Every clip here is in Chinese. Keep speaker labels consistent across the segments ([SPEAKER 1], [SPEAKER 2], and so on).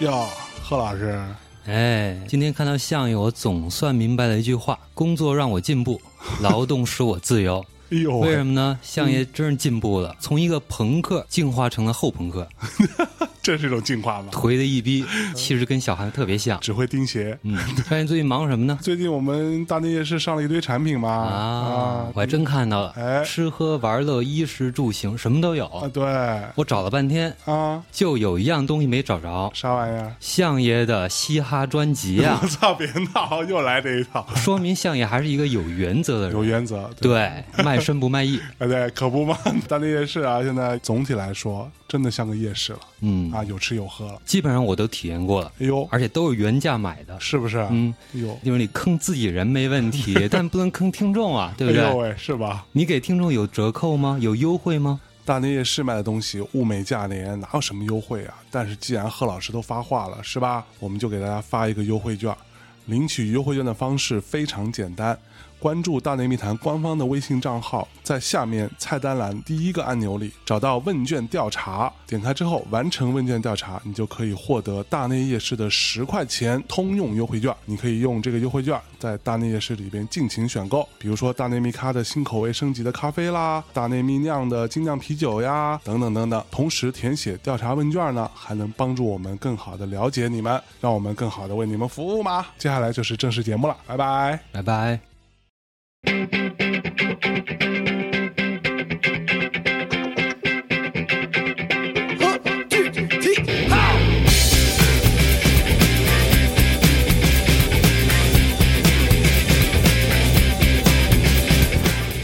[SPEAKER 1] 哟，贺老师，
[SPEAKER 2] 哎，今天看到相爷，我总算明白了一句话：工作让我 进步，劳动使我自由。
[SPEAKER 1] 哎呦
[SPEAKER 2] 为
[SPEAKER 1] 喂，
[SPEAKER 2] 什么呢？
[SPEAKER 1] 嗯
[SPEAKER 2] 相爷真是进步了，从一个朋克进化成了后朋克，
[SPEAKER 1] 这是一种进化吗？
[SPEAKER 2] 颓的一逼，
[SPEAKER 1] 嗯
[SPEAKER 2] 其实跟小孩特别像。
[SPEAKER 1] 只会钉鞋。
[SPEAKER 2] 嗯，发现最近忙什么呢？
[SPEAKER 1] 最近我们大内夜市上了一堆产品嘛，
[SPEAKER 2] 啊
[SPEAKER 1] 啊，
[SPEAKER 2] 我还真看到了，
[SPEAKER 1] 哎
[SPEAKER 2] 吃喝玩乐、衣食住行什么都
[SPEAKER 1] 啊，
[SPEAKER 2] 有。
[SPEAKER 1] 对
[SPEAKER 2] 我找了半天，
[SPEAKER 1] 啊，
[SPEAKER 2] 就有一样东西没找着，
[SPEAKER 1] 啥玩意儿？
[SPEAKER 2] 相爷的嘻哈专辑 呀
[SPEAKER 1] 我，操，别闹，又来这一套，
[SPEAKER 2] 说明相爷还是一个有原则的人。
[SPEAKER 1] 有原则。对，
[SPEAKER 2] 对，卖身不卖艺。
[SPEAKER 1] 哎对，可不嘛， 大内夜市啊，现在总体来说真的像个夜市了
[SPEAKER 2] 嗯，
[SPEAKER 1] 啊，有吃有喝了。
[SPEAKER 2] 基本上我都体验过了，
[SPEAKER 1] 哎呦，
[SPEAKER 2] 而且都是原价买的。
[SPEAKER 1] 是不是？
[SPEAKER 2] 嗯，
[SPEAKER 1] 哎呦，
[SPEAKER 2] 因为你坑自己人没 问题，但不能坑听众啊，对不
[SPEAKER 1] 哎呦
[SPEAKER 2] 对？
[SPEAKER 1] 喂，是吧？
[SPEAKER 2] 你给听众有折扣吗？有优惠吗？
[SPEAKER 1] 大年夜市卖的东西物美价廉，哪有什么优惠啊？但是既然贺老师都发话了，是吧？我们就给大家发一个优惠券。领取优惠券的方式非常简单，关注“大内密谈”官方的微信账号，在下面菜单栏第一个按钮里找到问卷调查，点开之后完成问卷调查，你就可以获得大内夜市的十块钱通用优惠券。你可以用这个优惠券在大内夜市里边尽情选购，比如说大内密咖的新口味升级的咖啡啦，大内密酿的精酿啤酒呀，等等等等。同时填写调查问卷呢，还能帮助我们更好的了解你们，让我们更好的为你们服务嘛。接下来就是正式节目了，拜拜。
[SPEAKER 2] 拜拜。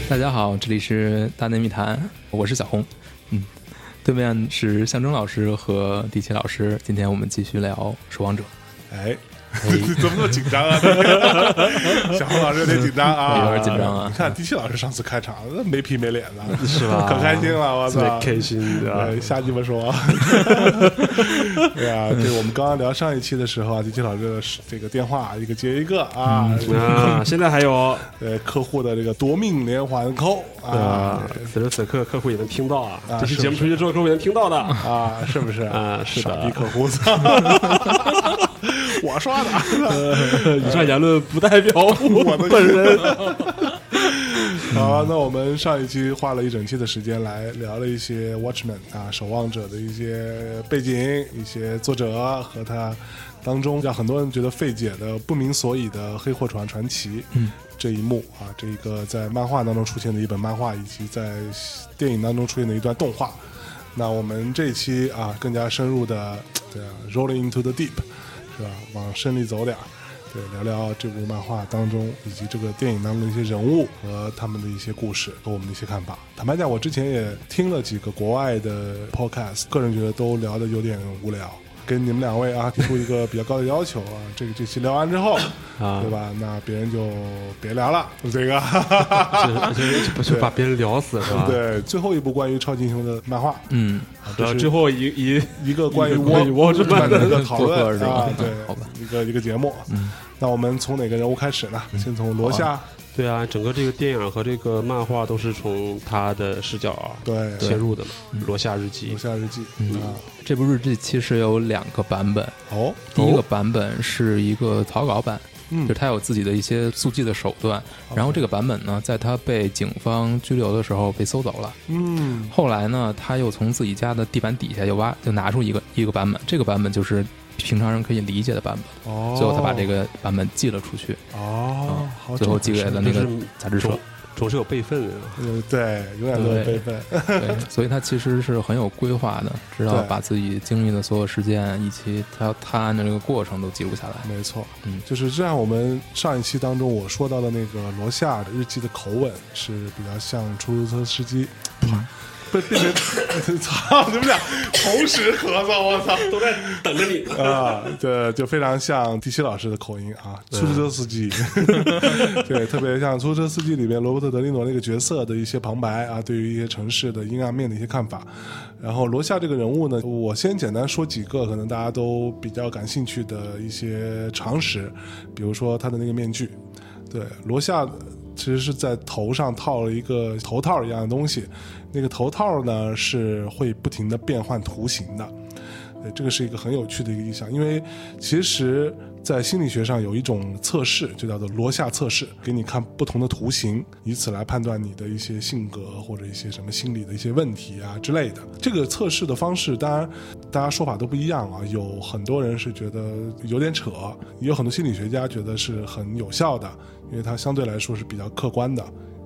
[SPEAKER 3] 大家好，这里是大内密谈，我是小红。嗯，对面是象征老师和迪奇老师。今天我们继续聊《守望者
[SPEAKER 1] 哎， 怎么那么紧张啊？ 小红老师有点紧张啊，
[SPEAKER 3] 有点紧张啊
[SPEAKER 1] 你看第七老师上次开场那没皮没脸的，
[SPEAKER 4] 是吧？啊
[SPEAKER 1] 可开心了，我
[SPEAKER 4] 特
[SPEAKER 1] 操
[SPEAKER 4] 别！开心的
[SPEAKER 1] 哎，，瞎鸡巴说。对啊，对，我们刚刚聊上一期的时候啊，迪奇老师的这个电话一个接一个啊，
[SPEAKER 4] 啊，现在还有，
[SPEAKER 1] 呃，客户的这个夺命连环扣啊
[SPEAKER 4] 呃，此时此刻客户也能听到啊，
[SPEAKER 1] 啊
[SPEAKER 4] 这期
[SPEAKER 1] 是
[SPEAKER 4] 节目出去之后客户也能听 到的。
[SPEAKER 1] 啊，是不是
[SPEAKER 4] 啊是
[SPEAKER 1] 傻
[SPEAKER 4] 的
[SPEAKER 1] 逼客户， 我说的，
[SPEAKER 4] 以上言论不代表 我
[SPEAKER 1] 的
[SPEAKER 4] 本人。
[SPEAKER 1] 好、啊那我们上一期花了一整期的时间来聊了一些 Watchman 啊，守望者的一些背景、一些作者和他当中让很多人觉得费解的不明所以的黑货船传奇。嗯。这一幕啊，这一个在漫画当中出现的一本漫画，以及在电影当中出现的一段动画。那我们这一期啊，更加深入的，对啊，Rolling into the deep，是吧？往深里走点儿。对，聊聊这部漫画当中以及这个电影当中的一些人物和他们的一些故事和我们的一些看法。坦白讲，我之前也听了几个国外的 podcast，个人觉得都聊得有点无聊。跟你们两位啊提出一个比较高的要求啊，这个这期聊完之后，
[SPEAKER 4] 啊
[SPEAKER 1] 对吧？那别人就别聊了，这个。
[SPEAKER 4] 这不是把别人聊死是吧？
[SPEAKER 1] 对，最后一部关于超级英雄的漫画，》。
[SPEAKER 3] 嗯，
[SPEAKER 1] 就
[SPEAKER 4] 然后
[SPEAKER 1] 是
[SPEAKER 4] 最后一一
[SPEAKER 1] 一个关于
[SPEAKER 4] 一个关于
[SPEAKER 1] 沃之曼的一个讨
[SPEAKER 3] 沃
[SPEAKER 1] 论
[SPEAKER 3] 之曼
[SPEAKER 1] 啊，
[SPEAKER 3] 是吧好吧嗯
[SPEAKER 1] 对，一个一个节目。那我们从哪个人物开始呢？先从罗夏，
[SPEAKER 4] 对啊，整个这个电影和这个漫画都是从他的视角啊
[SPEAKER 1] 对，
[SPEAKER 4] 切入的嘛，《罗夏日记
[SPEAKER 1] 罗》夏日记
[SPEAKER 3] 嗯
[SPEAKER 1] 啊，
[SPEAKER 3] 这部日记其实有两个版本，
[SPEAKER 1] 哦，
[SPEAKER 3] 第一个版本是一个草稿版，
[SPEAKER 1] 嗯
[SPEAKER 4] 哦
[SPEAKER 3] 就是他有自己的一些速记的手段。
[SPEAKER 4] 嗯
[SPEAKER 3] 然后这个版本呢，在他被警方拘留的时候被搜走了。
[SPEAKER 1] 嗯，
[SPEAKER 3] 后来呢，他又从自己家的地板底下又挖，就拿出一个一个版本，这个版本就是平常人可以理解的版本。
[SPEAKER 1] 哦，
[SPEAKER 3] 最后他把这个版本寄了出去，啊
[SPEAKER 1] 哦，好，
[SPEAKER 3] 最后
[SPEAKER 1] 这
[SPEAKER 3] 寄
[SPEAKER 1] 么
[SPEAKER 3] 给
[SPEAKER 1] 回事
[SPEAKER 3] 了
[SPEAKER 4] 就
[SPEAKER 3] 那个
[SPEAKER 4] 是
[SPEAKER 3] 杂志社
[SPEAKER 4] 总。总是有备份的。啊
[SPEAKER 1] 呃对，永远都有备份，
[SPEAKER 3] 对，所以他其实是很有规划的，知道
[SPEAKER 1] 对
[SPEAKER 3] 把自己经历的所有事件以及他要探案的这个过程都记录下来。
[SPEAKER 1] 没错，
[SPEAKER 3] 嗯
[SPEAKER 1] 就是这样。我们上一期当中我说到的那个罗夏日记的口吻是比较像出租车司机，被变成操你们俩同时咳嗽，我操！
[SPEAKER 4] 都在等着你呢。
[SPEAKER 1] 啊，对，就非常像迪西老师的口音啊，出租车司机， 对，特别像出租车司机里面罗伯特·德尼罗那个角色的一些旁白啊，对于一些城市的阴暗面的一些看法。然后罗夏这个人物呢，我先简单说几个可能大家都比较感兴趣的一些常识，比如说他的那个面具，对，罗夏其实是在头上套了一个头套一样的东西，那个头套呢是会不停的变换图形的。对，呃这个是一个很有趣的一个意象，因为其实，在心理学上有一种测试，就叫做罗夏测试，给你看不同的图形，以此来判断你的一些性格或者一些什么心理的一些问题啊之类的。这个测试的方式，当然大家说法都不一样啊，有很多人是觉得有点扯，也有很多心理学家觉得是很有效的，因为它相对来说是比较客观的。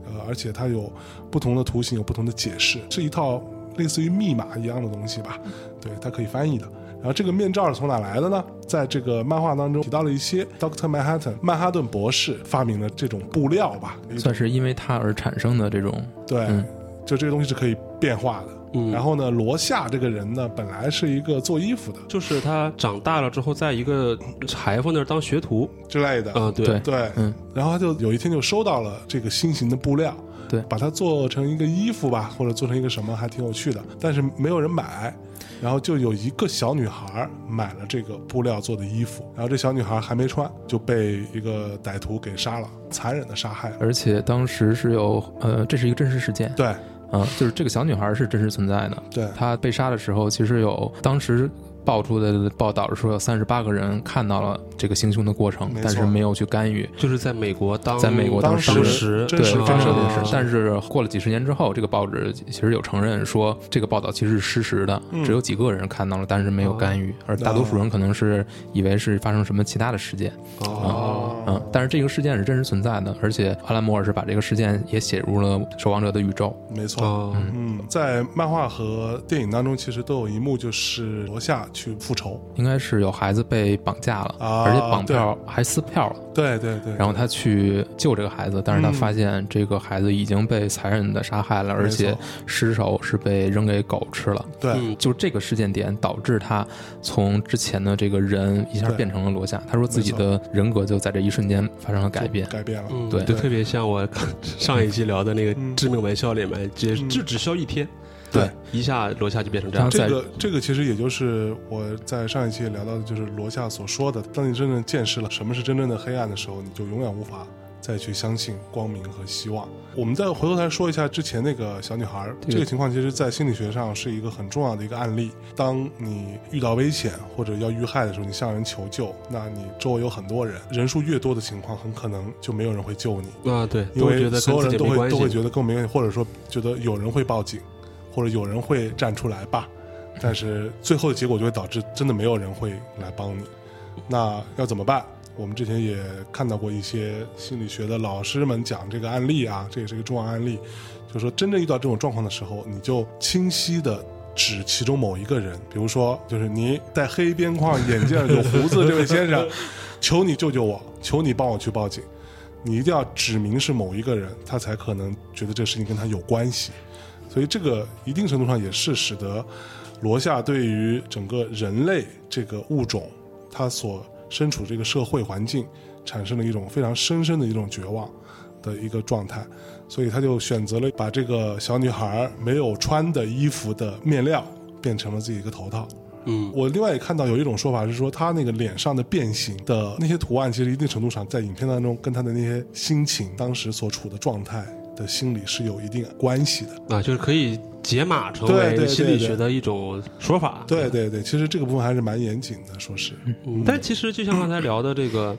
[SPEAKER 1] 呃，而且它有不同的图形，有不同的解释，是一套类似于密码一样的东西吧？对，它可以翻译的。然后这个面罩是从哪来的呢？在这个漫画当中提到了一些 Doctor Manhattan 曼哈顿博士发明的这种布料吧，
[SPEAKER 3] 算是因为它而产生的这种，
[SPEAKER 1] 对，
[SPEAKER 3] 嗯
[SPEAKER 1] 就这个东西是可以变化的。
[SPEAKER 4] 嗯
[SPEAKER 1] 然后呢，罗夏这个人呢，本来是一个做衣服的
[SPEAKER 4] 就是他长大了之后，在一个裁缝那儿当学徒
[SPEAKER 1] 之类的，
[SPEAKER 4] 啊、对，
[SPEAKER 3] 对
[SPEAKER 1] 对，
[SPEAKER 3] 嗯，
[SPEAKER 1] 然后他就有一天就收到了这个新型的布料，
[SPEAKER 3] 对
[SPEAKER 1] 把它做成一个衣服吧，或者做成一个什么，还挺有趣的。但是没有人买，然后就有一个小女孩买了这个布料做的衣服，然后这小女孩还没穿就被一个歹徒给杀了，残忍的杀害了。
[SPEAKER 3] 而且当时是有呃，这是一个真实事件
[SPEAKER 1] 对
[SPEAKER 3] 啊，就是这个小女孩是真实存在的。
[SPEAKER 1] 对
[SPEAKER 3] 她被杀的时候，其实有当时爆出的报道说有三十八个人看到了这个行凶的过程
[SPEAKER 1] 没，错
[SPEAKER 3] 但是没有去干预。
[SPEAKER 4] 就是在美国当
[SPEAKER 3] 在美国当
[SPEAKER 1] 时
[SPEAKER 4] 当时
[SPEAKER 1] 真
[SPEAKER 3] 对，
[SPEAKER 1] 实
[SPEAKER 3] 真
[SPEAKER 1] 发
[SPEAKER 3] 实
[SPEAKER 1] 生
[SPEAKER 3] 的
[SPEAKER 1] 的
[SPEAKER 3] 事
[SPEAKER 1] 事
[SPEAKER 3] 情
[SPEAKER 1] 情。
[SPEAKER 3] 但是过了几十年之后，这个报纸其实有承认说，这个报道其实是失实的，
[SPEAKER 1] 嗯
[SPEAKER 3] 只有几个人看到了，但是没有干预，而大多数人可能是以为是发生什么其他的事件，
[SPEAKER 4] 哦，
[SPEAKER 3] 嗯，但是这个事件是真实存在的，而且阿兰摩尔是把这个事件也写入了《守望者》的宇宙，
[SPEAKER 1] 没错。
[SPEAKER 4] 哦，
[SPEAKER 1] 嗯，在漫画和电影当中，其实都有一幕就是罗夏去复仇。
[SPEAKER 3] 应该是有孩子被绑架了，
[SPEAKER 1] 啊
[SPEAKER 3] 而且绑票还撕票了，
[SPEAKER 1] 对对对，
[SPEAKER 3] 然后他去救这个孩子，但是他
[SPEAKER 1] 嗯
[SPEAKER 3] 发现这个孩子已经被残忍的杀害了，而
[SPEAKER 1] 没
[SPEAKER 3] 且
[SPEAKER 1] 错
[SPEAKER 3] 尸首是被扔给狗吃了。
[SPEAKER 1] 对、
[SPEAKER 4] 嗯
[SPEAKER 3] 就这个事件点导致他从之前的这个人一下
[SPEAKER 1] 对
[SPEAKER 3] 变成了罗夏。他说自己的人格就在这一瞬间发生了改变。
[SPEAKER 1] 改变了。
[SPEAKER 4] 嗯，
[SPEAKER 3] 对
[SPEAKER 4] 就特别像我 上一期聊的那个
[SPEAKER 1] 嗯
[SPEAKER 4] 致命玩笑里面，只
[SPEAKER 1] 嗯
[SPEAKER 4] 这只需要一天，
[SPEAKER 1] 对，
[SPEAKER 4] 一下罗夏就变成这样
[SPEAKER 3] 这。
[SPEAKER 1] 这
[SPEAKER 3] 在
[SPEAKER 1] 个这个其实也就是我在上一期也聊到的，就是罗夏所说的，当你真正见识了什么是真正的黑暗的时候，你就永远无法再去相信光明和希望。我们再回头来说一下之前那个小女孩儿，
[SPEAKER 3] 对
[SPEAKER 1] 这个情况其实，在心理学上是一个很重要的一个案例。当你遇到危险或者要遇害的时候，你向人求救，那你周围有很多人，人数越多的情况，很可能就没有人会救你。
[SPEAKER 4] 啊，对，
[SPEAKER 1] 因
[SPEAKER 4] 都会觉
[SPEAKER 1] 为
[SPEAKER 4] 得
[SPEAKER 1] 所有
[SPEAKER 4] 跟自
[SPEAKER 1] 人
[SPEAKER 4] 己
[SPEAKER 1] 都
[SPEAKER 4] 没
[SPEAKER 1] 会
[SPEAKER 4] 关
[SPEAKER 1] 都会
[SPEAKER 4] 系。
[SPEAKER 1] 觉得跟我没关系，或者说觉得有人会报警，或者有人会站出来吧，但是最后的结果就会导致真的没有人会来帮你。那要怎么办？我们之前也看到过一些心理学的老师们讲这个案例啊，这也是一个重要案例，啊就是说真正遇到这种状况的时候，你就清晰的。指其中某一个人，比如说，就是你戴黑边框、眼镜、有胡子的这位先 生，求你救救我，求你帮我去报警。你一定要指明是某一个人，他才可能觉得这事情跟他有关系。所以这个一定程度上也是使得罗夏对于整个人类这个物种，他所身处这个社会环境，产生了一种非常深深的一种绝望的一个状态。所以他就选择了把这个小女孩没有穿的衣服的面料变成了自己一个头套。
[SPEAKER 4] 嗯，
[SPEAKER 1] 我另外也看到有一种说法是说，他那个脸上的变形的那些图案，其实一定程度上在影片当中跟他的那些心情、当时所处的状态的心理是有一定关系的。
[SPEAKER 4] 啊，就是可以解码成
[SPEAKER 1] 对对
[SPEAKER 4] 为
[SPEAKER 1] 对
[SPEAKER 4] 心理
[SPEAKER 1] 对
[SPEAKER 4] 学的一种说法。
[SPEAKER 1] 对对对，其实这个部分还是蛮严谨的，说是，
[SPEAKER 4] 嗯但其实就像刚才聊的这个，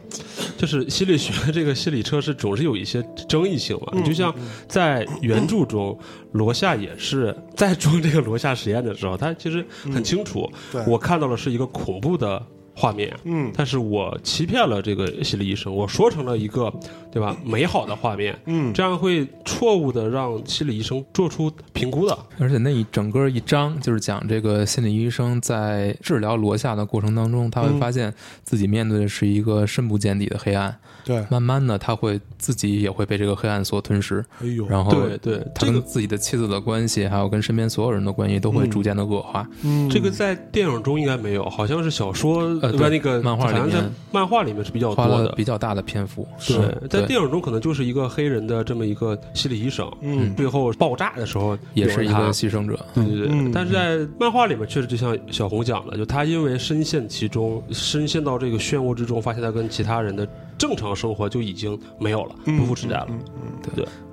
[SPEAKER 4] 就是心理学这个心理测试总是有一些争议性嘛。
[SPEAKER 1] 嗯
[SPEAKER 4] 你就像在原著中，罗夏也是在做这个罗夏实验的时候，他其实很清楚，
[SPEAKER 1] 嗯对
[SPEAKER 4] 我看到了是一个恐怖的画面。
[SPEAKER 1] 嗯
[SPEAKER 4] 但是我欺骗了这个心理医生，我说成了一个对吧美好的画面，
[SPEAKER 1] 嗯，
[SPEAKER 4] 这样会错误的让心理医生做出评估的。
[SPEAKER 3] 而且那一整个一章就是讲这个心理医生在治疗罗夏的过程当中，他会
[SPEAKER 1] 嗯
[SPEAKER 3] 发现自己面对的是一个深不见底的黑暗。
[SPEAKER 1] 对，哎
[SPEAKER 3] 慢慢的，他会自己也会被这个黑暗所吞噬，
[SPEAKER 1] 呦，
[SPEAKER 3] 然后
[SPEAKER 4] 对对
[SPEAKER 3] 他
[SPEAKER 4] 这
[SPEAKER 3] 跟
[SPEAKER 4] 个
[SPEAKER 3] 自己的妻子的关系，还有跟身边所有人的关系，都会
[SPEAKER 1] 嗯
[SPEAKER 3] 逐渐的恶化。
[SPEAKER 1] 嗯，
[SPEAKER 4] 这个在电影中应该没有，好像是小说
[SPEAKER 3] 呃
[SPEAKER 4] 不是
[SPEAKER 3] 对
[SPEAKER 4] 那个
[SPEAKER 3] 漫画里
[SPEAKER 4] 好像在
[SPEAKER 3] 面
[SPEAKER 4] 漫画里面是比较
[SPEAKER 3] 花
[SPEAKER 4] 多
[SPEAKER 3] 了
[SPEAKER 4] 的。
[SPEAKER 3] 比较大的篇幅，
[SPEAKER 4] 对
[SPEAKER 3] 是，
[SPEAKER 4] 在
[SPEAKER 3] 对
[SPEAKER 4] 电影中可能就是一个黑人的这么一个心理医生，
[SPEAKER 1] 嗯，
[SPEAKER 4] 最后爆炸的时候
[SPEAKER 3] 也是一
[SPEAKER 4] 有
[SPEAKER 3] 个
[SPEAKER 4] 了他
[SPEAKER 3] 牺牲者。
[SPEAKER 4] 对对对，
[SPEAKER 1] 嗯
[SPEAKER 4] 但是在漫画里面，确实就像小红讲的，就他因为深陷其中，深陷到这个漩涡之中，发现他跟其他人的正常生活就已经没有了，
[SPEAKER 1] 嗯
[SPEAKER 4] 嗯不复存在了。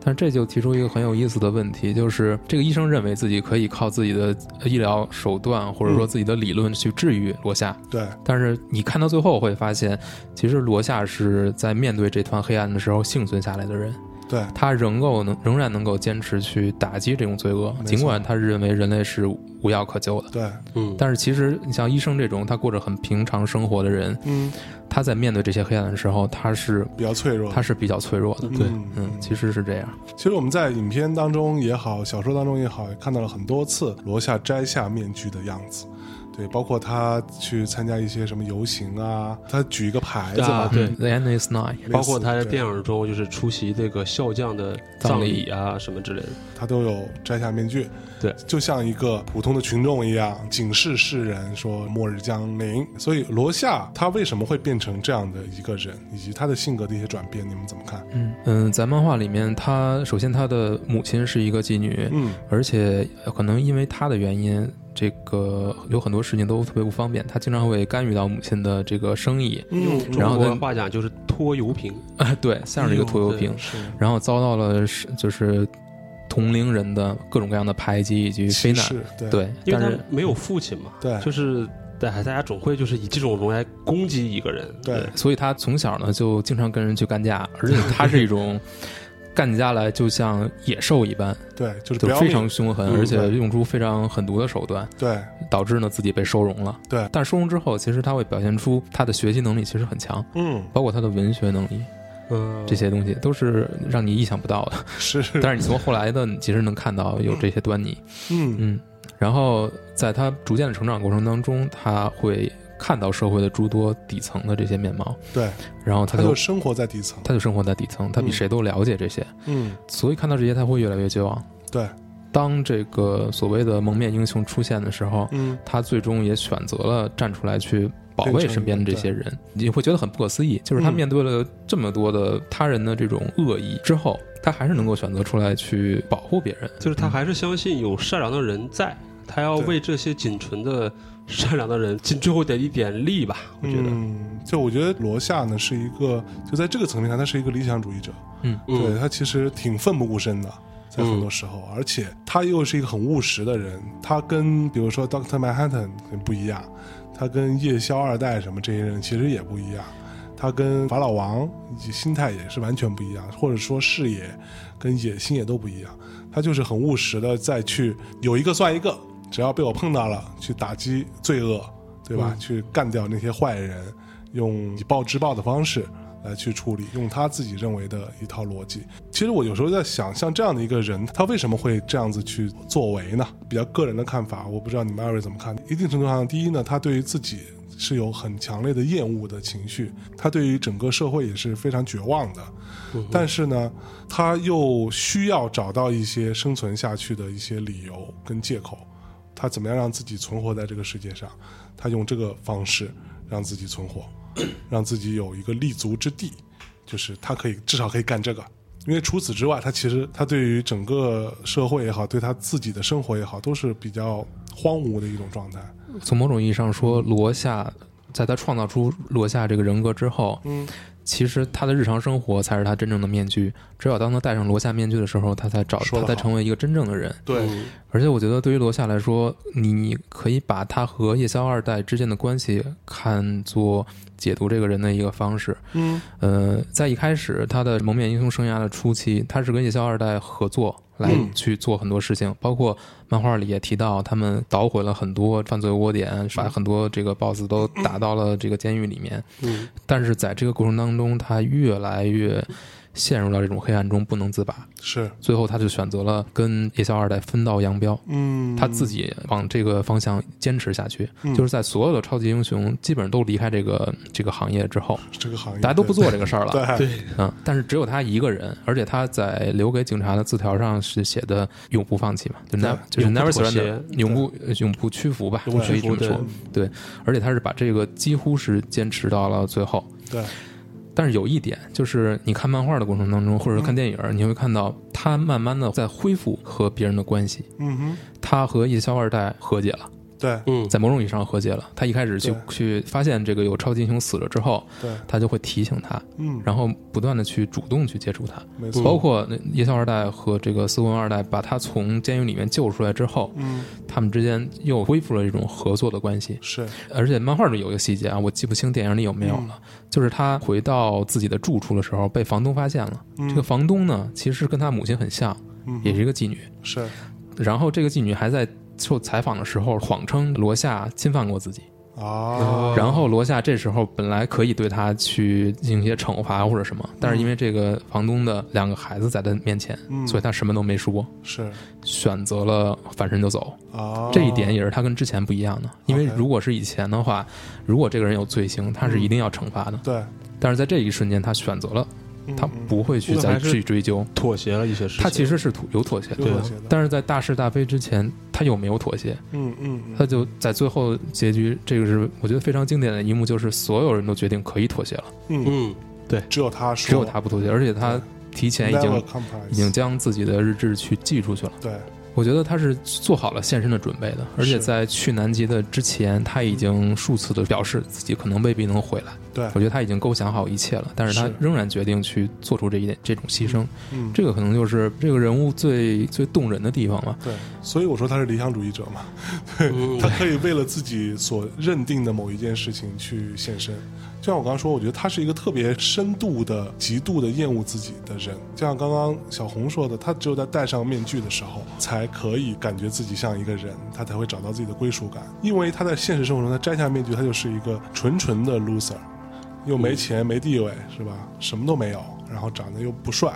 [SPEAKER 3] 但是这就提出一个很有意思的问题，就是这个医生认为自己可以靠自己的医疗手段或者说自己的理论去治愈罗夏，
[SPEAKER 1] 嗯对，
[SPEAKER 3] 但是你看到最后会发现，其实罗夏是在面对这团黑暗的时候幸存下来的人，
[SPEAKER 1] 对，
[SPEAKER 3] 他仍够能仍然能够坚持去打击这种罪恶
[SPEAKER 1] 没，错
[SPEAKER 3] 尽管他认为人类是无药可救的。
[SPEAKER 1] 对，
[SPEAKER 4] 嗯，
[SPEAKER 3] 但是其实你像医生这种他过着很平常生活的人，
[SPEAKER 1] 嗯，
[SPEAKER 3] 他在面对这些黑暗的时候，他是
[SPEAKER 1] 比较脆弱，
[SPEAKER 3] 他是比较脆弱的。
[SPEAKER 1] 嗯
[SPEAKER 4] 对
[SPEAKER 3] 嗯，其实是这样。
[SPEAKER 1] 其实我们在影片当中也好，小说当中也好，也看到了很多次罗夏摘下面具的样子。对，包括他去参加一些什么游行啊，他举一个牌子嘛
[SPEAKER 4] 啊，对
[SPEAKER 3] 嗯，The end is nigh。
[SPEAKER 1] 类似
[SPEAKER 4] 包括他在
[SPEAKER 1] 对
[SPEAKER 4] 电影中就是出席这个笑匠的葬礼啊什么之类的，
[SPEAKER 1] 他都有摘下面具，
[SPEAKER 4] 对，
[SPEAKER 1] 就像一个普通的群众一样，警示世人说末日降临。所以罗夏他为什么会变成这样的一个人，以及他的性格的一些转变，你们怎么看？
[SPEAKER 3] 嗯嗯，在漫画里面，他首先他的母亲是一个妓女，
[SPEAKER 1] 嗯，
[SPEAKER 3] 而且呃可能因为他的原因，这个有很多事情都特别不方便，他经常会干预到母亲的这个生意，
[SPEAKER 1] 嗯
[SPEAKER 4] 中
[SPEAKER 3] 然后
[SPEAKER 4] 国
[SPEAKER 3] 呢
[SPEAKER 4] 话讲就是拖油瓶，
[SPEAKER 3] 啊，对，像是一个拖油瓶，
[SPEAKER 1] 哎是
[SPEAKER 3] 然后遭到了是就是同龄人的各种各样的排挤以及非
[SPEAKER 1] 歧
[SPEAKER 3] 难，
[SPEAKER 1] 视，对
[SPEAKER 3] 对，
[SPEAKER 4] 因
[SPEAKER 3] 但
[SPEAKER 4] 为他
[SPEAKER 3] 是
[SPEAKER 4] 没有父亲嘛，
[SPEAKER 1] 对
[SPEAKER 4] 就是在大家总会就是以这种容来攻击一个人，
[SPEAKER 1] 对，
[SPEAKER 3] 所以他从小呢就经常跟人去干架，而且他是 一种干起架来就像野兽一般，
[SPEAKER 1] 对，就是
[SPEAKER 3] 就
[SPEAKER 1] 不要
[SPEAKER 3] 非
[SPEAKER 1] 命
[SPEAKER 3] 常凶狠，
[SPEAKER 1] 嗯
[SPEAKER 3] 而且
[SPEAKER 1] 对
[SPEAKER 3] 用出非常狠毒的手段，
[SPEAKER 1] 对嗯
[SPEAKER 3] 导致呢自己被收容了。
[SPEAKER 1] 对
[SPEAKER 3] 但收容之后，其实他会表现出他的学习能力其实很强，
[SPEAKER 1] 嗯
[SPEAKER 3] 包括他的文学能力，
[SPEAKER 4] 嗯，
[SPEAKER 3] 这些东西都是让你意想不到 的。
[SPEAKER 1] 是
[SPEAKER 3] 但是你从后来的，你其实能看到有这些端倪。
[SPEAKER 1] 嗯
[SPEAKER 3] 嗯，然后在他逐渐的成长过程当中，他会看到社会的诸多底层的这些面貌，
[SPEAKER 1] 对，
[SPEAKER 3] 然后
[SPEAKER 1] 他
[SPEAKER 3] 他
[SPEAKER 1] 就
[SPEAKER 3] 就
[SPEAKER 1] 生活在底层，
[SPEAKER 3] 他就生活在底层，他比
[SPEAKER 1] 嗯
[SPEAKER 3] 谁都了解这些，
[SPEAKER 1] 嗯
[SPEAKER 3] 所以看到这些他会越来越绝望。
[SPEAKER 1] 对，
[SPEAKER 3] 当这个所谓的蒙面英雄出现的时候，
[SPEAKER 1] 嗯
[SPEAKER 3] 他最终也选择了站出来去保卫身边的这些人，你会觉得很不可思议。就是他
[SPEAKER 1] 嗯
[SPEAKER 3] 面对了这么多的他人的这种恶意之后，他还是能够选择出来去保护别人。
[SPEAKER 4] 就是他还是相信有善良的人在，他要
[SPEAKER 1] 嗯对
[SPEAKER 4] 为这些仅存的善良的人尽最后的一点力吧，我觉得，
[SPEAKER 1] 嗯，就我觉得罗夏呢是一个，就在这个层面上，他是一个理想主义者，
[SPEAKER 3] 嗯，
[SPEAKER 1] 对
[SPEAKER 4] 嗯，
[SPEAKER 1] 他其实挺奋不顾身的。在很多时候，而且他又是一个很务实的人，他跟比如说 Doctor Manhattan 不一样，他跟夜宵二代什么这些人其实也不一样，他跟法老王以及心态也是完全不一样，或者说视野跟野心也都不一样，他就是很务实的再去有一个算一个，只要被我碰到了，去打击罪恶，对吧？去干掉那些坏人，用以暴制暴的方式。来去处理，用他自己认为的一套逻辑。其实我有时候在想，像这样的一个人，他为什么会这样子去作为呢？比较个人的看法，我不知道你们二位怎么看。一定程度上，第一呢，他对于自己是有很强烈的厌恶的情绪，他对于整个社会也是非常绝望的。但是呢，他又需要找到一些生存下去的一些理由跟借口。他怎么样让自己存活在这个世界上？他用这个方式让自己存活，让自己有一个立足之地，就是他可以至少可以干这个。因为除此之外，他其实他对于整个社会也好，对他自己的生活也好，都是比较荒芜的一种状态。
[SPEAKER 3] 从某种意义上说，罗夏在他创造出罗夏这个人格之后，
[SPEAKER 1] 嗯，
[SPEAKER 3] 其实他的日常生活才是他真正的面具。只有当他戴上罗夏面具的时候，他才找
[SPEAKER 1] 说
[SPEAKER 3] 他
[SPEAKER 1] 得
[SPEAKER 3] 才
[SPEAKER 1] 好
[SPEAKER 3] 成为一个真正的人。
[SPEAKER 1] 对
[SPEAKER 4] 嗯
[SPEAKER 3] 而且我觉得，对于罗夏来说，你你可以把他和夜宵二代之间的关系看作解读这个人的一个方式。
[SPEAKER 1] 嗯
[SPEAKER 3] 呃，在一开始他的蒙面英雄生涯的初期，他是跟夜宵二代合作来
[SPEAKER 1] 嗯
[SPEAKER 3] 去做很多事情，包括漫画里也提到，他们捣毁了很多犯罪窝点，把很多这个 BOSS 都打到了这个监狱里面。
[SPEAKER 4] 嗯，
[SPEAKER 3] 但是在这个过程当中，他越来越陷入到这种黑暗中不能自拔，
[SPEAKER 1] 是，
[SPEAKER 3] 最后他就选择了跟夜宵二代分道扬镳。
[SPEAKER 1] 嗯，
[SPEAKER 3] 他自己往这个方向坚持下去，
[SPEAKER 1] 嗯
[SPEAKER 3] 就是在所有的超级英雄基本上都离开这个这个行业之后，
[SPEAKER 1] 这个行业
[SPEAKER 3] 大家都不做这个事儿了。
[SPEAKER 1] 嗯 对对
[SPEAKER 3] 嗯，但是只有他一个人，而且他在留给警察的字条上是写的“永不放弃”嘛，就 never 就是
[SPEAKER 4] 永不
[SPEAKER 3] never
[SPEAKER 4] 妥协
[SPEAKER 3] surrender，永不呃永不屈服吧，
[SPEAKER 1] 永不
[SPEAKER 3] 可以
[SPEAKER 1] 屈服
[SPEAKER 3] 这么说。对，而且他是把这个几乎是坚持到了最后。
[SPEAKER 1] 对，
[SPEAKER 3] 但是有一点，就是你看漫画的过程当中，或者看电影，你会看到他慢慢的在恢复和别人的关系。
[SPEAKER 1] 嗯哼，
[SPEAKER 3] 他和夜宵二代和解了，
[SPEAKER 1] 对
[SPEAKER 4] 嗯，
[SPEAKER 3] 在某种意义上和解了。他一开始去
[SPEAKER 1] 对
[SPEAKER 3] 去发现这个有超级英雄死了之后，
[SPEAKER 1] 对，
[SPEAKER 3] 他就会提醒他，
[SPEAKER 1] 嗯，
[SPEAKER 3] 然后不断的去主动去接触他，
[SPEAKER 1] 没
[SPEAKER 4] 嗯
[SPEAKER 1] 错，
[SPEAKER 3] 包括那夜宵二代和这个斯文二代把他从监狱里面救出来之后，
[SPEAKER 1] 嗯，
[SPEAKER 3] 他们之间又恢复了一种合作的关系。
[SPEAKER 1] 是
[SPEAKER 3] 而且漫画里有一个细节啊，我记不清电影里有没有了，
[SPEAKER 1] 嗯
[SPEAKER 3] 就是他回到自己的住处的时候被房东发现了。
[SPEAKER 1] 嗯
[SPEAKER 3] 这个房东呢，其实跟他母亲很像，
[SPEAKER 1] 嗯
[SPEAKER 3] 也是一个妓女。
[SPEAKER 1] 是
[SPEAKER 3] 然后这个妓女还在受采访的时候谎称罗夏侵犯过自己，
[SPEAKER 1] 啊，
[SPEAKER 3] 然后罗夏这时候本来可以对她去进行一些惩罚或者什么，但是因为这个房东的两个孩子在他面前，
[SPEAKER 1] 嗯
[SPEAKER 3] 所以他什么都没说，
[SPEAKER 1] 是
[SPEAKER 3] 选择了反身就走。
[SPEAKER 1] 啊，
[SPEAKER 3] 这一点也是他跟之前不一样的，因为
[SPEAKER 1] OK
[SPEAKER 3] 如果是以前的话，如果这个人有罪行，他是一定要惩罚的，
[SPEAKER 1] 对，
[SPEAKER 3] 但是在这一瞬间他选择了，
[SPEAKER 1] 嗯
[SPEAKER 3] 他
[SPEAKER 1] 嗯
[SPEAKER 3] 不会去
[SPEAKER 4] 那
[SPEAKER 3] 再
[SPEAKER 4] 还是
[SPEAKER 3] 去追究。
[SPEAKER 4] 妥协了一些事情。
[SPEAKER 3] 他其实是妥有妥协
[SPEAKER 1] 有
[SPEAKER 3] 的，
[SPEAKER 4] 对
[SPEAKER 1] 妥协的，
[SPEAKER 3] 但是在大是大非之前，他有没有妥协？
[SPEAKER 1] 嗯嗯，
[SPEAKER 3] 他就在最后结局，这个是我觉得非常经典的一幕，就是所有人都决定可以妥协了，
[SPEAKER 1] 嗯嗯，
[SPEAKER 4] 嗯，
[SPEAKER 1] 只有他说，
[SPEAKER 3] 只有他不妥协，而且他提前已
[SPEAKER 1] Never
[SPEAKER 3] 经
[SPEAKER 1] compromise
[SPEAKER 3] 已经将自己的日志去寄出去了。
[SPEAKER 1] 对，
[SPEAKER 3] 我觉得他是做好了现身的准备的，而且
[SPEAKER 1] 是
[SPEAKER 3] 在去南极的之前，他已经数次的表示自己可能未必能回来。
[SPEAKER 1] 对
[SPEAKER 3] 我觉得他已经构想好一切了，但是他
[SPEAKER 1] 是
[SPEAKER 3] 仍然决定去做出这一点这种牺牲。
[SPEAKER 1] 嗯，
[SPEAKER 3] 这个可能就是这个人物最最动人的地方吧。
[SPEAKER 1] 对，所以我说他是理想主义者嘛， 对
[SPEAKER 4] 嗯
[SPEAKER 1] 他可以为了自己所认定的某一件事情去献身。就像我刚刚说，我觉得他是一个特别深度的、极度的厌恶自己的人。就像刚刚小红说的，他只有在戴上面具的时候，才可以感觉自己像一个人，他才会找到自己的归属感。因为他在现实生活中，他摘下面具，他就是一个纯纯的 loser，又没钱、没地位，是吧？什么都没有，然后长得又不帅，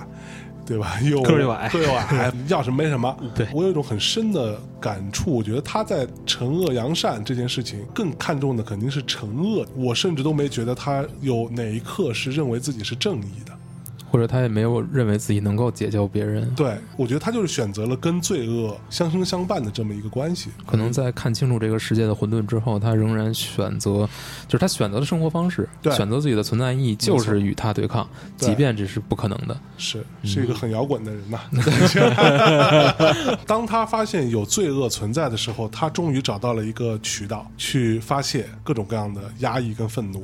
[SPEAKER 1] 对吧？ 又
[SPEAKER 4] 个儿又矮
[SPEAKER 1] 个儿又矮，哎要什么没什么。
[SPEAKER 4] 对
[SPEAKER 1] 我有一种很深的感触，我觉得他在惩恶扬善这件事情更看重的肯定是惩恶，我甚至都没觉得他有哪一刻是认为自己是正义的。
[SPEAKER 3] 或者他也没有认为自己能够解救别人。
[SPEAKER 1] 对，我觉得他就是选择了跟罪恶相生相伴的这么一个关系。
[SPEAKER 3] 可能在看清楚这个世界的混沌之后，他仍然选择，就是他选择的生活方式，
[SPEAKER 1] 对
[SPEAKER 3] 选择自己的存在意义，就是与他对抗，
[SPEAKER 1] 对
[SPEAKER 3] 即便这是不可能的。
[SPEAKER 1] 是是一个很摇滚的人呐、 当他发现有罪恶存在的时候，他终于找到了一个渠道去发泄各种各样的压抑跟愤怒，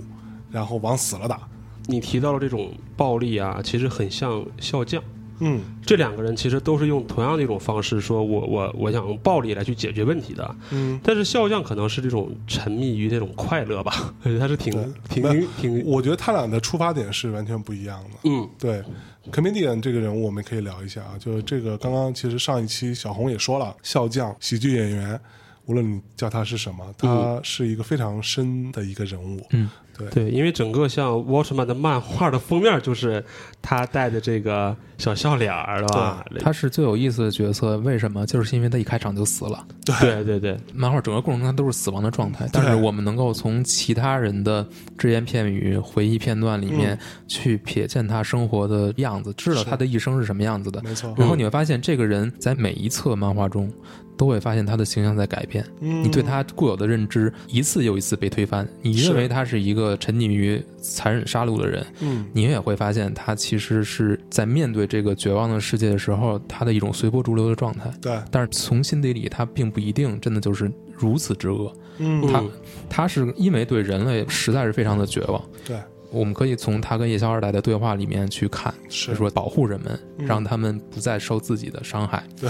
[SPEAKER 1] 然后往死了打。
[SPEAKER 4] 你提到了这种暴力啊，其实很像笑匠。
[SPEAKER 1] 嗯
[SPEAKER 4] 这两个人其实都是用同样的一种方式，说我我我想用暴力来去解决问题的。
[SPEAKER 1] 嗯，
[SPEAKER 4] 但是笑匠可能是这种沉迷于这种快乐吧， 我觉得他是挺
[SPEAKER 1] 对
[SPEAKER 4] 挺
[SPEAKER 1] 没
[SPEAKER 4] 挺
[SPEAKER 1] 有我觉得他俩的出发点是完全不一样的。
[SPEAKER 4] 嗯
[SPEAKER 1] 对，comedian 这个人物我们可以聊一下啊，就是这个刚刚其实上一期小红也说了，笑匠、喜剧演员，无论你叫他是什么，他是一个非常深的一个人物。
[SPEAKER 3] 嗯，
[SPEAKER 1] 对，
[SPEAKER 4] 对，因为整个像 Watchman 的漫画的封面就是他戴的这个小笑脸儿，对吧？
[SPEAKER 3] 他是最有意思的角色，为什么？就是因为他一开场就死了。
[SPEAKER 4] 对对对，
[SPEAKER 3] 漫画整个过程中他都是死亡的状态，但是我们能够从其他人的只言片语、回忆片段里面去瞥见他生活的样子，知道
[SPEAKER 1] 是
[SPEAKER 3] 他的一生是什么样子的。
[SPEAKER 1] 没错。
[SPEAKER 3] 然后你会发现，这个人在每一册漫画中都会发现他的形象在改变。
[SPEAKER 1] 嗯，
[SPEAKER 3] 你对他固有的认知一次又一次被推翻，你
[SPEAKER 1] 是
[SPEAKER 3] 认为他是一个沉溺于残忍杀戮的人，
[SPEAKER 1] 嗯，
[SPEAKER 3] 你也会发现他其实是在面对这个绝望的世界的时候，他的一种随波逐流的状态。
[SPEAKER 1] 对，
[SPEAKER 3] 但是从心底里，他并不一定真的就是如此之恶，
[SPEAKER 1] 嗯，
[SPEAKER 3] 他
[SPEAKER 4] 嗯
[SPEAKER 3] 他是因为对人类实在是非常的绝望。
[SPEAKER 1] 对，
[SPEAKER 3] 我们可以从他跟夜宵二代的对话里面去看，就是说保护人们，
[SPEAKER 1] 嗯
[SPEAKER 3] 让他们不再受自己的伤害。
[SPEAKER 1] 对，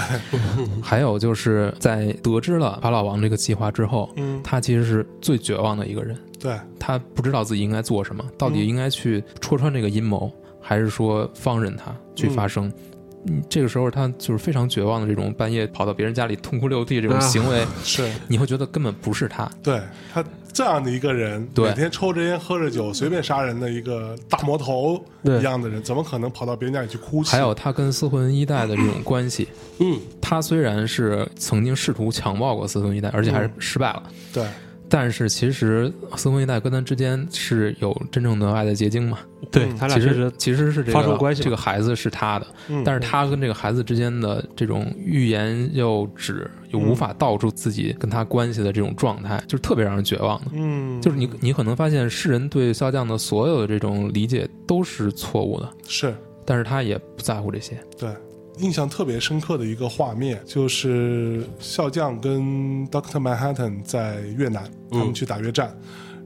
[SPEAKER 3] 还有就是在得知了法老王这个计划之后，
[SPEAKER 1] 嗯，
[SPEAKER 3] 他其实是最绝望的一个人，
[SPEAKER 1] 对，
[SPEAKER 3] 他不知道自己应该做什么，到底
[SPEAKER 1] 嗯
[SPEAKER 3] 应该去戳穿这个阴谋，还是说放任它去发生。嗯，这个时候他就是非常绝望的这种半夜跑到别人家里痛哭流涕这种
[SPEAKER 4] 啊
[SPEAKER 3] 行为，
[SPEAKER 1] 是，
[SPEAKER 3] 你会觉得根本不是他。
[SPEAKER 1] 对他这样的一个人，
[SPEAKER 3] 对
[SPEAKER 1] 每天抽着烟喝着酒，随便杀人的一个大魔头
[SPEAKER 4] 对
[SPEAKER 1] 一样的人，怎么可能跑到别人家里去哭泣？
[SPEAKER 3] 还有他跟四魂一代的这种关系，
[SPEAKER 4] 嗯，
[SPEAKER 3] 他虽然是曾经试图强暴过四魂一代，而且还是失败了，
[SPEAKER 4] 嗯
[SPEAKER 1] 对，
[SPEAKER 3] 但是其实四魂一代跟他之间是有真正的爱的结晶嘛。
[SPEAKER 4] 对
[SPEAKER 1] 嗯
[SPEAKER 4] 他俩
[SPEAKER 3] 其
[SPEAKER 4] 确
[SPEAKER 3] 实
[SPEAKER 4] 实
[SPEAKER 3] 其实是这个
[SPEAKER 4] 发生关系了
[SPEAKER 3] 这个孩子是他的，
[SPEAKER 1] 嗯
[SPEAKER 3] 但是他跟这个孩子之间的这种欲言又止，又无法道出自己跟他关系的这种状
[SPEAKER 4] 嗯
[SPEAKER 3] 态，就是特别让人绝望的。
[SPEAKER 1] 嗯，
[SPEAKER 3] 就是你，你可能发现世人对肖将的所有的这种理解都是错误的，
[SPEAKER 1] 是
[SPEAKER 3] 但是他也不在乎这些。
[SPEAKER 1] 对。印象特别深刻的一个画面，就是笑匠跟 Doctor Manhattan 在越南，他们去打越战。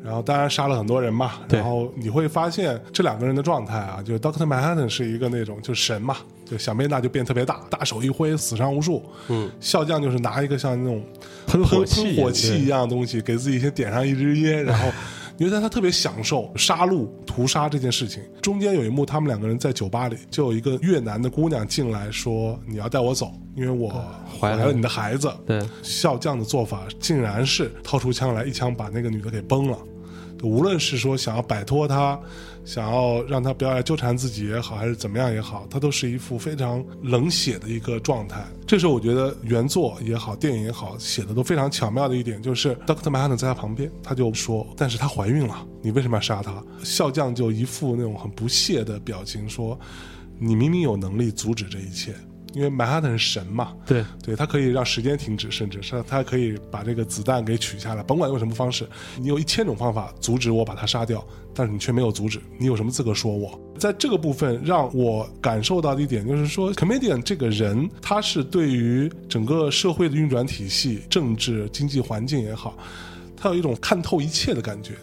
[SPEAKER 1] 然后当然杀了很多人嘛，
[SPEAKER 4] 嗯对
[SPEAKER 1] 然后你会发现这两个人的状态啊，就是 Doctor Manhattan 是一个那种就是神嘛，就想变大就变特别大，大手一挥死伤无数。
[SPEAKER 4] 嗯，
[SPEAKER 1] 笑匠就是拿一个像那种
[SPEAKER 4] 喷
[SPEAKER 1] 喷
[SPEAKER 4] 火器，
[SPEAKER 1] 火器一样的东西，给自己先点上一支烟，然后你觉得他特别享受杀戮、屠杀这件事情。中间有一幕，他们两个人在酒吧里，就有一个越南的姑娘进来说：“你要带我走，因为我
[SPEAKER 4] 怀
[SPEAKER 1] 怀
[SPEAKER 4] 了
[SPEAKER 1] 了你的孩子。”
[SPEAKER 4] 对，对，
[SPEAKER 1] 笑匠的做法竟然是掏出枪来，一枪把那个女的给崩了。就无论是说想要摆脱她，想要让她不要来纠缠自己也好，还是怎么样也好，她都是一副非常冷血的一个状态。这时候我觉得原作也好，电影也好，写的都非常巧妙的一点就是 Doctor Manhattan 在她旁边，他就说：“但是她怀孕了，你为什么要杀她？”笑匠就一副那种很不屑的表情说：“你明明有能力阻止这一切，因为 Manhattan 是神嘛，
[SPEAKER 4] 对，
[SPEAKER 1] 对，它可以让时间停止，甚至是它可以把这个子弹给取下来，甭管用什么方式，你有一千种方法阻止我把它杀掉，但是你却没有阻止，你有什么资格说我？在这个部分，让我感受到的一点就是说，comedian 这个人，他是对于整个社会的运转体系、政治、经济环境也好，他有一种看透一切的感觉，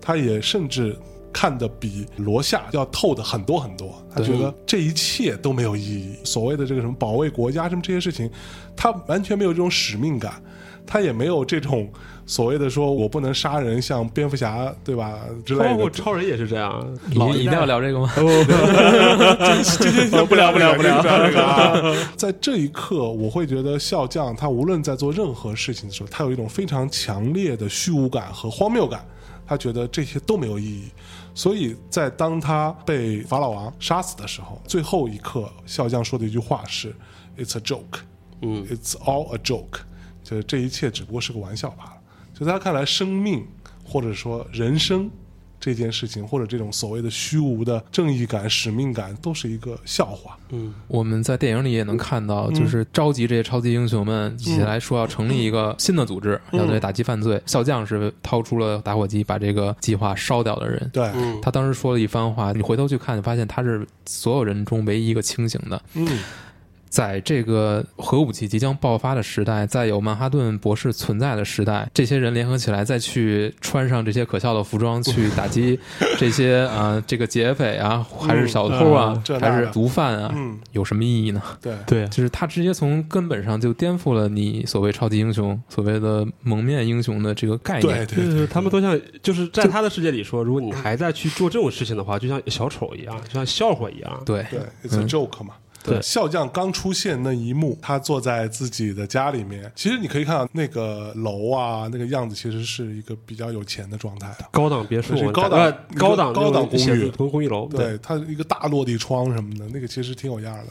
[SPEAKER 1] 他也甚至。看得比罗夏要透的很多很多，他觉得这一切都没有意义。所谓的这个什么保卫国家什么这些事情，他完全没有这种使命感，他也没有这种所谓的说我不能杀人，像蝙蝠侠对哦吧之类
[SPEAKER 4] 包括
[SPEAKER 1] 的。
[SPEAKER 4] 超人也是这样，
[SPEAKER 3] 老一 定要聊这个吗？
[SPEAKER 1] 今天
[SPEAKER 4] 哦不聊不聊不聊
[SPEAKER 1] 这 个这个啊在这一刻，我会觉得笑匠他无论在做任何事情的时候，他有一种非常强烈的虚无感和荒谬感，他觉得这些都没有意义。所以在当他被法老王杀死的时候，最后一刻，笑匠说的一句话是 “It's a joke”。
[SPEAKER 4] 嗯，
[SPEAKER 1] It's all a joke，就是这一切只不过是个玩笑罢了。就在他看来，生命或者说人生这件事情，或者这种所谓的虚无的正义感、使命感，都是一个笑话。
[SPEAKER 4] 嗯
[SPEAKER 3] 我们在电影里也能看到，就是召集这些超级英雄们一起来说要成立一个新的组织，要对打击犯罪。笑匠是掏出了打火机，把这个计划烧掉的人。
[SPEAKER 1] 对，
[SPEAKER 4] 嗯，
[SPEAKER 3] 他当时说了一番话，你回头去看，你发现他是所有人中唯一一个清醒的。
[SPEAKER 1] 嗯，
[SPEAKER 3] 在这个核武器即将爆发的时代，在有曼哈顿博士存在的时代，这些人联合起来，再去穿上这些可笑的服装去打击这些啊、呃这个劫匪啊，还是小偷啊
[SPEAKER 1] 嗯，这那的
[SPEAKER 3] 还是毒贩啊，
[SPEAKER 1] 嗯，
[SPEAKER 3] 有什么意义呢？
[SPEAKER 1] 对，
[SPEAKER 4] 对，
[SPEAKER 3] 就是他直接从根本上就颠覆了你所谓超级英雄、所谓的蒙面英雄的这个概
[SPEAKER 1] 对，
[SPEAKER 3] 念。
[SPEAKER 4] 对
[SPEAKER 1] 对，
[SPEAKER 4] 对，他们都像，就是在他的世界里说，如果你还在去做这种事情的话，就像小丑一样，就像笑话一样。
[SPEAKER 3] 对
[SPEAKER 1] 对，It's a joke 嘛。
[SPEAKER 4] 嗯对
[SPEAKER 1] 笑匠刚出现那一幕，他坐在自己的家里面，其实你可以看到那个楼啊，那个样子其实是一个比较有钱的状态啊。
[SPEAKER 4] 高档别墅
[SPEAKER 1] 这是，高
[SPEAKER 4] 感
[SPEAKER 1] 档
[SPEAKER 4] 呃高档
[SPEAKER 1] 高档
[SPEAKER 4] 那种写
[SPEAKER 1] 公寓
[SPEAKER 4] 字楼公寓楼，
[SPEAKER 1] 对，它一个大落地窗什么的，那个其实挺有样儿的。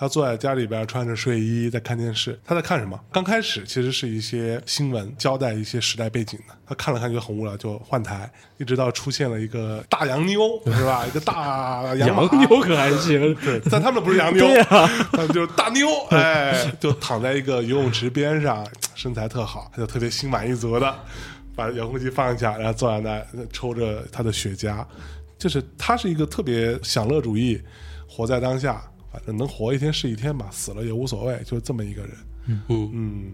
[SPEAKER 1] 他坐在家里边穿着睡衣在看电视，他在看什么？刚开始其实是一些新闻，交代一些时代背景的。他看了看觉得很无聊，就换台，一直到出现了一个大洋妞，是吧？一个大洋马
[SPEAKER 4] 洋妞可还行，对，
[SPEAKER 1] 但他们不是洋妞，
[SPEAKER 4] 对啊
[SPEAKER 1] 他们就是大妞，哎，就躺在一个游泳池边上，身材特好，他就特别心满意足的把遥控器放下，然后坐在那儿抽着他的雪茄，就是他是一个特别享乐主义，活在当下，反正能活一天是一天吧，死了也无所谓，就是这么一个人。
[SPEAKER 4] 嗯
[SPEAKER 1] 嗯，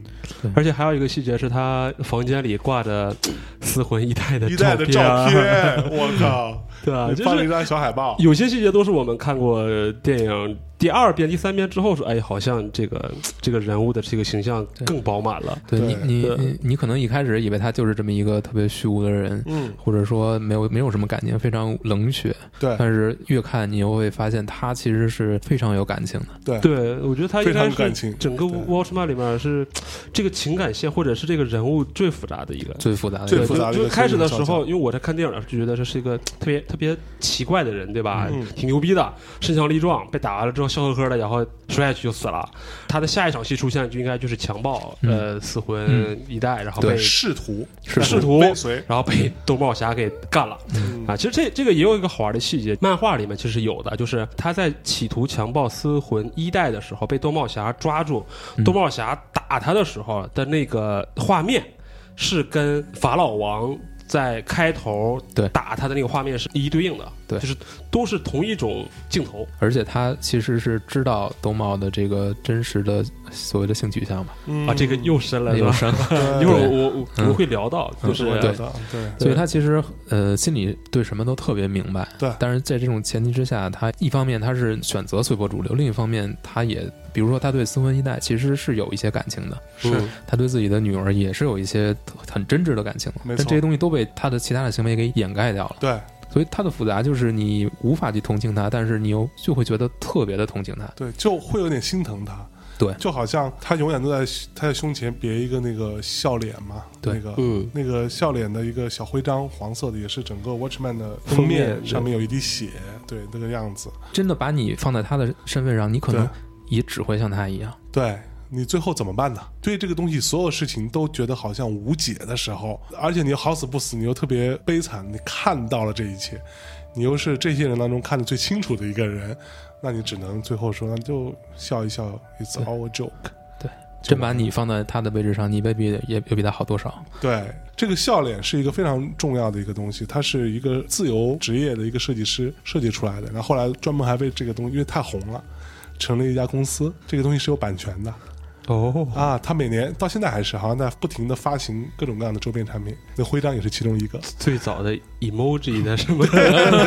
[SPEAKER 4] 而且还有一个细节是他房间里挂 着四魂一代的
[SPEAKER 1] 一代的照
[SPEAKER 4] 片，
[SPEAKER 1] 片，我靠，
[SPEAKER 4] 对 啊就是
[SPEAKER 1] 放了一张小海报，
[SPEAKER 4] 有些细节都是我们看过电影第二遍、第三遍之后说，哎，好像这个这个人物的这个形象更饱满了。
[SPEAKER 3] 对
[SPEAKER 1] 对
[SPEAKER 3] 你，你
[SPEAKER 4] 对
[SPEAKER 3] 你你可能一开始以为他就是这么一个特别虚无的人，
[SPEAKER 1] 嗯，
[SPEAKER 3] 或者说没有没有什么感情，非常冷血。
[SPEAKER 1] 对
[SPEAKER 3] 但是越看你又会发现他其实是非常有感情的。
[SPEAKER 1] 对
[SPEAKER 4] 对，我觉得他应该
[SPEAKER 1] 非常感
[SPEAKER 4] 是
[SPEAKER 1] 情
[SPEAKER 4] 整个
[SPEAKER 1] 对
[SPEAKER 4] Watchman 里面是这个情感线，或者是这个人物最复杂的一个。
[SPEAKER 3] 最复杂的
[SPEAKER 1] 最
[SPEAKER 3] 一个
[SPEAKER 1] 复杂的一
[SPEAKER 4] 就
[SPEAKER 1] 个
[SPEAKER 4] 就开始的时
[SPEAKER 1] 心理
[SPEAKER 4] 候，因为我在看电影的时候就觉得这是一个特别特别奇怪的人，对吧？
[SPEAKER 1] 嗯
[SPEAKER 4] 挺牛逼的，身强力壮，被打完了之后笑呵呵的，然后摔下去就死了。他的下一场戏出现就应该就是强暴，
[SPEAKER 3] 嗯
[SPEAKER 4] 呃，死魂
[SPEAKER 3] 嗯
[SPEAKER 4] 一代，然后
[SPEAKER 3] 对
[SPEAKER 4] 被
[SPEAKER 1] 仕途
[SPEAKER 4] 是仕途
[SPEAKER 1] 跟随，
[SPEAKER 4] 然后被
[SPEAKER 3] 嗯
[SPEAKER 4] 兜帽侠给干了
[SPEAKER 1] 嗯
[SPEAKER 4] 啊！其实这这个也有一个好玩的细节，漫画里面其实有的，就是他在企图强暴司魂一代的时候，被兜帽侠抓住，
[SPEAKER 3] 嗯
[SPEAKER 4] 兜帽侠打他的时候的那个画面是跟法老王。在开头
[SPEAKER 3] 对
[SPEAKER 4] 打他的那个画面是一一对应的，
[SPEAKER 3] 对
[SPEAKER 4] 就是都是同一种镜头，
[SPEAKER 3] 而且他其实是知道东茂的这个真实的所谓的性取向吧，
[SPEAKER 1] 嗯
[SPEAKER 4] 啊，这个又深了，
[SPEAKER 3] 有
[SPEAKER 4] 是吧
[SPEAKER 3] 伤
[SPEAKER 1] 对
[SPEAKER 4] 一会儿
[SPEAKER 3] 对
[SPEAKER 4] 我我我
[SPEAKER 3] 嗯
[SPEAKER 4] 们会聊到，就
[SPEAKER 3] 嗯
[SPEAKER 4] 是啊
[SPEAKER 1] 我
[SPEAKER 3] 对
[SPEAKER 1] 知道对，
[SPEAKER 3] 所以他其实呃心里对什么都特别明白，
[SPEAKER 1] 对
[SPEAKER 3] 但是在这种前提之下，他一方面他是选择随波逐流，另一方面他也比如说他对孙文一代其实是有一些感情的，
[SPEAKER 4] 嗯
[SPEAKER 3] 他对自己的女儿也是有一些很真挚的感情的，
[SPEAKER 1] 没
[SPEAKER 3] 但
[SPEAKER 1] 错
[SPEAKER 3] 这些东西都被他的其他的行为给掩盖掉了。
[SPEAKER 1] 对
[SPEAKER 3] 所以他的复杂就是你无法去同情他，但是你又就会觉得特别的同情他。
[SPEAKER 1] 对，就会有点心疼他。
[SPEAKER 3] 对
[SPEAKER 1] 就好像他永远都在他的胸前别一个那个笑脸嘛，
[SPEAKER 3] 对
[SPEAKER 1] 那个呃
[SPEAKER 4] 嗯
[SPEAKER 1] 那个笑脸的一个小徽章，黄色的，也是整个 Watchman 的
[SPEAKER 4] 封
[SPEAKER 1] 封
[SPEAKER 4] 面
[SPEAKER 1] 面
[SPEAKER 4] 对
[SPEAKER 1] 上面有一滴血，对那个样子，
[SPEAKER 3] 真的把你放在他的身份上，你可能也只会像他一样。
[SPEAKER 1] 对你最后怎么办呢？对这个东西所有事情都觉得好像无解的时候，而且你又好死不死，你又特别悲惨，你看到了这一切，你又是这些人当中看得最清楚的一个人，那你只能最后说，那就笑一笑，It's
[SPEAKER 3] 对
[SPEAKER 1] all a joke。
[SPEAKER 3] 对，
[SPEAKER 1] 就
[SPEAKER 3] 真把你放在他的位置上，你未必也也比他好多少。
[SPEAKER 1] 对，这个笑脸是一个非常重要的一个东西，它是一个自由职业的一个设计师设计出来的。然后后来专门还为这个东西，因为太红了，成立一家公司。这个东西是有版权的
[SPEAKER 4] 哦，
[SPEAKER 1] 啊，它每年到现在还是好像在不停的发行各种各样的周边产品，那徽章也是其中一个。
[SPEAKER 4] 最早的 emoji 的 什么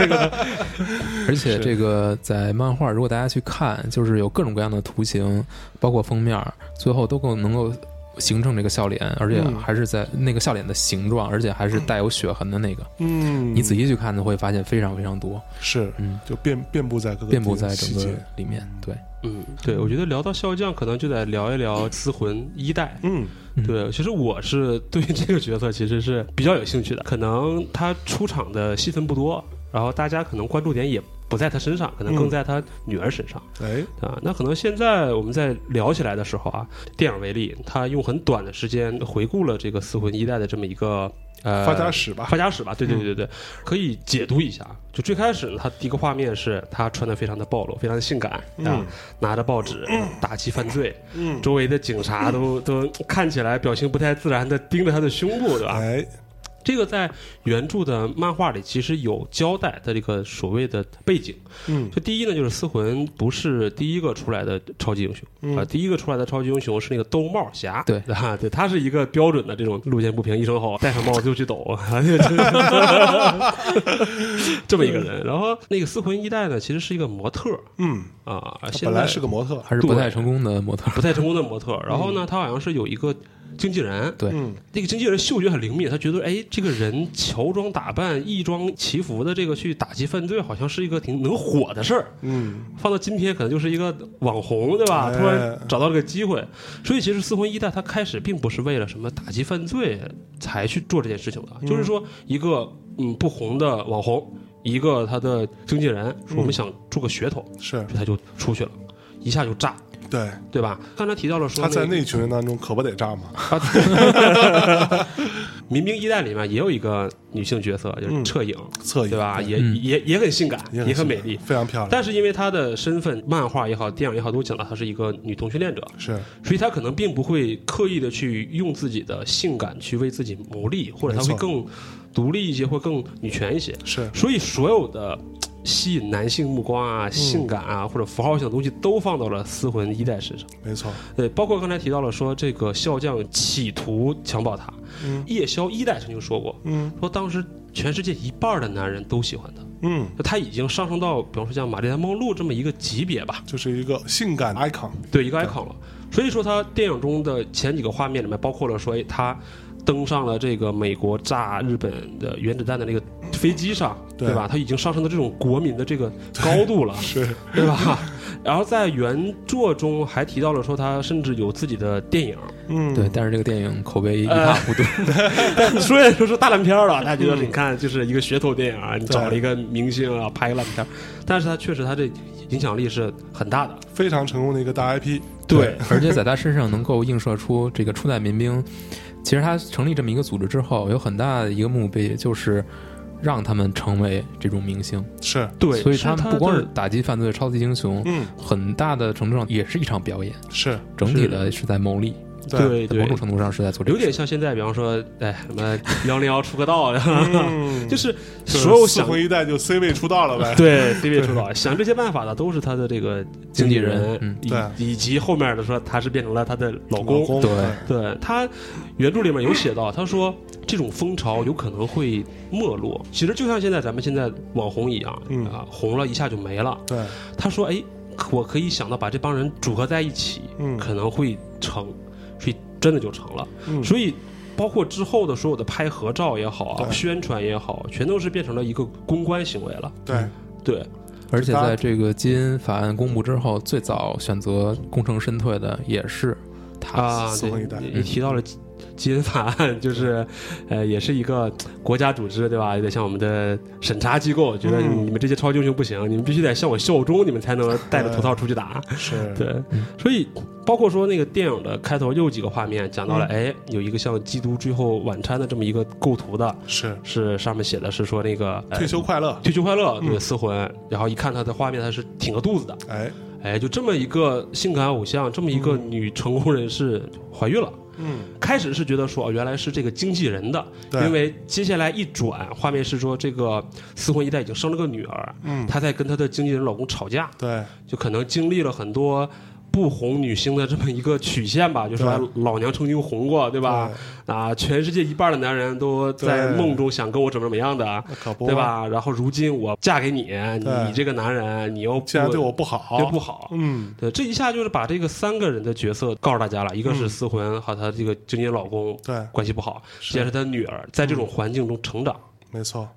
[SPEAKER 1] 嗯
[SPEAKER 3] 而且这个在漫画，如果大家去看，就是有各种各样的图形，包括封面，最后都够能够形成这个笑脸，而且
[SPEAKER 1] 嗯
[SPEAKER 3] 还是在那个笑脸的形状，而且还是带有血痕的那个。
[SPEAKER 1] 嗯，
[SPEAKER 3] 你仔细去看，你会发现非常非常多，
[SPEAKER 1] 是
[SPEAKER 3] 嗯，
[SPEAKER 1] 就遍遍布在各个
[SPEAKER 3] 遍布
[SPEAKER 1] 地方
[SPEAKER 3] 在
[SPEAKER 1] 细
[SPEAKER 3] 整
[SPEAKER 1] 节
[SPEAKER 3] 个里面。对，
[SPEAKER 4] 嗯，对，我觉得聊到笑匠，可能就得聊一聊《雌魂》一代。
[SPEAKER 1] 嗯
[SPEAKER 3] 嗯
[SPEAKER 4] 对，其实我是对这个角色其实是比较有兴趣的，可能他出场的戏份不多，然后大家可能关注点也不在他身上，可能更
[SPEAKER 1] 嗯
[SPEAKER 4] 在他女儿身上。
[SPEAKER 1] 哎
[SPEAKER 4] 啊，那可能现在我们在聊起来的时候啊，电影为例，它用很短的时间回顾了这个四魂一代的这么一个呃
[SPEAKER 1] 发家史吧
[SPEAKER 4] 发家史吧，对对
[SPEAKER 1] 嗯
[SPEAKER 4] 对对对，可以解读一下。就最开始呢它第一个画面是他穿的非常的暴露，非常的性感啊，
[SPEAKER 1] 嗯
[SPEAKER 4] 拿着报纸打击犯罪，
[SPEAKER 1] 嗯
[SPEAKER 4] 周围的警察都都看起来表情不太自然的盯着他的胸部，
[SPEAKER 3] 呃
[SPEAKER 4] 对吧？
[SPEAKER 1] 哎
[SPEAKER 4] 这个在原著的漫画里其实有交代的这个所谓的背景。
[SPEAKER 1] 嗯
[SPEAKER 4] 就第一呢，就是思魂不是第一个出来的超级英雄啊、
[SPEAKER 1] 嗯
[SPEAKER 4] 第一个出来的超级英雄是那个兜帽侠，
[SPEAKER 3] 对
[SPEAKER 4] 啊，对，他是一个标准的这种路见不平一声吼，戴上帽子就去抖， 啊这么一个人。然后那个思魂一代呢，其实是一个模特
[SPEAKER 1] 嗯，
[SPEAKER 4] 啊，
[SPEAKER 3] 呃
[SPEAKER 1] 他
[SPEAKER 4] 现
[SPEAKER 1] 本来
[SPEAKER 4] 在
[SPEAKER 1] 是个模特，
[SPEAKER 3] 还是不
[SPEAKER 4] 对
[SPEAKER 3] 太成功的模特。
[SPEAKER 4] 不太成功的模特。然后呢，他好像是有一个经纪人，
[SPEAKER 3] 对
[SPEAKER 1] 嗯
[SPEAKER 4] 那个经纪人嗅觉很灵敏，他觉得哎，这个人乔装打扮、异装祈福的这个去打击犯罪，好像是一个挺能火的事儿。
[SPEAKER 1] 嗯
[SPEAKER 4] 放到今天可能就是一个网红，对吧？
[SPEAKER 1] 哎
[SPEAKER 4] 突然找到了个机会，所以其实四魂一代它开始并不是为了什么打击犯罪才去做这件事情
[SPEAKER 1] 嗯
[SPEAKER 4] 的，就是说一个嗯不红的网红，一个他的经纪人说我们想做个噱头，
[SPEAKER 1] 是
[SPEAKER 4] 所以他就出去了，一下就炸，
[SPEAKER 1] 对，
[SPEAKER 4] 对吧？刚才提到了说
[SPEAKER 1] 他在
[SPEAKER 4] 那个
[SPEAKER 1] 那群人当中可不得炸嘛，
[SPEAKER 4] 民兵一代里面也有一个女性角色，就是
[SPEAKER 1] 嗯
[SPEAKER 4] 彻影，
[SPEAKER 1] 侧影
[SPEAKER 4] 对吧？也
[SPEAKER 3] 嗯
[SPEAKER 4] 也也很性感，
[SPEAKER 1] 也
[SPEAKER 4] 也很
[SPEAKER 1] 性
[SPEAKER 4] 美
[SPEAKER 1] 感
[SPEAKER 4] 丽。
[SPEAKER 1] 非常漂亮。
[SPEAKER 4] 但是因为她的身份，漫画也好，电影也好，都讲到她是一个女同性恋者，
[SPEAKER 1] 是
[SPEAKER 4] 所以他可能并不会刻意的去用自己的性感去为自己谋利，或者他
[SPEAKER 1] 没错
[SPEAKER 4] 会更独立一些，或更女权一些。
[SPEAKER 1] 是，
[SPEAKER 4] 所以所有的嘖吸引男性目光啊、性感啊、或者符号性的东西，都放到了思魂一代身上。
[SPEAKER 1] 没错，
[SPEAKER 4] 对，包括刚才提到了说这个笑匠企图强暴他，
[SPEAKER 1] 嗯
[SPEAKER 4] 夜宵一代曾经说过，
[SPEAKER 1] 嗯
[SPEAKER 4] 说当时全世界一半的男人都喜欢他，
[SPEAKER 1] 嗯，
[SPEAKER 4] 就他已经上升到比方说像玛丽莲梦露这么一个级别吧。
[SPEAKER 1] 就是一个性感 icon，
[SPEAKER 4] 对，一个 icon 了。所以说，他电影中的前几个画面里面，包括了说，哎，他登上了这个美国炸日本的原子弹的那个飞机上，
[SPEAKER 1] 对
[SPEAKER 4] 对吧？他已经上升到这种国民的这个高度了，
[SPEAKER 1] 是
[SPEAKER 4] 对吧？然后在原作中还提到了说，他甚至有自己的电影，
[SPEAKER 1] 嗯
[SPEAKER 3] 对，但是这个电影口碑一塌
[SPEAKER 4] 呃
[SPEAKER 3] 糊涂。
[SPEAKER 4] 虽然说是大烂片儿了，大家觉得你看就是一个噱头电影啊，你找了一个明星啊拍个烂片儿，但是他确实他这影响力是很大的，
[SPEAKER 1] 非常成功的一个大 IP，
[SPEAKER 4] 对，
[SPEAKER 3] 而且在他身上能够映射出这个初代民兵。其实他成立这么一个组织之后，有很大的一个目标就是让他们成为这种明星。
[SPEAKER 1] 是，
[SPEAKER 4] 对，
[SPEAKER 3] 所以
[SPEAKER 4] 是
[SPEAKER 3] 他们不光
[SPEAKER 4] 的
[SPEAKER 3] 是打击犯罪、超级英雄，
[SPEAKER 1] 嗯
[SPEAKER 3] 很大的程度上也是一场表演，
[SPEAKER 1] 是
[SPEAKER 3] 整体的是在谋利。
[SPEAKER 1] 对
[SPEAKER 4] 对对，
[SPEAKER 3] 某种程度上是在做这
[SPEAKER 4] 有
[SPEAKER 3] 个事，
[SPEAKER 4] 点像现在，比方说，哎，什么 幺零幺出个道，就是
[SPEAKER 1] 嗯就是
[SPEAKER 4] 所有
[SPEAKER 1] 四
[SPEAKER 4] 想
[SPEAKER 1] 魂一代就 C 位出道了呗。
[SPEAKER 4] 对 C 位出道，想这些办法的都是他的这个经纪人嗯
[SPEAKER 3] 经，
[SPEAKER 1] 纪人
[SPEAKER 4] 以以及后面的说他是变成了他的老公。
[SPEAKER 1] 公嗯
[SPEAKER 3] 对
[SPEAKER 4] 对他原著里面有写到，他说这种风潮有可能会没落。其实就像现在咱们现在网红一样，
[SPEAKER 1] 嗯
[SPEAKER 4] 啊，红了一下就没了。
[SPEAKER 1] 对，
[SPEAKER 4] 他说，哎，可我可以想到把这帮人组合在一起，
[SPEAKER 1] 嗯
[SPEAKER 4] 可能会成，所以真的就成了。
[SPEAKER 1] 嗯
[SPEAKER 4] 所以包括之后的所有的拍合照也好啊，
[SPEAKER 1] 对
[SPEAKER 4] 宣传也好，全都是变成了一个公关行为了。
[SPEAKER 1] 对，
[SPEAKER 4] 对，
[SPEAKER 3] 而且在这个基因法案公布之后，最早选择功成身退的也是他。
[SPEAKER 4] 啊，
[SPEAKER 1] 四
[SPEAKER 4] 对
[SPEAKER 1] 分一代，
[SPEAKER 4] 一提到了基基因法案，就是
[SPEAKER 1] 嗯
[SPEAKER 4] 呃，也是一个国家组织，对吧？有点像我们的审查机构，觉得
[SPEAKER 1] 嗯
[SPEAKER 4] 你们这些超级英雄不行，你们必须得向我效忠，你们才能戴着头套出去打。
[SPEAKER 1] 是，
[SPEAKER 4] 对，所以包括说那个电影的开头又有几个画面讲到了，
[SPEAKER 1] 嗯
[SPEAKER 4] 哎，有一个像《基督最后晚餐》的这么一个构图的，
[SPEAKER 1] 是
[SPEAKER 4] 是上面写的是说那个、呃
[SPEAKER 1] 退休快乐，
[SPEAKER 4] 退休快乐
[SPEAKER 1] 嗯
[SPEAKER 4] 对四魂，然后一看他的画面，他是挺个肚子的，
[SPEAKER 1] 哎，
[SPEAKER 4] 哎，就这么一个性感偶像，这么一个女成功人士怀孕了。
[SPEAKER 1] 嗯，
[SPEAKER 4] 开始是觉得说，哦，原来是这个经纪人的，
[SPEAKER 1] 对
[SPEAKER 4] 因为接下来一转，画面是说这个四魂一代已经生了个女儿，
[SPEAKER 1] 嗯
[SPEAKER 4] 她在跟她的经纪人老公吵架，
[SPEAKER 1] 对，
[SPEAKER 4] 就可能经历了很多不红女星的这么一个曲线吧，就说哎老娘曾经红过，对吧？啊，全世界一半的男人都在
[SPEAKER 1] 对
[SPEAKER 4] 梦中想跟我怎么怎么样的，啊
[SPEAKER 1] 那可不，
[SPEAKER 4] 对？吧？然后如今我嫁给你，
[SPEAKER 1] 对
[SPEAKER 4] 你这个男人，你又不
[SPEAKER 1] 既然对我不好，
[SPEAKER 4] 又不好，
[SPEAKER 1] 嗯，
[SPEAKER 4] 对，这一下就是把这个三个人的角色告诉大家了，一个
[SPEAKER 1] 嗯
[SPEAKER 4] 是思魂和她这个经纪人老公
[SPEAKER 1] 对，
[SPEAKER 4] 关系不好，
[SPEAKER 1] 是
[SPEAKER 4] 接着她女儿在这种环境中成长，
[SPEAKER 1] 没错，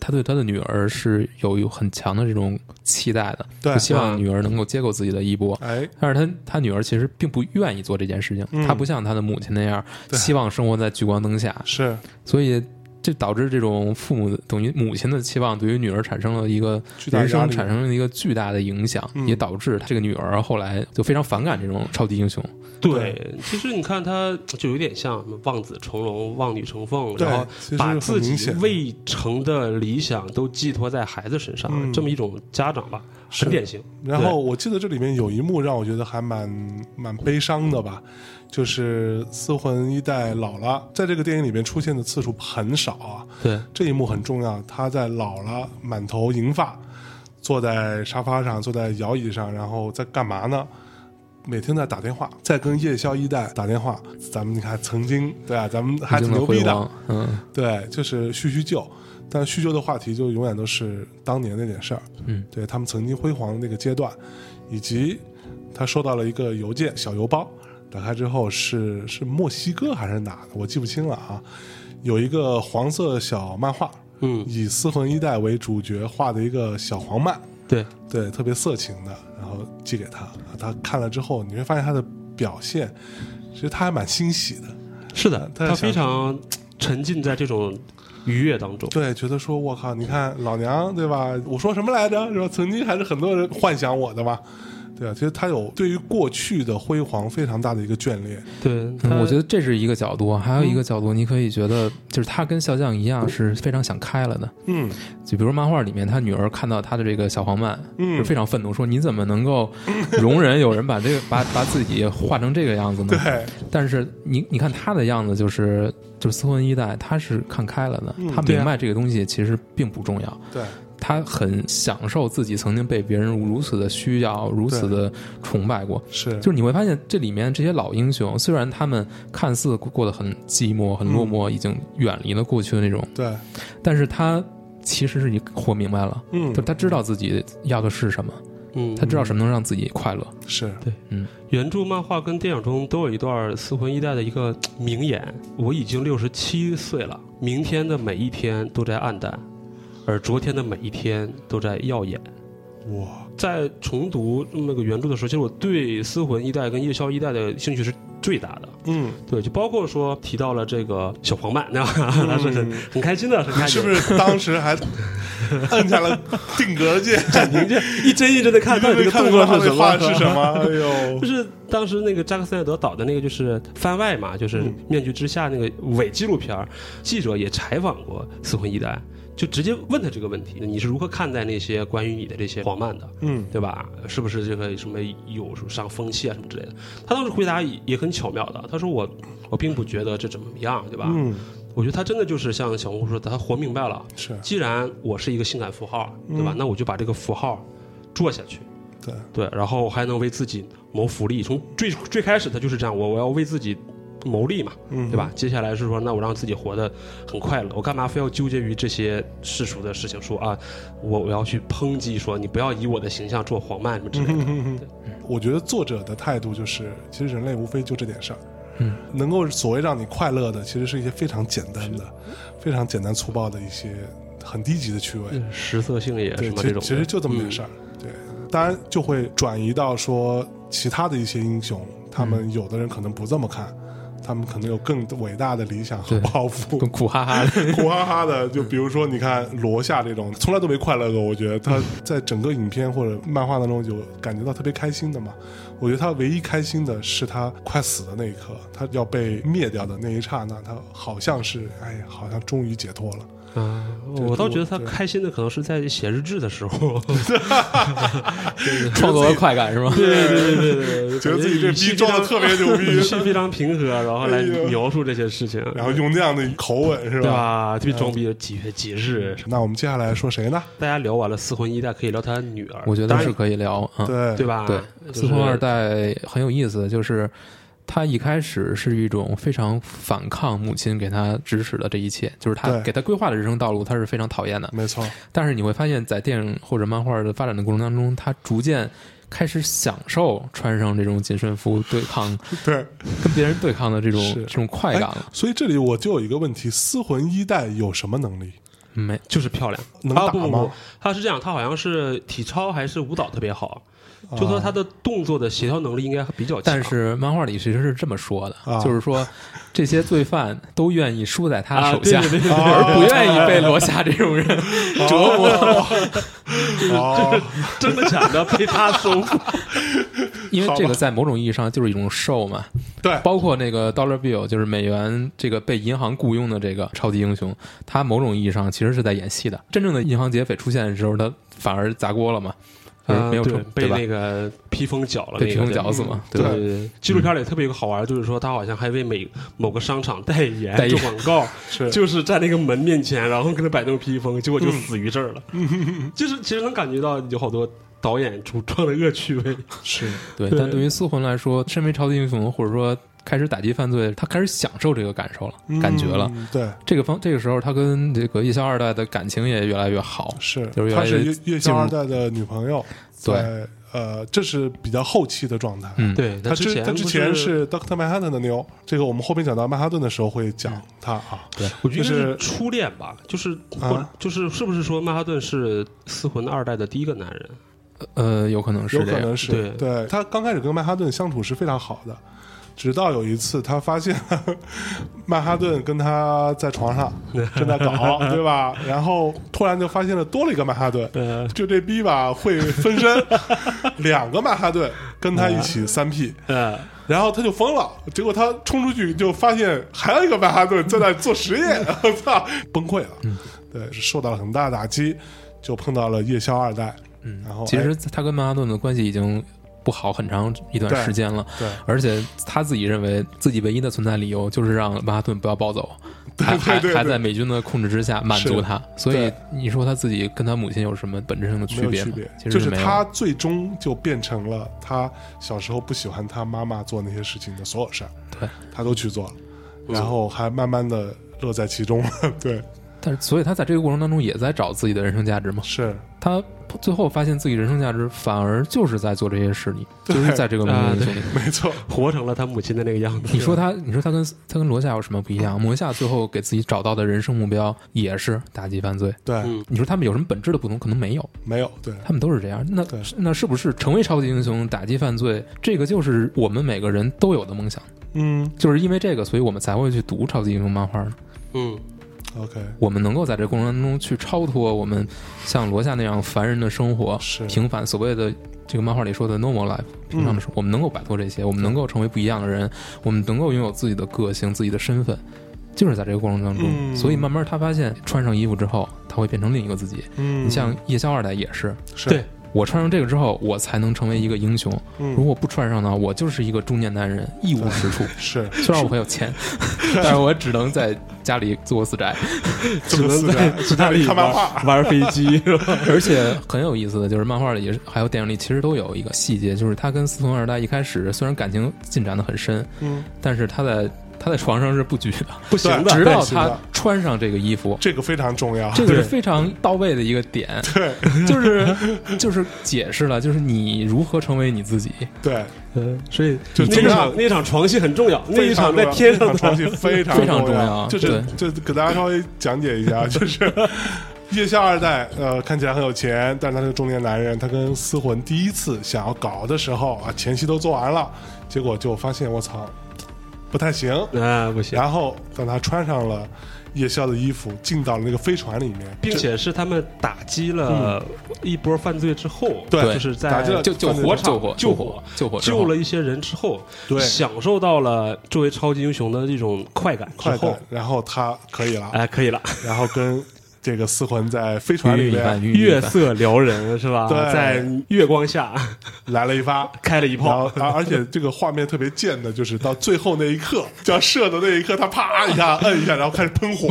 [SPEAKER 3] 他对他的女儿是有有很强的这种期待的，
[SPEAKER 1] 对嗯
[SPEAKER 3] 就希望女儿能够接够自己的衣钵。
[SPEAKER 1] 哎，
[SPEAKER 3] 但是他他女儿其实并不愿意做这件事情，
[SPEAKER 1] 嗯
[SPEAKER 3] 他不像他的母亲那样
[SPEAKER 1] 对
[SPEAKER 3] 希望生活在聚光灯下，
[SPEAKER 1] 是
[SPEAKER 3] 所以这导致这种父母的等于母亲的期望对于女儿产生了一个
[SPEAKER 1] 巨大
[SPEAKER 3] 人
[SPEAKER 1] 压
[SPEAKER 3] 生
[SPEAKER 1] 力，
[SPEAKER 3] 产生了一个巨大的影响，
[SPEAKER 1] 嗯
[SPEAKER 3] 也导致这个女儿后来就非常反感这种超级英雄。
[SPEAKER 1] 嗯
[SPEAKER 4] 对，其实你看他就有点像什么望子成龙、望女成凤，
[SPEAKER 1] 对
[SPEAKER 4] 然后
[SPEAKER 1] 其实
[SPEAKER 4] 把
[SPEAKER 1] 很
[SPEAKER 4] 自
[SPEAKER 1] 明
[SPEAKER 4] 己
[SPEAKER 1] 显
[SPEAKER 4] 未成的理想都寄托在孩子身上，
[SPEAKER 1] 嗯
[SPEAKER 4] 这么一种家长吧，
[SPEAKER 1] 是
[SPEAKER 4] 很典型。
[SPEAKER 1] 然后我记得这里面有一幕让我觉得还蛮蛮悲伤的吧，就是四魂一代老了，在这个电影里面出现的次数很少啊，
[SPEAKER 4] 对
[SPEAKER 1] 这一幕很重要，他在老了，满头银发，坐在沙发上，坐在摇椅上，然后在干嘛呢？每天在打电话，在跟夜宵一代打电话。咱们你看，曾经对啊，咱们还挺
[SPEAKER 3] 这么
[SPEAKER 1] 牛逼
[SPEAKER 3] 辉
[SPEAKER 1] 的，
[SPEAKER 3] 煌，嗯，
[SPEAKER 1] 对，就是叙叙旧，但叙旧的话题就永远都是当年那点事儿，
[SPEAKER 3] 嗯，
[SPEAKER 1] 对他们曾经辉煌的那个阶段，以及他收到了一个邮件小邮包，打开之后是是墨西哥还是哪的，我记不清了啊，有一个黄色小漫画，
[SPEAKER 4] 嗯，
[SPEAKER 1] 以四魂一代为主角画的一个小黄漫，
[SPEAKER 4] 对，
[SPEAKER 1] 对，特别色情的，然后寄给他，啊他看了之后，你会发现他的表现，其实他还蛮欣喜的，
[SPEAKER 4] 是的，
[SPEAKER 1] 他
[SPEAKER 4] 他非常沉浸在这种愉悦当中。
[SPEAKER 1] 对，觉得说我靠，你看老娘对吧？我说什么来着？是吧？曾经还是很多人幻想我的嘛，对啊，其实他有对于过去的辉煌非常大的一个眷恋，
[SPEAKER 4] 对，
[SPEAKER 3] 嗯我觉得
[SPEAKER 4] 得
[SPEAKER 3] 这是一个角度，啊还有一个角度，你可以觉得就是他跟肖像一样是非常想开了的。
[SPEAKER 1] 嗯
[SPEAKER 3] 就比如漫画里面，他女儿看到他的这个小黄漫，
[SPEAKER 1] 嗯
[SPEAKER 3] 是非常愤怒，说你怎么 能够容忍有人把这个把把自己画成这个样子呢？
[SPEAKER 1] 对，
[SPEAKER 3] 但是你你看他的样子，就是就是四魂一代，他是看开了的
[SPEAKER 1] 嗯，
[SPEAKER 3] 他
[SPEAKER 4] 对啊
[SPEAKER 3] 明白这个东西其实并不重要，
[SPEAKER 1] 对，
[SPEAKER 3] 他很享受自己曾经被别人如此的需要，如此的崇拜过。
[SPEAKER 1] 是，
[SPEAKER 3] 就是你会发现，这里面这些老英雄，虽然他们看似过得很寂寞、很落
[SPEAKER 1] 嗯
[SPEAKER 3] 寞，已经远离了过去的那种，
[SPEAKER 1] 对，
[SPEAKER 3] 但是他其实是已经活明白了，
[SPEAKER 1] 嗯
[SPEAKER 3] 就，他知道自己要的是什么，
[SPEAKER 4] 嗯，
[SPEAKER 3] 他知道什么能让自己快乐。
[SPEAKER 1] 是，
[SPEAKER 4] 原著漫画跟电影中都有一段《四魂一代》的一个名言：“我已经六十七岁了，明天的每一天都在暗淡，而昨天的每一天都在耀眼。”
[SPEAKER 1] 哇，
[SPEAKER 4] 在重读那个原著的时候，其实我对《思魂一代》跟《夜宵一代》的兴趣是最大的。
[SPEAKER 1] 嗯，
[SPEAKER 4] 对，就包括说提到了这个小黄漫， 对吧？他是很很开心的，很开
[SPEAKER 1] 嗯是
[SPEAKER 4] 心
[SPEAKER 1] 不。是当时还摁下了定格键，
[SPEAKER 4] 您这 一帧一帧的看，
[SPEAKER 1] 你都
[SPEAKER 4] 到底
[SPEAKER 1] 没
[SPEAKER 4] 这个
[SPEAKER 1] 看
[SPEAKER 4] 动
[SPEAKER 1] 到他
[SPEAKER 4] 作
[SPEAKER 1] 那
[SPEAKER 4] 是什
[SPEAKER 1] 画是
[SPEAKER 4] 么？
[SPEAKER 1] 什 么？哎呦
[SPEAKER 4] 就，是当时那个扎克斯奈德导的那个就是番外嘛，就是《面具之下》那个伪纪录片儿，记者也采访过《四魂一代》，就直接问他这个问题：你是如何看待那些关于你的这些谎漫的？
[SPEAKER 1] 嗯，
[SPEAKER 4] 对吧？是不是这个什么有上风气啊什么之类的？他当时回答也很巧妙的，他说我我并不觉得这怎么样，对吧？
[SPEAKER 1] 嗯，
[SPEAKER 4] 我觉得他真的就是像小红说的，他活明白了。
[SPEAKER 1] 是
[SPEAKER 4] 既然我是一个性感符号，对吧？那我就把这个符号做下去，
[SPEAKER 1] 对，
[SPEAKER 4] 对，然后还能为自己谋福利。从最最开始他就是这样，我我要为自己谋利嘛，
[SPEAKER 1] 嗯，
[SPEAKER 4] 对吧？？接下来是说，那我让自己活得很快乐，我干嘛非要纠结于这些世俗的事情？说啊，我我要去抨击说你不要以我的形象做黄漫什么之类的。
[SPEAKER 1] 我觉得作者的态度就是，其实人类无非就这点事儿。
[SPEAKER 3] 嗯，
[SPEAKER 1] 能够所谓让你快乐的，其实是一些非常简单的、非常简单粗暴的一些很低级的趣味。
[SPEAKER 4] 食色性也
[SPEAKER 1] 嗯对，
[SPEAKER 4] 嗯什
[SPEAKER 1] 其实
[SPEAKER 4] 么这种的，嗯
[SPEAKER 1] 其实就这么点事儿。对，当然就会转移到说其他的一些英雄，他
[SPEAKER 4] 嗯
[SPEAKER 1] 们有的人可能不这么看，他们可能有更伟大的理想和
[SPEAKER 3] 对
[SPEAKER 1] 抱负
[SPEAKER 3] 跟。苦哈哈 的，
[SPEAKER 1] 苦哈哈的，就比如说，你看罗夏这种从来都没快乐过，我觉得他在整个影片或者漫画当中有感觉到特别开心的嘛。我觉得他唯一开心的是他快死的那一刻，他要被灭掉的那一刹那，他好像是哎呀，好像终于解脱了。
[SPEAKER 4] 啊，我倒觉得他
[SPEAKER 1] 对
[SPEAKER 4] 开心的可能是在写日志的 时候，
[SPEAKER 3] 创作的快感是吗？
[SPEAKER 4] 对对对 对对，
[SPEAKER 1] 觉得自己这逼装的特别牛逼
[SPEAKER 4] 语气非常平和，然后来
[SPEAKER 1] 哎呦
[SPEAKER 4] 描述这些事情，
[SPEAKER 1] 然后用那样的口吻是
[SPEAKER 4] 对
[SPEAKER 1] 吧？
[SPEAKER 4] 吧？特别装逼，几月几日？
[SPEAKER 1] 那我们接下来说谁呢？
[SPEAKER 4] 大家聊完了四魂一代，可以聊他女儿，
[SPEAKER 3] 我觉
[SPEAKER 4] 当
[SPEAKER 3] 得
[SPEAKER 4] 然
[SPEAKER 3] 是可以聊，嗯，
[SPEAKER 1] 对
[SPEAKER 4] 对吧？
[SPEAKER 3] 对，
[SPEAKER 4] 就
[SPEAKER 3] 四
[SPEAKER 4] 是
[SPEAKER 3] 魂二代很有意思，就是他一开始是一种非常反抗母亲给他指使的这一切，就是他
[SPEAKER 1] 对
[SPEAKER 3] 给他规划的人生道路，他是非常讨厌的。
[SPEAKER 1] 没错，
[SPEAKER 3] 但是你会发现在电影或者漫画的发展的过程当中，他逐渐开始享受穿上这种紧身服对抗
[SPEAKER 1] 对。
[SPEAKER 3] 跟别人对抗的这种
[SPEAKER 1] 是
[SPEAKER 3] 这种快感了。
[SPEAKER 1] 所以这里我就有一个问题：四魂一代有什么能力？
[SPEAKER 3] 没，
[SPEAKER 4] 就是漂亮，
[SPEAKER 1] 能
[SPEAKER 4] 啊
[SPEAKER 1] 打
[SPEAKER 4] 不不
[SPEAKER 1] 吗
[SPEAKER 4] 不，他是这样，他好像是体操还是舞蹈特别好，
[SPEAKER 1] 啊
[SPEAKER 4] 就说他的动作的协调能力应该比较强。
[SPEAKER 3] 但是漫画里其实是这么说的，
[SPEAKER 1] 啊
[SPEAKER 3] 就是说这些罪犯都愿意输在他
[SPEAKER 4] 啊，
[SPEAKER 3] 手
[SPEAKER 4] 对
[SPEAKER 3] 下。
[SPEAKER 4] 对对对哦
[SPEAKER 1] 啊
[SPEAKER 4] 对
[SPEAKER 3] 而不愿意被罗夏这种人折磨，
[SPEAKER 1] 哦，
[SPEAKER 4] 真的假的？被他 收服，
[SPEAKER 3] 因为这
[SPEAKER 1] 好吧
[SPEAKER 3] 个在某种意义上就是一种售嘛。
[SPEAKER 1] 对，
[SPEAKER 3] 包括那个 Dollar Bill，就是美元这个被银行雇佣的这个超级英雄，他某种意义上其实是在演戏的。真正的银行劫匪出现的时候，他反而砸锅了嘛，就是
[SPEAKER 4] 啊
[SPEAKER 3] 嗯没有
[SPEAKER 4] 对
[SPEAKER 3] 成
[SPEAKER 4] 被
[SPEAKER 3] 对吧
[SPEAKER 4] 那？个披风绞了，
[SPEAKER 3] 被披风
[SPEAKER 4] 那个嗯
[SPEAKER 3] 绞死嘛，
[SPEAKER 4] 对
[SPEAKER 3] 对吧？
[SPEAKER 4] 对对对，纪录片里特别有个好玩，就是说他好像还为每某个商场代言
[SPEAKER 3] 代言
[SPEAKER 4] 做广告，
[SPEAKER 1] 是
[SPEAKER 4] 就是在那个门面前，然后跟他摆弄披风，结果就死于这儿了。 就是其实能感觉到有好多导演主创的恶趣味。
[SPEAKER 1] 是
[SPEAKER 3] 对，
[SPEAKER 4] 对
[SPEAKER 3] 但对于四魂来说，身为超级英雄，或者说开始打击犯罪，他开始享受这个感受了，感觉了。
[SPEAKER 1] 嗯对，
[SPEAKER 3] 这个方这个时候，他跟这个夜宵二代的感情也越来越好。
[SPEAKER 1] 是，
[SPEAKER 3] 就是原
[SPEAKER 1] 她
[SPEAKER 3] 来
[SPEAKER 1] 是夜夜
[SPEAKER 3] 进
[SPEAKER 1] 宵
[SPEAKER 3] 入
[SPEAKER 1] 二代的女朋友，
[SPEAKER 3] 对
[SPEAKER 1] 在，呃，这是比较后期的状态。
[SPEAKER 3] 嗯，，
[SPEAKER 4] 对
[SPEAKER 1] 他之
[SPEAKER 4] 前
[SPEAKER 1] 他
[SPEAKER 4] 他
[SPEAKER 1] 之前是 Doctor Manhattan 的妞，这个我们后面讲到曼哈顿的时候会
[SPEAKER 3] 嗯
[SPEAKER 1] 讲他啊。
[SPEAKER 4] 我觉
[SPEAKER 1] 就
[SPEAKER 4] 得
[SPEAKER 1] 是
[SPEAKER 4] 是初恋吧，就是
[SPEAKER 1] 啊
[SPEAKER 4] 或就是是不是说曼哈顿是四魂二代的第一个男人？
[SPEAKER 3] 呃，有可能是
[SPEAKER 1] 有
[SPEAKER 3] 这
[SPEAKER 1] 可
[SPEAKER 3] 样。
[SPEAKER 1] 能是
[SPEAKER 4] 对
[SPEAKER 1] 他刚开始跟曼哈顿相处是非常好的，直到有一次他发现 曼哈顿跟他在床上正在 搞，对吧？然后突然就发现了多了一个曼哈顿，
[SPEAKER 4] 呃，
[SPEAKER 1] 就这逼吧会分 身，两个曼哈顿跟他一起三 P，
[SPEAKER 4] 呃，
[SPEAKER 1] 然后他就疯了。结果他冲出去就发现还有一个曼哈顿在那做实验，
[SPEAKER 3] 嗯
[SPEAKER 1] 我操，崩溃了。对，是受到了很大的打击，就碰到了夜宵二代。嗯，然后
[SPEAKER 3] 其
[SPEAKER 1] 哎
[SPEAKER 3] 实他跟曼哈顿的关系已经不好很长一段时间了，
[SPEAKER 1] 对对
[SPEAKER 3] 而且他自己认为自己唯一的存在理由就是让曼哈顿不要暴走，还
[SPEAKER 1] 对对
[SPEAKER 3] 还还在美军的控制之下满足他，所以
[SPEAKER 1] 对
[SPEAKER 3] 你说他自己跟他母亲有什么本质上的
[SPEAKER 1] 没
[SPEAKER 3] 区
[SPEAKER 1] 有
[SPEAKER 3] 别
[SPEAKER 1] 区
[SPEAKER 3] 吗？
[SPEAKER 1] 别，
[SPEAKER 3] 其
[SPEAKER 1] 就
[SPEAKER 3] 实
[SPEAKER 1] 是
[SPEAKER 3] 没有
[SPEAKER 1] 他最终就变成了他小时候不喜欢他妈妈做那些事情的所有事儿，
[SPEAKER 3] 对，嗯
[SPEAKER 1] 他都去做了，然后还慢慢的乐在其中了。 对，
[SPEAKER 3] 但是所以他在这个过程当中也在找自己的人生价值嘛，
[SPEAKER 1] 是
[SPEAKER 3] 他最后发现自己人生价值反而就是在做这些事里，
[SPEAKER 1] 对
[SPEAKER 3] 就是在这个母
[SPEAKER 4] 啊
[SPEAKER 3] 亲
[SPEAKER 4] 对
[SPEAKER 3] 兄弟。
[SPEAKER 1] 没错。
[SPEAKER 4] 活成了他母亲的那个样子。
[SPEAKER 3] 你说他，你说他跟他跟罗夏有什么不一样？罗夏最后给自己找到的人生目标也是打击犯罪，
[SPEAKER 1] 对，
[SPEAKER 4] 嗯，
[SPEAKER 3] 你说他们有什么本质的不同？可能没有，
[SPEAKER 1] 没有对，
[SPEAKER 3] 他们都是这样。那
[SPEAKER 1] 对
[SPEAKER 3] 那是不是成为超级英雄、打击犯罪，这个就是我们每个人都有的梦想？
[SPEAKER 1] 嗯
[SPEAKER 3] 就是因为这个，所以我们才会去读超级英雄漫画呢。
[SPEAKER 4] 嗯，
[SPEAKER 1] ，OK，
[SPEAKER 3] 我们能够在这过程当中去超脱我们像罗夏那样凡人的生活，
[SPEAKER 1] 是
[SPEAKER 3] 平凡所谓的这个漫画里说的 normal life 平
[SPEAKER 1] 嗯
[SPEAKER 3] 常的生活，我们能够摆脱这些，我们能够成为不一样的人，我们能够拥有自己的个性、自己的身份。就是在这个过程当中，
[SPEAKER 1] 嗯
[SPEAKER 3] 所以慢慢他发现穿上衣服之后，他会变成另一个自己。
[SPEAKER 1] 嗯，
[SPEAKER 3] 你像夜宵二代也是，
[SPEAKER 1] 是
[SPEAKER 4] 对
[SPEAKER 3] 我穿上这个之后，我才能成为一个英雄。如
[SPEAKER 1] 嗯
[SPEAKER 3] 果不穿上呢，我就是一个中年男人，一无是处。
[SPEAKER 1] 是
[SPEAKER 3] 虽然我很有钱，但是我只能在家里做死宅。
[SPEAKER 1] 这么 自
[SPEAKER 4] 在
[SPEAKER 1] 然，
[SPEAKER 4] 意大
[SPEAKER 1] 里
[SPEAKER 4] 利
[SPEAKER 1] 看漫画，
[SPEAKER 4] 玩玩飞机 是吧？
[SPEAKER 3] 而且很有意思的就是，漫画里也是还有电影里，其实都有一个细节，就是他跟四凤二代一开始虽然感情进展的很深，
[SPEAKER 1] 嗯，
[SPEAKER 3] 但是他在他在床上是不举的，
[SPEAKER 4] 不行
[SPEAKER 1] 对
[SPEAKER 4] 的，
[SPEAKER 3] 直到
[SPEAKER 1] 行的
[SPEAKER 3] 他穿上这个 衣服。
[SPEAKER 1] 这个非常重要。
[SPEAKER 3] 这个是
[SPEAKER 4] 对
[SPEAKER 3] 非常到位的一个点，对，就是就是解释了，就是你如何成为你自己，
[SPEAKER 1] 对，
[SPEAKER 4] 嗯，所以
[SPEAKER 1] 就
[SPEAKER 4] 那
[SPEAKER 1] 这
[SPEAKER 4] 一
[SPEAKER 1] 个
[SPEAKER 4] 场那场床戏很重要，那
[SPEAKER 1] 非
[SPEAKER 4] 一
[SPEAKER 1] 常
[SPEAKER 4] 场
[SPEAKER 1] 重
[SPEAKER 4] 在
[SPEAKER 1] 要
[SPEAKER 4] 天上
[SPEAKER 1] 这
[SPEAKER 4] 的
[SPEAKER 1] 场床戏 非常
[SPEAKER 3] 非常重
[SPEAKER 1] 要，
[SPEAKER 3] 要
[SPEAKER 1] 就是就给大家稍微讲解一下， 就是夜宵二代，呃，看起来很有钱，但是他是个中年男人，他跟思魂第一次想要搞的时候啊，前期都做完了，结果就发现我操，不太行。
[SPEAKER 4] 啊不行，
[SPEAKER 1] 然后当他穿上了夜宵的衣服，进到了那个飞船里面，
[SPEAKER 4] 并且是他们打击了一波犯罪之后，
[SPEAKER 1] 嗯对
[SPEAKER 4] 就是在
[SPEAKER 1] 打击了
[SPEAKER 3] 就救
[SPEAKER 1] 火
[SPEAKER 3] 火、救火、
[SPEAKER 4] 救
[SPEAKER 3] 救
[SPEAKER 4] 火
[SPEAKER 3] 火、救火之后
[SPEAKER 4] 救了一些人之后，
[SPEAKER 1] 对
[SPEAKER 4] 享受到了作为超级英雄的这种快感之
[SPEAKER 1] 快
[SPEAKER 4] 后
[SPEAKER 1] 感，，然后他可以了，
[SPEAKER 4] 哎，可以了，
[SPEAKER 1] 然后跟这个思魂在飞船
[SPEAKER 3] 鱼
[SPEAKER 1] 里
[SPEAKER 3] 一
[SPEAKER 1] 面
[SPEAKER 3] 般，鱼一
[SPEAKER 4] 月
[SPEAKER 3] 般
[SPEAKER 4] 色撩人是吧？
[SPEAKER 1] 对
[SPEAKER 4] 在月光下
[SPEAKER 1] 来了一发，
[SPEAKER 4] 开了一
[SPEAKER 1] 然后啊
[SPEAKER 4] 炮，，
[SPEAKER 1] 而而且这个画面特别贱的，就是到最后那一刻，就要射的那一刻，他啪一下摁一下，然后开始喷火，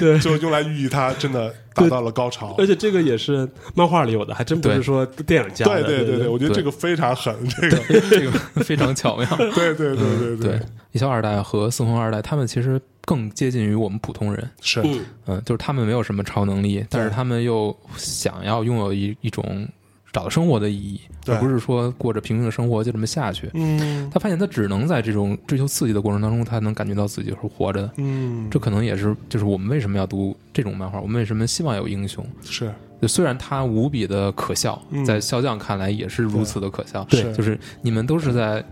[SPEAKER 1] 对，就用来寓意他真的达到了高潮
[SPEAKER 4] 而。且这个也是漫画里有的，还真不是
[SPEAKER 3] 对
[SPEAKER 4] 说电影加
[SPEAKER 1] 对
[SPEAKER 4] 的，
[SPEAKER 1] 对
[SPEAKER 4] 对
[SPEAKER 1] 对，我觉得这
[SPEAKER 3] 对
[SPEAKER 1] 个非常狠，这个
[SPEAKER 3] 这个非常巧妙。
[SPEAKER 1] 对对对对
[SPEAKER 3] 嗯对，李逍二代和四红二代，他们其实更接近于我们普通人，
[SPEAKER 1] 是
[SPEAKER 4] 嗯，
[SPEAKER 3] 嗯，就是他们没有什么超能力，但是他们又想要拥有一一种找到生活的意义，
[SPEAKER 1] 对
[SPEAKER 3] 而不是说过着平庸的生活就这么下去。
[SPEAKER 1] 嗯
[SPEAKER 3] 他发现他只能在这种追求刺激的过程当中，他能感觉到自己是活着的。
[SPEAKER 1] 嗯，
[SPEAKER 3] 这可能也是，就是我们为什么要读这种漫画，我们为什么希望有英雄？
[SPEAKER 1] 是
[SPEAKER 3] 就虽然它无比的可笑，
[SPEAKER 1] 嗯
[SPEAKER 3] 在笑匠看来也是如此的可笑。
[SPEAKER 1] 对是
[SPEAKER 3] 就是你们都是在，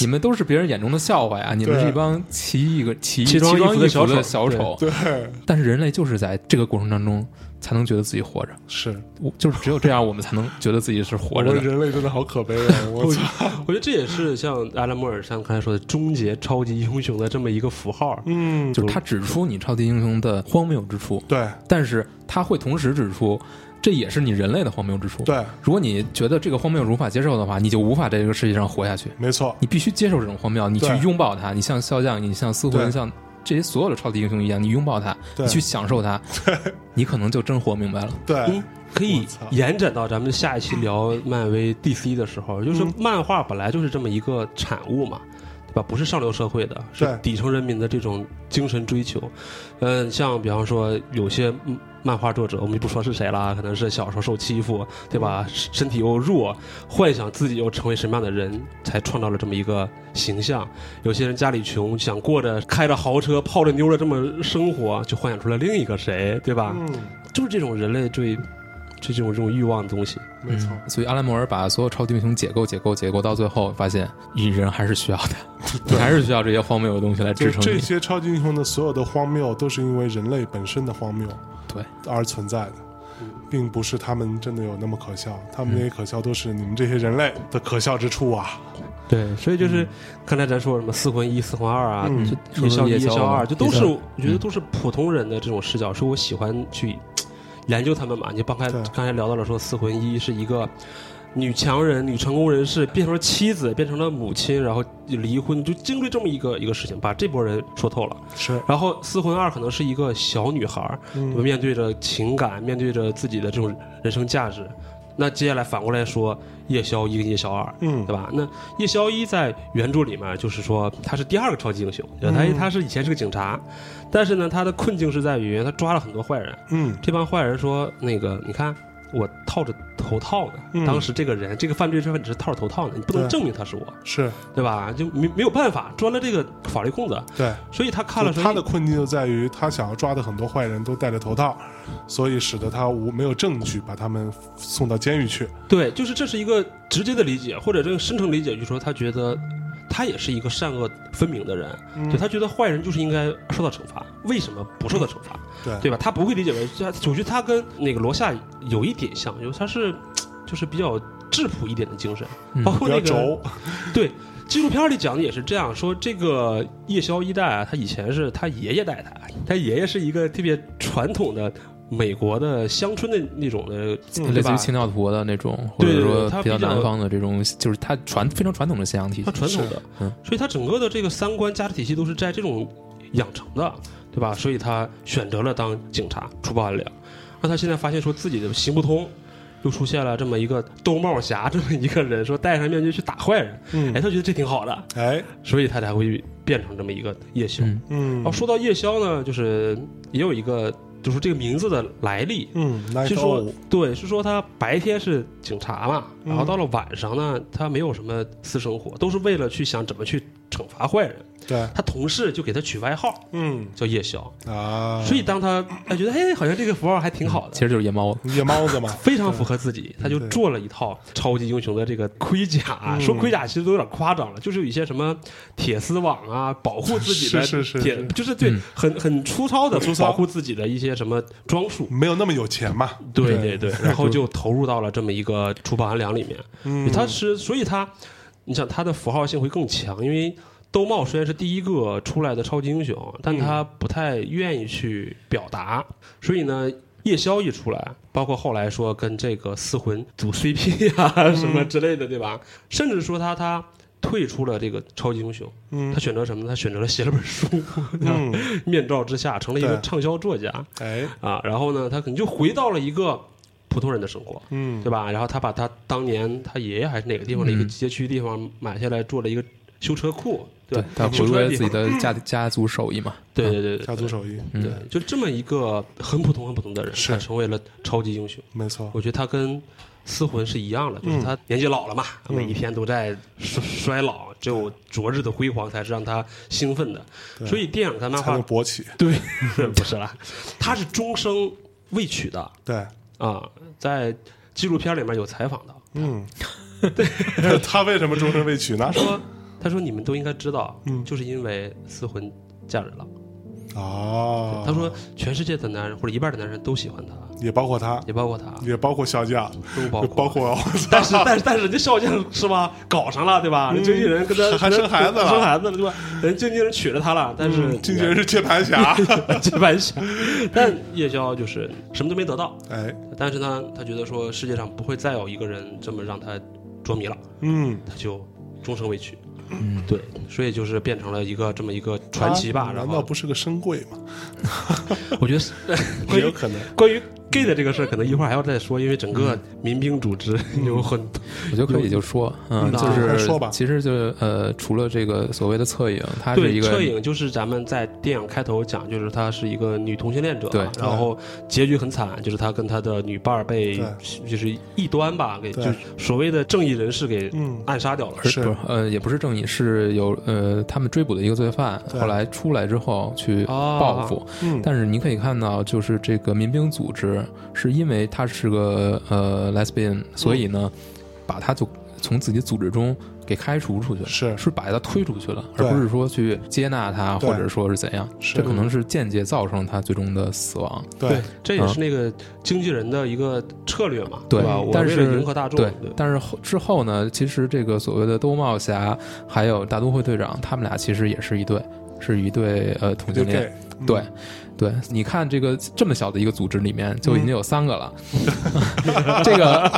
[SPEAKER 3] 你们都是别人眼中的笑话呀，你们
[SPEAKER 1] 对
[SPEAKER 3] 是一帮奇异个奇
[SPEAKER 4] 奇
[SPEAKER 3] 奇
[SPEAKER 4] 装
[SPEAKER 3] 装
[SPEAKER 4] 异服的
[SPEAKER 3] 异服的
[SPEAKER 4] 小
[SPEAKER 3] 小丑。
[SPEAKER 4] 丑
[SPEAKER 1] 对
[SPEAKER 3] 但是人类就是在这个过程当中才能觉得自己活着，
[SPEAKER 1] 是，
[SPEAKER 3] 我就是只有这样，我们才能觉得自己是
[SPEAKER 1] 我
[SPEAKER 3] 活着
[SPEAKER 1] 们
[SPEAKER 3] 的。
[SPEAKER 1] 人类真的好可悲啊！我操，
[SPEAKER 4] 我觉得这也是像阿拉莫尔像刚才说的终结超级英雄的这么一个符号。
[SPEAKER 1] 嗯，
[SPEAKER 3] 就是他指出你超级英雄的荒谬之处，
[SPEAKER 1] 对
[SPEAKER 3] 但是他会同时指出，这也是你人类的荒谬之处。，
[SPEAKER 1] 对，
[SPEAKER 3] 如果你觉得这个荒谬无法接受的话，你就无法在这个世界上活下去。
[SPEAKER 1] 没错，
[SPEAKER 3] 你必须接受这种荒谬，你去
[SPEAKER 1] 对
[SPEAKER 3] 拥抱它，你像肖像，你像思
[SPEAKER 1] 对
[SPEAKER 3] 魂，像这些所有的超级英雄一样，你拥抱它，
[SPEAKER 1] 对
[SPEAKER 3] 你去享受它，你可能就真活明白了。
[SPEAKER 1] 对
[SPEAKER 4] 嗯，
[SPEAKER 1] 我
[SPEAKER 4] 可以
[SPEAKER 1] 操
[SPEAKER 4] 延展到咱们下一期聊漫威 DC 的时候，就是
[SPEAKER 1] 嗯
[SPEAKER 4] 漫画本来就是这么一个产物嘛，对吧？不是上流社会的，是
[SPEAKER 1] 对
[SPEAKER 4] 底层人民的这种精神追求。嗯，像比方说有些嗯漫画作者，我们就不说是谁啦，可能是小时候受欺负，对吧？身身体又弱，幻想自己又成为什么样的人，才创造了这么一个形象。有些人家里穷，想过着开着豪车、泡着妞的这么生活，就幻想出了另一个谁，对吧？
[SPEAKER 1] 嗯，
[SPEAKER 4] 就是这种人类最最这种这种欲望的东西。
[SPEAKER 1] 没错，
[SPEAKER 3] 所以阿兰摩尔把所有超级英雄解构、解构、解构，到最后发现，你人还是需要的，你还是需要这些荒谬的东西来
[SPEAKER 1] 就
[SPEAKER 3] 支
[SPEAKER 1] 是
[SPEAKER 3] 撑
[SPEAKER 1] 这
[SPEAKER 3] 你。
[SPEAKER 1] 些超级英雄的所有的荒谬，都是因为人类本身的荒谬
[SPEAKER 3] 对
[SPEAKER 1] 而存在的，并不是他们真的有那么可笑。他
[SPEAKER 4] 嗯
[SPEAKER 1] 们那些可笑都是你们这些人类的可笑之处啊！
[SPEAKER 4] 对，所以就是刚才咱说什么四魂一、四魂二啊，
[SPEAKER 1] 嗯
[SPEAKER 4] 就夜宵一、夜
[SPEAKER 3] 说
[SPEAKER 4] 宵
[SPEAKER 3] 到
[SPEAKER 4] 二，
[SPEAKER 3] 夜宵
[SPEAKER 4] 就都是
[SPEAKER 3] 夜宵
[SPEAKER 4] 我觉得都是普通人的这种视角，所以我喜欢去研究他们嘛。你就刚才
[SPEAKER 1] 对
[SPEAKER 4] 刚才聊到了说四魂一是一个。女强人、女成功人士变成了妻子，变成了母亲，然后离婚，就经历这么一个一个事情，把这波人说透了。
[SPEAKER 1] 是，
[SPEAKER 4] 然后《四魂二》可能是一个小女孩儿，
[SPEAKER 1] 嗯
[SPEAKER 4] 面对着情感，面对着自己的这种人生价值。那接下来反过来说，夜宵一跟夜宵二，
[SPEAKER 1] 嗯
[SPEAKER 4] 对，吧？那夜宵一在原著里面就是说他是第二个超级英雄，对吧
[SPEAKER 1] 嗯
[SPEAKER 4] 他他是以前是个警察，但是呢，他的困境是在于他抓了很多坏人，
[SPEAKER 1] 嗯，
[SPEAKER 4] 这帮坏人说那个你看。我套着头套
[SPEAKER 1] 嗯
[SPEAKER 4] 呢，当时这个人，这个犯罪分子是套着头套呢，你不能
[SPEAKER 1] 对
[SPEAKER 4] 证明他是我，
[SPEAKER 1] 是
[SPEAKER 4] 对吧？就没没有办法钻了这个法律空子，
[SPEAKER 1] 对。
[SPEAKER 4] 所以他看了
[SPEAKER 1] 就
[SPEAKER 4] 说
[SPEAKER 1] 他的困境就在于他想要抓的很多坏人都戴着头套，所以使得他无没有证据把他们送到监狱去。
[SPEAKER 4] 对，就是这是一个直接的理解，或者这个深层理解，就是说他觉得他也是一个善恶分明的人，就嗯他觉得坏人就是应该受到惩罚，为什么不受到惩罚？
[SPEAKER 1] 嗯对
[SPEAKER 4] 对吧？他不会理解为，他我觉得他跟那个罗夏有一点像，因为他是就是比较质朴一点的精神，
[SPEAKER 3] 嗯
[SPEAKER 4] 包
[SPEAKER 1] 比
[SPEAKER 4] 括
[SPEAKER 1] 较
[SPEAKER 4] 那个
[SPEAKER 1] 轴，
[SPEAKER 4] 对，纪录片里讲的也是这样说，这个夜宵一代啊，他以前是他爷爷带他，他爷爷是一个特别传统的美国的乡村的那种的，
[SPEAKER 3] 类
[SPEAKER 4] 对
[SPEAKER 3] 似于
[SPEAKER 4] 吧？
[SPEAKER 3] 清教徒的那种，或
[SPEAKER 4] 对
[SPEAKER 3] 者
[SPEAKER 4] 对对
[SPEAKER 3] 说
[SPEAKER 4] 它
[SPEAKER 3] 比较
[SPEAKER 4] 比较
[SPEAKER 3] 南方的这种，就是它传非常传统的信仰体系
[SPEAKER 4] 他。传统的，
[SPEAKER 3] 嗯
[SPEAKER 4] 所以他整个的这个三观价值体系都是在这种养成的，对吧？所以他选择了当警察，除暴安良。啊那他现在发现说自己的行不通，又出现了这么一个兜帽侠这么一个人，说戴上面具去打坏人，哎，
[SPEAKER 1] 嗯，
[SPEAKER 4] 他觉得这挺好的，
[SPEAKER 1] 哎，
[SPEAKER 4] 所以他才会变成这么一个夜宵。
[SPEAKER 3] 嗯，
[SPEAKER 1] 嗯
[SPEAKER 4] 哦，，说到夜宵呢，就是也有一个，就是这个名字的来历，
[SPEAKER 1] 嗯，那
[SPEAKER 4] 是说对，是说他白天是警察嘛，然
[SPEAKER 1] 嗯
[SPEAKER 4] 后到了晚上呢，他没有什么私生活，都是为了去想怎么去惩罚坏人。
[SPEAKER 1] 对，
[SPEAKER 4] 他同事就给他取外号
[SPEAKER 1] 嗯
[SPEAKER 4] 叫夜宵，
[SPEAKER 1] 啊，
[SPEAKER 4] 所以当他他觉得哎，好像这个符号还挺好
[SPEAKER 3] 嗯其
[SPEAKER 4] 的。
[SPEAKER 3] 实就是夜猫子。
[SPEAKER 1] 野猫子嘛，
[SPEAKER 4] 非常符合自己，他就
[SPEAKER 1] 对
[SPEAKER 4] 做了一套超级英雄的这个盔甲。啊
[SPEAKER 1] 嗯
[SPEAKER 4] 说盔甲其实都有点夸张了，就是有一些什么铁丝网啊，保护自己的铁，
[SPEAKER 1] 是是是是
[SPEAKER 4] 就是对
[SPEAKER 3] 嗯
[SPEAKER 4] 很很粗糙的
[SPEAKER 1] 粗糙
[SPEAKER 4] 保护自己的一些什么装束。
[SPEAKER 1] 没有那么有钱嘛，
[SPEAKER 4] 对
[SPEAKER 1] 对
[SPEAKER 4] 对对，然后就投入到了这么一个除暴安良里面。
[SPEAKER 1] 嗯，
[SPEAKER 4] 他是，所以他，你想他的符号性会更强，因为兜帽虽然是第一个出来的超级英雄，但他
[SPEAKER 1] 嗯
[SPEAKER 4] 不太愿意去表达，所以呢。夜宵一出来，包括后来说跟这个四魂组 CP 啊
[SPEAKER 1] 嗯
[SPEAKER 4] 什么之类的，对吧？甚至说他他退出了这个超级英雄，
[SPEAKER 1] 嗯
[SPEAKER 4] 他选择什么呢？他选择了写了本书，
[SPEAKER 1] 嗯，
[SPEAKER 4] 面罩之下》，成了一个
[SPEAKER 1] 对
[SPEAKER 4] 畅销作家
[SPEAKER 1] 哎，
[SPEAKER 4] 啊。然后呢，他可能就回到了一个普通人的生活，
[SPEAKER 1] 嗯，
[SPEAKER 4] 对吧？然后他把他当年他爷爷还是哪个地方的一个
[SPEAKER 3] 嗯
[SPEAKER 4] 街区地方买下来，做了一个修车库，对
[SPEAKER 3] 对
[SPEAKER 4] 吧，
[SPEAKER 3] 他
[SPEAKER 4] 修
[SPEAKER 3] 回
[SPEAKER 4] 车
[SPEAKER 3] 归
[SPEAKER 4] 的
[SPEAKER 3] 自己
[SPEAKER 4] 地方，
[SPEAKER 3] 的家家族手艺嘛。
[SPEAKER 4] 对对对对
[SPEAKER 1] 家族手艺，
[SPEAKER 4] 对，就这么一个很普通很普通的人，
[SPEAKER 1] 是
[SPEAKER 4] 他成为了超级英雄。
[SPEAKER 1] 没错，
[SPEAKER 4] 我觉得他跟四魂是一样的，就是
[SPEAKER 1] 嗯
[SPEAKER 4] 他年纪老了嘛，
[SPEAKER 1] 嗯
[SPEAKER 4] 每一天都在衰衰老，只有昨日的辉煌才是让他兴奋的。
[SPEAKER 1] 对
[SPEAKER 4] 所以电影跟漫
[SPEAKER 1] 才能
[SPEAKER 4] 画
[SPEAKER 1] 勃起，
[SPEAKER 4] 对， 不是啦，他是终生未娶的
[SPEAKER 1] 对，
[SPEAKER 4] 啊，在纪录片里面有采访到。
[SPEAKER 1] 嗯，对， 他为什么终身未娶呢？
[SPEAKER 4] 说，他说你们都应该知道，
[SPEAKER 1] 嗯
[SPEAKER 4] 就是因为四魂嫁人了。
[SPEAKER 1] 哦，
[SPEAKER 4] 他说，全世界的男人或者一半的男人都喜欢他，
[SPEAKER 1] 也包括他，
[SPEAKER 4] 也包括他，
[SPEAKER 1] 也包括肖家，
[SPEAKER 4] 都包
[SPEAKER 1] 也
[SPEAKER 4] 括。
[SPEAKER 1] 包括， 哦
[SPEAKER 4] 但是但是但是人家肖剑是吧，搞上了对吧？人经纪人跟他
[SPEAKER 1] 嗯还还生孩子了
[SPEAKER 4] 生孩子了对吧？人经纪人娶了她了，但是
[SPEAKER 1] 经纪人嗯是接盘侠，
[SPEAKER 4] 这玩笑，但夜宵就是什么都没得到，
[SPEAKER 1] 哎，
[SPEAKER 4] 但是呢，他觉得说世界上不会再有一个人这么让他着迷了。
[SPEAKER 1] 嗯，
[SPEAKER 4] 他就终生未娶。嗯，对，所以就是变成了一个这么一个传奇吧。
[SPEAKER 1] 他
[SPEAKER 4] 然
[SPEAKER 1] 啊难道
[SPEAKER 4] 后
[SPEAKER 1] 不是个深贵吗？
[SPEAKER 4] 我觉 得是
[SPEAKER 1] 也
[SPEAKER 4] 关
[SPEAKER 1] 有
[SPEAKER 4] 于
[SPEAKER 1] 可能，
[SPEAKER 4] 关于 gay 的这个事儿，可能一会儿还要再说，因为整
[SPEAKER 3] 嗯
[SPEAKER 4] 个民兵组织有很多
[SPEAKER 3] 我觉得可以就说，嗯，
[SPEAKER 4] 那
[SPEAKER 3] 就
[SPEAKER 1] 快
[SPEAKER 3] 是
[SPEAKER 1] 说吧
[SPEAKER 3] 其实就是呃，除了这个所谓的侧影，它是
[SPEAKER 4] 对
[SPEAKER 3] 一个
[SPEAKER 4] 侧影，就是咱们在电影开头讲，就是她是一个女同性恋者，
[SPEAKER 3] 对
[SPEAKER 4] 然后结局很惨，就是她跟她的女伴儿被就是异端吧，给就
[SPEAKER 1] 对
[SPEAKER 4] 是所谓的正义人士给
[SPEAKER 1] 嗯，
[SPEAKER 4] 暗杀掉了。
[SPEAKER 3] 而
[SPEAKER 1] 是
[SPEAKER 3] 不是呃，也不是正义，是有呃，他们追捕的一个罪犯，
[SPEAKER 1] 对
[SPEAKER 3] 后来出来之后去
[SPEAKER 4] 哦
[SPEAKER 3] 报复。
[SPEAKER 1] 嗯，
[SPEAKER 3] 但是你可以看到，就是这个民兵组织是因为他是个呃 lesbian，所以呢，把他就从自己组织中给开除出去了。
[SPEAKER 1] 是
[SPEAKER 3] 是把他推出去了，
[SPEAKER 1] 对
[SPEAKER 3] 而不是说去接纳他，
[SPEAKER 1] 对
[SPEAKER 3] 或者说是怎样，
[SPEAKER 1] 是
[SPEAKER 3] 这可能是间接造成他最终的死亡。
[SPEAKER 1] 对，
[SPEAKER 4] 这也是那个经纪人的一个策略嘛，
[SPEAKER 3] 对
[SPEAKER 4] 吧？我
[SPEAKER 3] 但
[SPEAKER 4] 为
[SPEAKER 3] 是
[SPEAKER 4] 了迎合大众，
[SPEAKER 3] 对，但是后之后呢，其实这个所谓的兜帽侠还有大都会队长，他们俩其实也是一对，是一对呃同
[SPEAKER 1] 就
[SPEAKER 3] 性
[SPEAKER 1] gay，
[SPEAKER 3] 恋。
[SPEAKER 1] 嗯
[SPEAKER 3] 对，对，你看这个这么小的一个组织里面，就已
[SPEAKER 1] 嗯
[SPEAKER 3] 经有三个了， 这个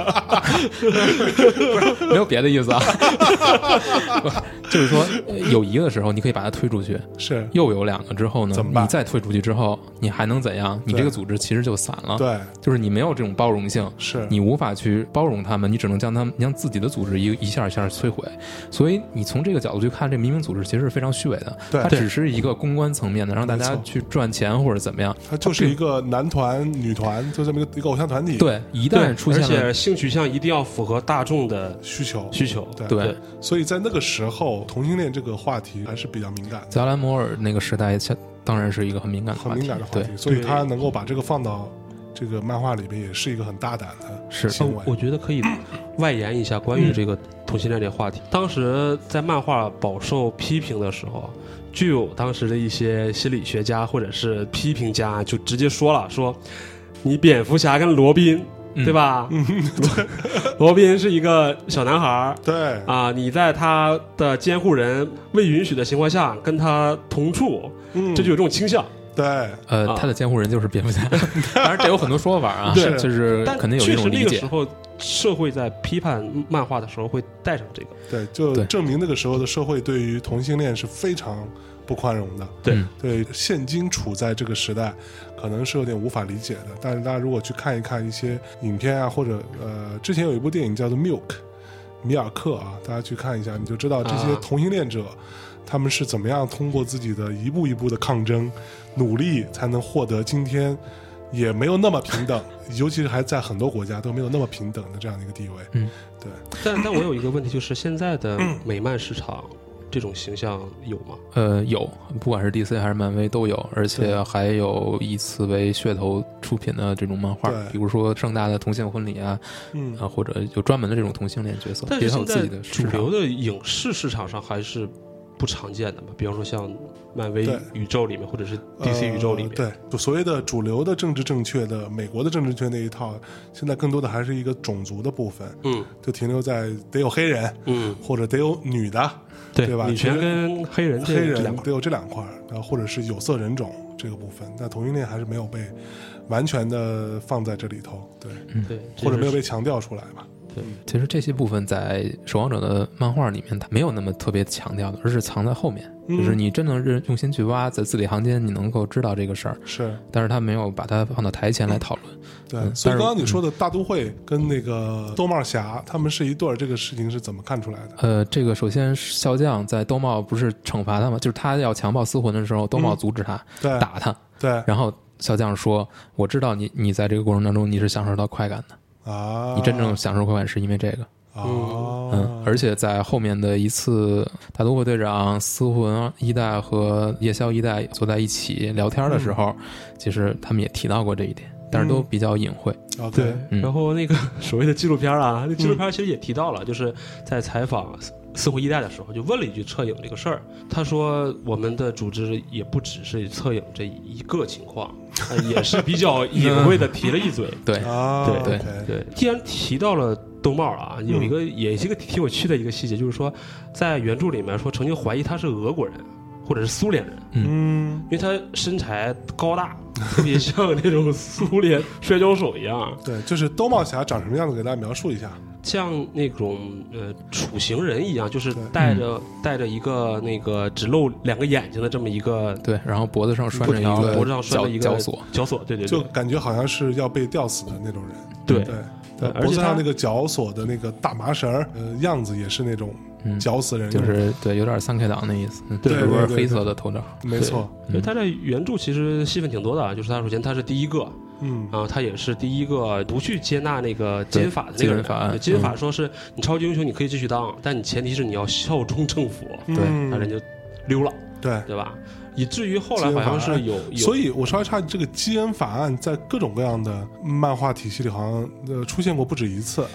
[SPEAKER 3] 不是没有别的意思啊， 不是就是说呃有一个的时候，你可以把他推出去，
[SPEAKER 1] 是，
[SPEAKER 3] 又有两个之后呢，
[SPEAKER 1] 怎么办
[SPEAKER 3] 你再推出去之后，你还能怎样？你
[SPEAKER 1] 对
[SPEAKER 3] 这个组织其实就散
[SPEAKER 4] 啊
[SPEAKER 3] 了，
[SPEAKER 1] 对，
[SPEAKER 3] 就是你没有这种包容性，
[SPEAKER 1] 是，
[SPEAKER 3] 你无法去包容他们，你只能将他们将自己的组织一一下一下摧毁。所以你从这个角度去看，这民兵组织其实是非常虚伪的，
[SPEAKER 1] 对
[SPEAKER 3] 它只是一个公关层面的，让大家
[SPEAKER 1] 没错
[SPEAKER 3] 去赚钱或者怎么样。
[SPEAKER 1] 他就是一个男团、女团，就这么一个一个偶像团体，，
[SPEAKER 3] 对，一旦出现
[SPEAKER 4] 而且
[SPEAKER 3] 了，
[SPEAKER 4] 性取向一定要符合大众的
[SPEAKER 1] 需求，
[SPEAKER 4] 需求。
[SPEAKER 1] 对
[SPEAKER 3] 对。
[SPEAKER 1] 所以在那个时候，同性恋这个话题还是比较敏感的。
[SPEAKER 3] 泽兰摩尔那个时代，相当然是一个很敏感的话
[SPEAKER 1] 很
[SPEAKER 3] 题，
[SPEAKER 1] 敏感的话
[SPEAKER 3] 对，
[SPEAKER 1] 题，所以他能够把这个放到这个漫画里面，也是一个很大胆的
[SPEAKER 3] 是
[SPEAKER 1] 行为。
[SPEAKER 4] 呃我觉得可以外延一下关于这个同性恋这个话题。
[SPEAKER 3] 嗯
[SPEAKER 4] 当时在漫画饱受批评的时候，就有当时的一些心理啊学家或者是批评家就直接说了，说你蝙蝠侠跟罗宾
[SPEAKER 3] 嗯
[SPEAKER 4] 对吧？罗罗宾是一个小男孩儿
[SPEAKER 1] 对，
[SPEAKER 4] 啊，你在他的监护人未允许的情况下跟他同处，
[SPEAKER 1] 嗯
[SPEAKER 4] 这就有这种倾向。
[SPEAKER 1] 对，
[SPEAKER 3] 呃，
[SPEAKER 4] 啊
[SPEAKER 3] 他的监护人就是蝙蝠 侠，当然这有很多说法啊，
[SPEAKER 4] 对
[SPEAKER 3] 是就是
[SPEAKER 4] 但
[SPEAKER 3] 肯定有一
[SPEAKER 4] 确实
[SPEAKER 3] 种
[SPEAKER 4] 那
[SPEAKER 3] 理
[SPEAKER 4] 个
[SPEAKER 3] 解
[SPEAKER 4] 时。候，社会在批判漫画的时候会带上这个。
[SPEAKER 1] 对，就
[SPEAKER 3] 对
[SPEAKER 1] 证明那个时候的社会对于同性恋是非常不宽容的。
[SPEAKER 4] 对
[SPEAKER 3] 嗯
[SPEAKER 1] 对，现今处在这个时代，可能是有点无法理解的。但是大家如果去看一看一些影片啊，或者呃，之前有一部电影叫做《Milk》，米尔克啊，大家去看一下，你就知道这些
[SPEAKER 4] 啊
[SPEAKER 1] 同性恋者。他们是怎么样通过自己的一步一步的抗争、努力，才能获得今天也没有那么平等， 尤其是还在很多国家都没有那么平等的这样的一个地位。
[SPEAKER 3] 嗯，
[SPEAKER 1] 对。
[SPEAKER 4] 但但我有一个问题，就是现在的
[SPEAKER 1] 嗯
[SPEAKER 4] 美漫市场这种形象有吗？
[SPEAKER 3] 呃，有，不管是 DC 还是漫威都有，而且
[SPEAKER 1] 对
[SPEAKER 3] 还有以此为噱头出品的这种漫画，
[SPEAKER 1] 对
[SPEAKER 3] 比如说盛大的同性婚礼啊，
[SPEAKER 1] 嗯
[SPEAKER 3] 啊，或者有专门的这种同性恋角色，
[SPEAKER 4] 但
[SPEAKER 3] 也
[SPEAKER 4] 是
[SPEAKER 3] 有
[SPEAKER 4] 现
[SPEAKER 3] 自
[SPEAKER 4] 在
[SPEAKER 3] 己的市
[SPEAKER 4] 主
[SPEAKER 3] 场
[SPEAKER 4] 流的影视市场上还是不常见的嘛，比方说像漫威
[SPEAKER 1] 对
[SPEAKER 4] 宇宙里面，或者是 DC 宇宙里面，
[SPEAKER 1] 呃、对，就所谓的主流的政治正确的美国的政治正确那一套，现在更多的还是一个种族的部分，
[SPEAKER 4] 嗯
[SPEAKER 1] 就停留在得有黑人
[SPEAKER 4] 嗯，
[SPEAKER 1] 或者得有女的，
[SPEAKER 4] 对
[SPEAKER 1] 对吧
[SPEAKER 4] 女
[SPEAKER 1] 其
[SPEAKER 4] 权
[SPEAKER 1] 实
[SPEAKER 4] 跟黑人这
[SPEAKER 1] 黑
[SPEAKER 4] 这
[SPEAKER 1] 人
[SPEAKER 4] 两块
[SPEAKER 1] 得有这两块儿，然后或者是有色人种这个部分，但同性恋还是没有被完全的放在这里头，对，
[SPEAKER 4] 对，
[SPEAKER 1] 或者没有
[SPEAKER 4] 这
[SPEAKER 1] 被强调出来吧。
[SPEAKER 3] 其实这些部分在《守望者》的漫画里面，它没有那么特别强调的，而是藏在后面。
[SPEAKER 1] 嗯
[SPEAKER 3] 就是你真能认用心去挖，在字里行间你能够知道这个事儿，
[SPEAKER 1] 是
[SPEAKER 3] 但是他没有把它放到台前来讨论。
[SPEAKER 1] 对，
[SPEAKER 3] 嗯
[SPEAKER 1] 所以
[SPEAKER 3] 但是
[SPEAKER 1] 刚刚你说的大都会跟那个兜帽侠他们是一对儿，这个事情是怎么看出来的？
[SPEAKER 3] 呃，这个首先笑匠在兜帽不是惩罚他吗？就是他要强暴私魂的时候，兜
[SPEAKER 4] 嗯
[SPEAKER 3] 帽阻止他、
[SPEAKER 1] 对，
[SPEAKER 3] 打他，
[SPEAKER 1] 对
[SPEAKER 3] 然后笑匠说：“我知道你，你在这个过程当中你是享受到快感的，
[SPEAKER 1] 啊，
[SPEAKER 3] 你真正享受快感是因为这个。”
[SPEAKER 1] 哦，
[SPEAKER 3] 嗯，而且在后面的一次，大都会队长、司魂一代和夜宵一代坐在一起聊天
[SPEAKER 1] 嗯
[SPEAKER 3] 的时候，其实他们也提到过这一点，但是都比较隐晦。
[SPEAKER 1] o
[SPEAKER 4] 对
[SPEAKER 1] k，
[SPEAKER 3] 嗯
[SPEAKER 4] 然后那个所谓的纪录片啊，那纪录片其实也提到了，就是在采访四四湖一代的时候，就问了一句摄影这个事儿。他说，我们的组织也不只是摄影这一个情况，呃也是比较隐晦的提了一嘴。
[SPEAKER 3] 对，
[SPEAKER 1] 啊，
[SPEAKER 4] 对
[SPEAKER 3] 对
[SPEAKER 1] OK
[SPEAKER 4] 对，既然提到了兜帽啊，有一个也是一个挺有趣的一个细节，就是说在原著里面说曾经怀疑他是俄国人或者是苏联人，
[SPEAKER 1] 嗯
[SPEAKER 4] 因为他身材高大，特别像那种苏联摔跤手一样，，
[SPEAKER 1] 对，就是兜帽侠长什么样子，给大家描述一下。
[SPEAKER 4] 像那种呃楚行人一样，就是
[SPEAKER 1] 对
[SPEAKER 4] 戴着戴着一个那个只露两个眼睛的这么一个
[SPEAKER 3] 对，然后脖子上拴
[SPEAKER 4] 不
[SPEAKER 3] 着一
[SPEAKER 4] 条
[SPEAKER 3] 个
[SPEAKER 4] 脖子上拴
[SPEAKER 3] 绞
[SPEAKER 4] 着一个
[SPEAKER 3] 绞索，，
[SPEAKER 4] 绞索，对对
[SPEAKER 1] 就
[SPEAKER 4] 对
[SPEAKER 1] 感觉好像是要被吊死的那种人。
[SPEAKER 4] 对
[SPEAKER 1] 对，对
[SPEAKER 4] 对而且
[SPEAKER 1] 脖子
[SPEAKER 4] 他
[SPEAKER 1] 上那个绞索的那个大麻绳儿，呃，样子也是那种
[SPEAKER 3] 嗯
[SPEAKER 1] 绞死人
[SPEAKER 3] 就
[SPEAKER 1] 用的，
[SPEAKER 3] 是对，有点三 K 党那意思，嗯
[SPEAKER 1] 对
[SPEAKER 3] 只不过
[SPEAKER 1] 对
[SPEAKER 3] 是
[SPEAKER 1] 对
[SPEAKER 3] 黑色的头罩。
[SPEAKER 1] 没错，
[SPEAKER 4] 对，他在原著其实戏份挺多的啊，就是他首先他是第一个，
[SPEAKER 1] 嗯，
[SPEAKER 4] 然后他也是第一个不去接纳那个基因法的那
[SPEAKER 3] 基
[SPEAKER 4] 个
[SPEAKER 3] 因
[SPEAKER 4] 人。
[SPEAKER 3] 法
[SPEAKER 4] 对基因
[SPEAKER 3] 嗯
[SPEAKER 4] 法说是你超级英雄你可以继续当，但你前提是你要效忠政府。
[SPEAKER 1] 对
[SPEAKER 4] 那人就溜了，
[SPEAKER 1] 嗯对。
[SPEAKER 4] 对吧？以至于后来好像是有有，
[SPEAKER 1] 所以，我稍微插一句，这个基恩法案在各种各样的漫画体系里，好像呃出现过不止一次。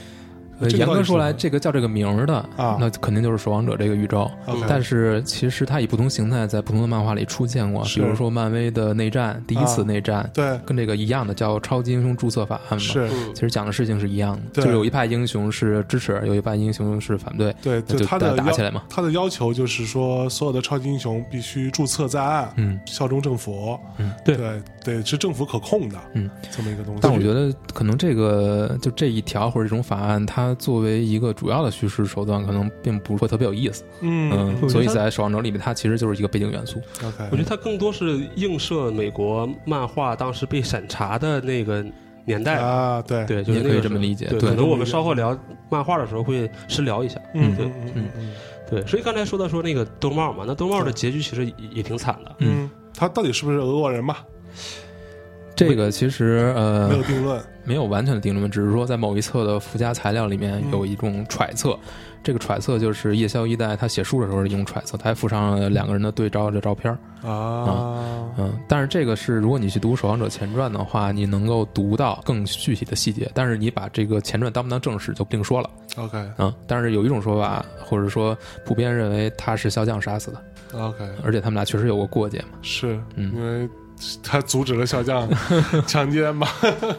[SPEAKER 3] 呃
[SPEAKER 1] 这个
[SPEAKER 3] 严
[SPEAKER 1] 到
[SPEAKER 3] 格
[SPEAKER 1] 底
[SPEAKER 3] 说
[SPEAKER 1] 是
[SPEAKER 3] 来，
[SPEAKER 1] 什么
[SPEAKER 3] 这个叫这个名儿的
[SPEAKER 1] 啊
[SPEAKER 3] 那肯定就是守望者这个宇宙。
[SPEAKER 1] OK
[SPEAKER 3] 但是其实它以不同形态在不同的漫画里出现过，
[SPEAKER 1] 是
[SPEAKER 3] 比如说漫威的内战，第一次
[SPEAKER 1] 啊
[SPEAKER 3] 内战，
[SPEAKER 1] 对，
[SPEAKER 3] 跟这个一样的叫超级英雄注册法案嘛。
[SPEAKER 1] 是，
[SPEAKER 4] 嗯
[SPEAKER 3] 其实讲的事情是一样的，
[SPEAKER 1] 对
[SPEAKER 3] 就是有一派英雄是支持，有一派英雄是反对，
[SPEAKER 1] 对，
[SPEAKER 3] 那
[SPEAKER 1] 就
[SPEAKER 3] 就
[SPEAKER 1] 他
[SPEAKER 3] 打
[SPEAKER 1] 的
[SPEAKER 3] 打
[SPEAKER 1] 要
[SPEAKER 3] 起来嘛。
[SPEAKER 1] 他的要求就是说，所有的超级英雄必须注册在案，
[SPEAKER 3] 嗯，
[SPEAKER 1] 效忠政府，
[SPEAKER 3] 嗯
[SPEAKER 4] 对
[SPEAKER 1] 对对，是政府可控的，
[SPEAKER 3] 嗯，
[SPEAKER 1] 这么一个东西。
[SPEAKER 3] 但我觉得可能这个就这一条或者这种法案，它作为一个主要的叙事手段，可能并不会特别有意思。
[SPEAKER 1] 嗯
[SPEAKER 3] 嗯，所以在《守望者》里面，它其实就是一个背景元素。
[SPEAKER 1] ，OK，
[SPEAKER 4] 我觉得它更多是映射美国漫画当时被审查的那个年代。
[SPEAKER 1] 啊，对，
[SPEAKER 4] 对，就
[SPEAKER 3] 你
[SPEAKER 4] 是
[SPEAKER 3] 也
[SPEAKER 4] 那
[SPEAKER 3] 可以
[SPEAKER 4] 个
[SPEAKER 3] 这
[SPEAKER 4] 时
[SPEAKER 3] 么
[SPEAKER 4] 候
[SPEAKER 3] 理解
[SPEAKER 4] 对，
[SPEAKER 3] 对
[SPEAKER 4] 可能我们稍后聊漫画的时候会深聊一下。
[SPEAKER 1] 嗯
[SPEAKER 4] 对
[SPEAKER 1] 嗯嗯嗯
[SPEAKER 4] 对，所以刚才说到说那个兜帽嘛，那兜帽的结局其实也也挺惨的。
[SPEAKER 1] 嗯，他到底是不是俄国人吧？
[SPEAKER 3] 这个其实呃
[SPEAKER 1] 没有定论。
[SPEAKER 3] 没有完全的定论，只是说在某一册的附加材料里面有一种揣测。这个揣测就是夜宵一代他写书的时候的一种揣测，他还附上了两个人的对照的照片儿。
[SPEAKER 1] 啊，
[SPEAKER 3] 嗯，但是这个是，如果你去读《守望者前传》的话，你能够读到更具体的细节。但是你把这个前传当不当正史就不另说了
[SPEAKER 1] OK
[SPEAKER 3] 嗯。但是有一种说法，或者说普遍认为他是肖将杀死的，
[SPEAKER 1] OK，
[SPEAKER 3] 而且他们俩确实有过过节嘛。
[SPEAKER 1] 是
[SPEAKER 3] 嗯
[SPEAKER 1] 因为他阻止了小将强奸嘛。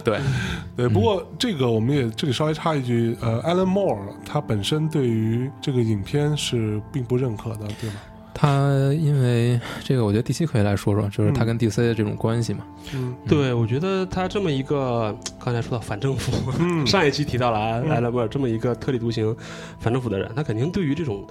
[SPEAKER 3] 对，
[SPEAKER 1] 对，不过这个我们也这里稍微插一句，呃，Alan Moore 他本身对于这个影片是并不认可的，对吗？
[SPEAKER 3] 他因为这个，我觉得 DC 可以来说说，就是他跟 DC 的这种关系嘛。
[SPEAKER 1] 嗯
[SPEAKER 4] 对，我觉得他这么一个，刚才说到反政府，
[SPEAKER 1] 嗯
[SPEAKER 4] 上一期提到了埃埃勒莫尔这么一个特立独行、反政府的人，他肯定对于这种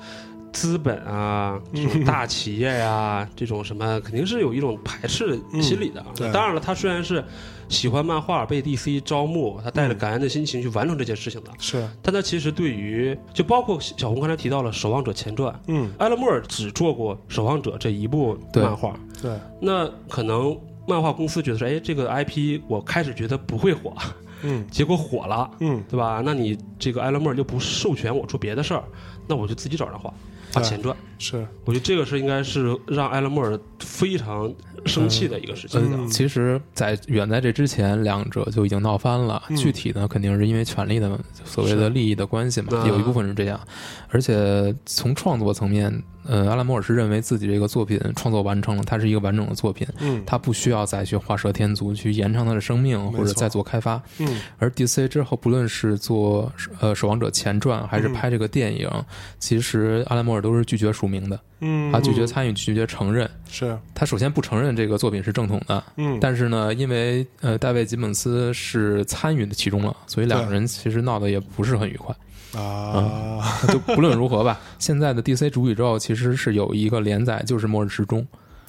[SPEAKER 4] 资本啊、
[SPEAKER 1] 嗯
[SPEAKER 4] 这种大企业呀、这种什么，肯定是有一种排斥心理的。
[SPEAKER 1] 嗯对
[SPEAKER 4] 当然了，他虽然是喜欢漫画，被 DC 招募，他
[SPEAKER 1] 嗯
[SPEAKER 4] 带着感恩的心情去完成这件事情的，
[SPEAKER 1] 是，
[SPEAKER 4] 但他其实对于就包括小红刚才提到了《守望者前传》，
[SPEAKER 1] 嗯，
[SPEAKER 4] 埃勒莫尔只做过《守望者》这一部
[SPEAKER 3] 对
[SPEAKER 4] 漫画，
[SPEAKER 1] 对，
[SPEAKER 4] 那可能漫画公司觉得说，哎，这个 IP 我开始觉得不会火，
[SPEAKER 1] 嗯
[SPEAKER 4] 结果火了，
[SPEAKER 1] 嗯，
[SPEAKER 4] 对吧？那你这个艾伦莫尔就不授权我做别的事儿，那我就自己找人画画
[SPEAKER 1] 对
[SPEAKER 4] 前传。
[SPEAKER 1] 是，
[SPEAKER 4] 我觉得这个是应该是让艾伦莫尔非常生气的一个事情的。
[SPEAKER 1] 嗯
[SPEAKER 3] 其实，在远在这之前，两者就已经闹翻了。
[SPEAKER 1] 嗯
[SPEAKER 3] 具体呢，肯定是因为权力的所谓的利益的关系嘛
[SPEAKER 4] 是，啊
[SPEAKER 3] 有一部分是这样。而且从创作层面，呃，阿拉莫尔是认为自己这个作品创作完成了，它是一个完整的作品，
[SPEAKER 1] 嗯，
[SPEAKER 3] 他不需要再去画蛇添足，去延长它的生命
[SPEAKER 1] 错
[SPEAKER 3] 或者再做开发。
[SPEAKER 1] 嗯
[SPEAKER 3] 而 DC 之后，不论是做呃《守望者前传》还是
[SPEAKER 1] 嗯
[SPEAKER 3] 拍这个电影，其实阿拉莫尔都是拒绝署名的，
[SPEAKER 1] 嗯，
[SPEAKER 3] 他拒绝参与，拒绝承认。
[SPEAKER 1] 是，
[SPEAKER 3] 他首先不承认这个作品是正统的，
[SPEAKER 1] 嗯，
[SPEAKER 3] 但是呢，因为呃，戴维·吉本斯是参与的其中了，所以两个人其实闹得也不是很愉 快。
[SPEAKER 1] 啊，
[SPEAKER 3] 就不论如何吧，现在的 DC 主宇宙其实是有一个连载，就是《末日时钟》，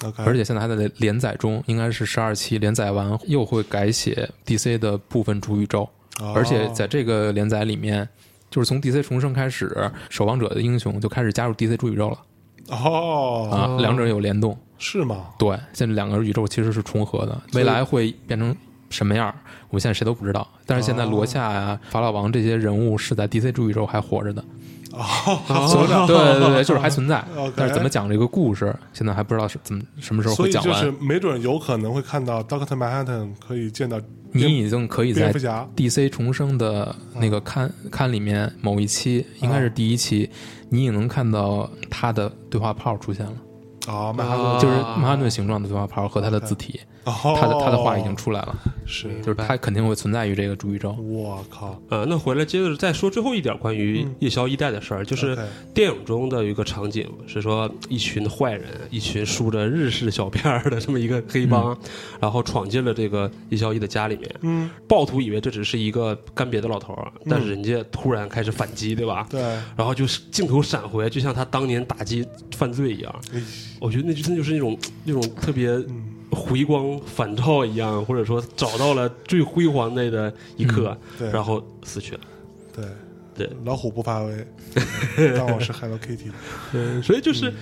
[SPEAKER 1] OK，
[SPEAKER 3] 而且现在还在连载中，应该是十二期，连载完又会改写 DC 的部分主宇宙，
[SPEAKER 1] 哦
[SPEAKER 3] 而且在这个连载里面。就是从 DC 重生开始，守望者的英雄就开始加入 DC 主宇宙了
[SPEAKER 1] 哦，
[SPEAKER 3] 啊，两者有联动。
[SPEAKER 1] 是吗？
[SPEAKER 3] 对，现在两个宇宙其实是重合的，
[SPEAKER 1] 所以
[SPEAKER 3] 未来会变成什么样儿，我们现在谁都不知道。但是现
[SPEAKER 1] 哦
[SPEAKER 3] 在罗夏呀、法老王这些人物是在 DC 主宇宙还活着的，
[SPEAKER 1] 哦，
[SPEAKER 3] 啊所以对对对对，就是还存在
[SPEAKER 1] OK。
[SPEAKER 3] 但是怎么讲这个故事，现在还不知道是怎么什么时候
[SPEAKER 1] 所
[SPEAKER 3] 会
[SPEAKER 1] 以
[SPEAKER 3] 讲
[SPEAKER 1] 就
[SPEAKER 3] 完。
[SPEAKER 1] 是没准有可能会看到 Doctor Manhattan 可以见到
[SPEAKER 3] 你已经可以
[SPEAKER 1] 蝙
[SPEAKER 3] 在
[SPEAKER 1] 蝠侠，嗯
[SPEAKER 3] DC 重生的那个刊刊里面某一期，应该是第一期，你也能看到他的对话炮出现了，
[SPEAKER 1] 啊，曼哈顿
[SPEAKER 3] 就是曼哈顿形状的对话炮和他的字体，他
[SPEAKER 1] 他
[SPEAKER 3] 的他的话已经出嗯来了，
[SPEAKER 1] 哦是
[SPEAKER 3] 就是他肯定会存在于这个主宇宙。
[SPEAKER 1] 我靠，
[SPEAKER 4] 呃，那回来接着再说最后一点关于
[SPEAKER 1] 嗯
[SPEAKER 4] 夜宵一代的事儿，就是电影中的有一个场景是说，一群坏人，一群梳着日式小辫儿的这么一个黑帮，然后闯进了这个夜宵一的家里面。
[SPEAKER 1] 嗯，
[SPEAKER 4] 暴徒以为这只是一个干瘪的老头儿，但是人家突然开始反击，对吧？
[SPEAKER 1] 对，
[SPEAKER 4] 然后就是镜头闪回，就像他当年打击犯罪一样。
[SPEAKER 1] 哎
[SPEAKER 4] 我觉得那就真就是那种那种特别
[SPEAKER 1] 嗯，
[SPEAKER 4] 回光返照一样，或者说找到了最辉煌的的一刻，
[SPEAKER 1] 嗯对，
[SPEAKER 4] 然后死去了。
[SPEAKER 1] 对
[SPEAKER 4] 对，
[SPEAKER 1] 老虎不发 威，当我是 Hello Kitty，
[SPEAKER 4] 所以就是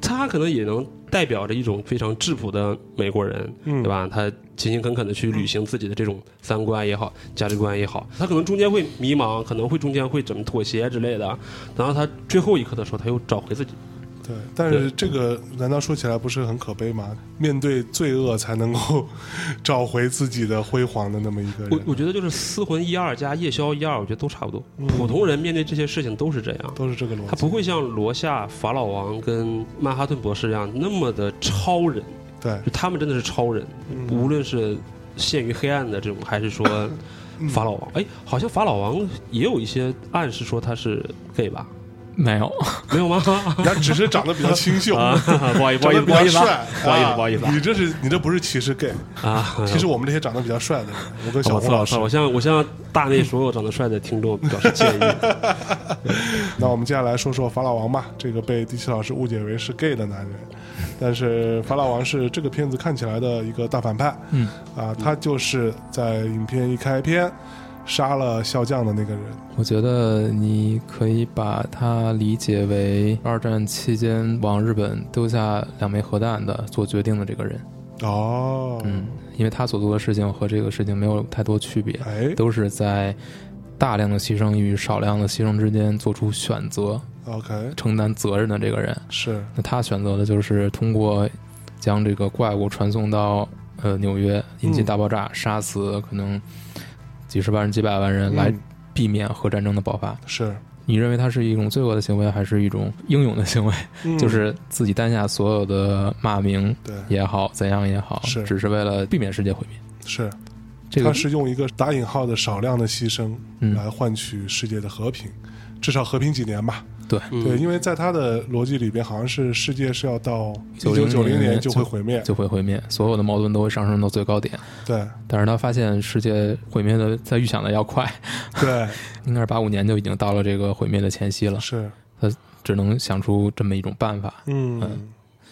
[SPEAKER 4] 他可能也能代表着一种非常质朴的美国人，
[SPEAKER 1] 嗯
[SPEAKER 4] 对吧？他勤勤恳恳的去履行自己的这种三观也好，价值观也好，他可能中间会迷茫，可能会中间会怎么妥协之类的，然后他最后一刻的时候，他又找回自己。
[SPEAKER 1] 对，但是这个难道说起来不是很可悲吗？面对罪恶才能够找回自己的辉煌的那么一个
[SPEAKER 4] 我
[SPEAKER 1] 人，
[SPEAKER 4] 我觉得就是私魂一二加夜宵一二，我觉得都差不多。普通人面对这些事情都是这样，
[SPEAKER 1] 都是这个逻
[SPEAKER 4] 他
[SPEAKER 1] 辑，
[SPEAKER 4] 不会像罗夏、法老王跟曼哈顿博士一样那么的超人，
[SPEAKER 1] 对，
[SPEAKER 4] 就他们真的是超人，无论是陷于黑暗的这种，还是说法老王，哎，好像法老王也有一些暗示说他是 gay 吧？
[SPEAKER 3] 没有，
[SPEAKER 4] 没有吗？
[SPEAKER 1] 人家只是长得比较清秀。
[SPEAKER 4] 啊，不好意思，不
[SPEAKER 1] 长
[SPEAKER 4] 好意
[SPEAKER 1] 得比
[SPEAKER 4] 思，不
[SPEAKER 1] 较
[SPEAKER 4] 好意思
[SPEAKER 1] 帅，
[SPEAKER 4] 啊，不好意思，
[SPEAKER 1] 啊
[SPEAKER 4] 不好意思
[SPEAKER 1] 你这是你这不是歧视 gay，
[SPEAKER 4] 啊。
[SPEAKER 1] 其实我们这些长得比较帅的人，我跟
[SPEAKER 4] 啊
[SPEAKER 1] 小
[SPEAKER 4] 我
[SPEAKER 1] 红
[SPEAKER 4] 错了，
[SPEAKER 1] 老
[SPEAKER 4] 我
[SPEAKER 1] 师
[SPEAKER 4] 错了，我向我向大内所有长得帅的听众表示 歉意。
[SPEAKER 1] 那我们接下来说说法老王吧，这个被第七老师误解为是 gay 的男人，但是法老王是这个片子看起来的一个大反派，
[SPEAKER 3] 嗯
[SPEAKER 1] 啊，他就是在影片一开篇杀了笑匠的那个人，
[SPEAKER 3] 我觉得你可以把它理解为二战期间往日本丢下两枚核弹的做决定的这个人。
[SPEAKER 1] 哦，
[SPEAKER 3] 嗯，因为他所做的事情和这个事情没有太多区别，
[SPEAKER 1] 哎
[SPEAKER 3] 都是在大量的牺牲与少量的牺牲之间做出选择、
[SPEAKER 1] ，OK，
[SPEAKER 3] 承担责任的这个人。
[SPEAKER 1] 是，
[SPEAKER 3] 那他选择的就是通过将这个怪物传送到呃纽约，引起
[SPEAKER 1] 嗯
[SPEAKER 3] 大爆炸，杀死可能几十万人、几百万人，来
[SPEAKER 1] 嗯
[SPEAKER 3] 避免核战争的爆发。
[SPEAKER 1] 是，
[SPEAKER 3] 你认为它是一种罪恶的行为，还是一种英勇的行为？
[SPEAKER 1] 嗯
[SPEAKER 3] 就是自己担下所有的骂名
[SPEAKER 1] 对，
[SPEAKER 3] 也好，怎样也好，
[SPEAKER 1] 是
[SPEAKER 3] 只是为了避免世界毁灭。
[SPEAKER 1] 是，
[SPEAKER 3] 这
[SPEAKER 1] 他
[SPEAKER 3] 个
[SPEAKER 1] 是用一个打引号的少量的牺牲
[SPEAKER 3] 嗯
[SPEAKER 1] 来换取世界的和平，至少和平几年吧。
[SPEAKER 3] 对
[SPEAKER 4] 嗯
[SPEAKER 1] 对，因为在他的逻辑里边，好像是世界是要到一九九
[SPEAKER 3] 90
[SPEAKER 1] 零
[SPEAKER 3] 年
[SPEAKER 1] 就会毁灭。
[SPEAKER 3] 就会毁灭，所有的矛盾都会上升到最高点。
[SPEAKER 1] 对
[SPEAKER 3] 但是他发现世界毁灭的在预想的要快，
[SPEAKER 1] 对，
[SPEAKER 3] 应该是八五年就已经到了这个毁灭的前夕了，
[SPEAKER 1] 是，
[SPEAKER 3] 只能想出这么一种办法。
[SPEAKER 1] 嗯，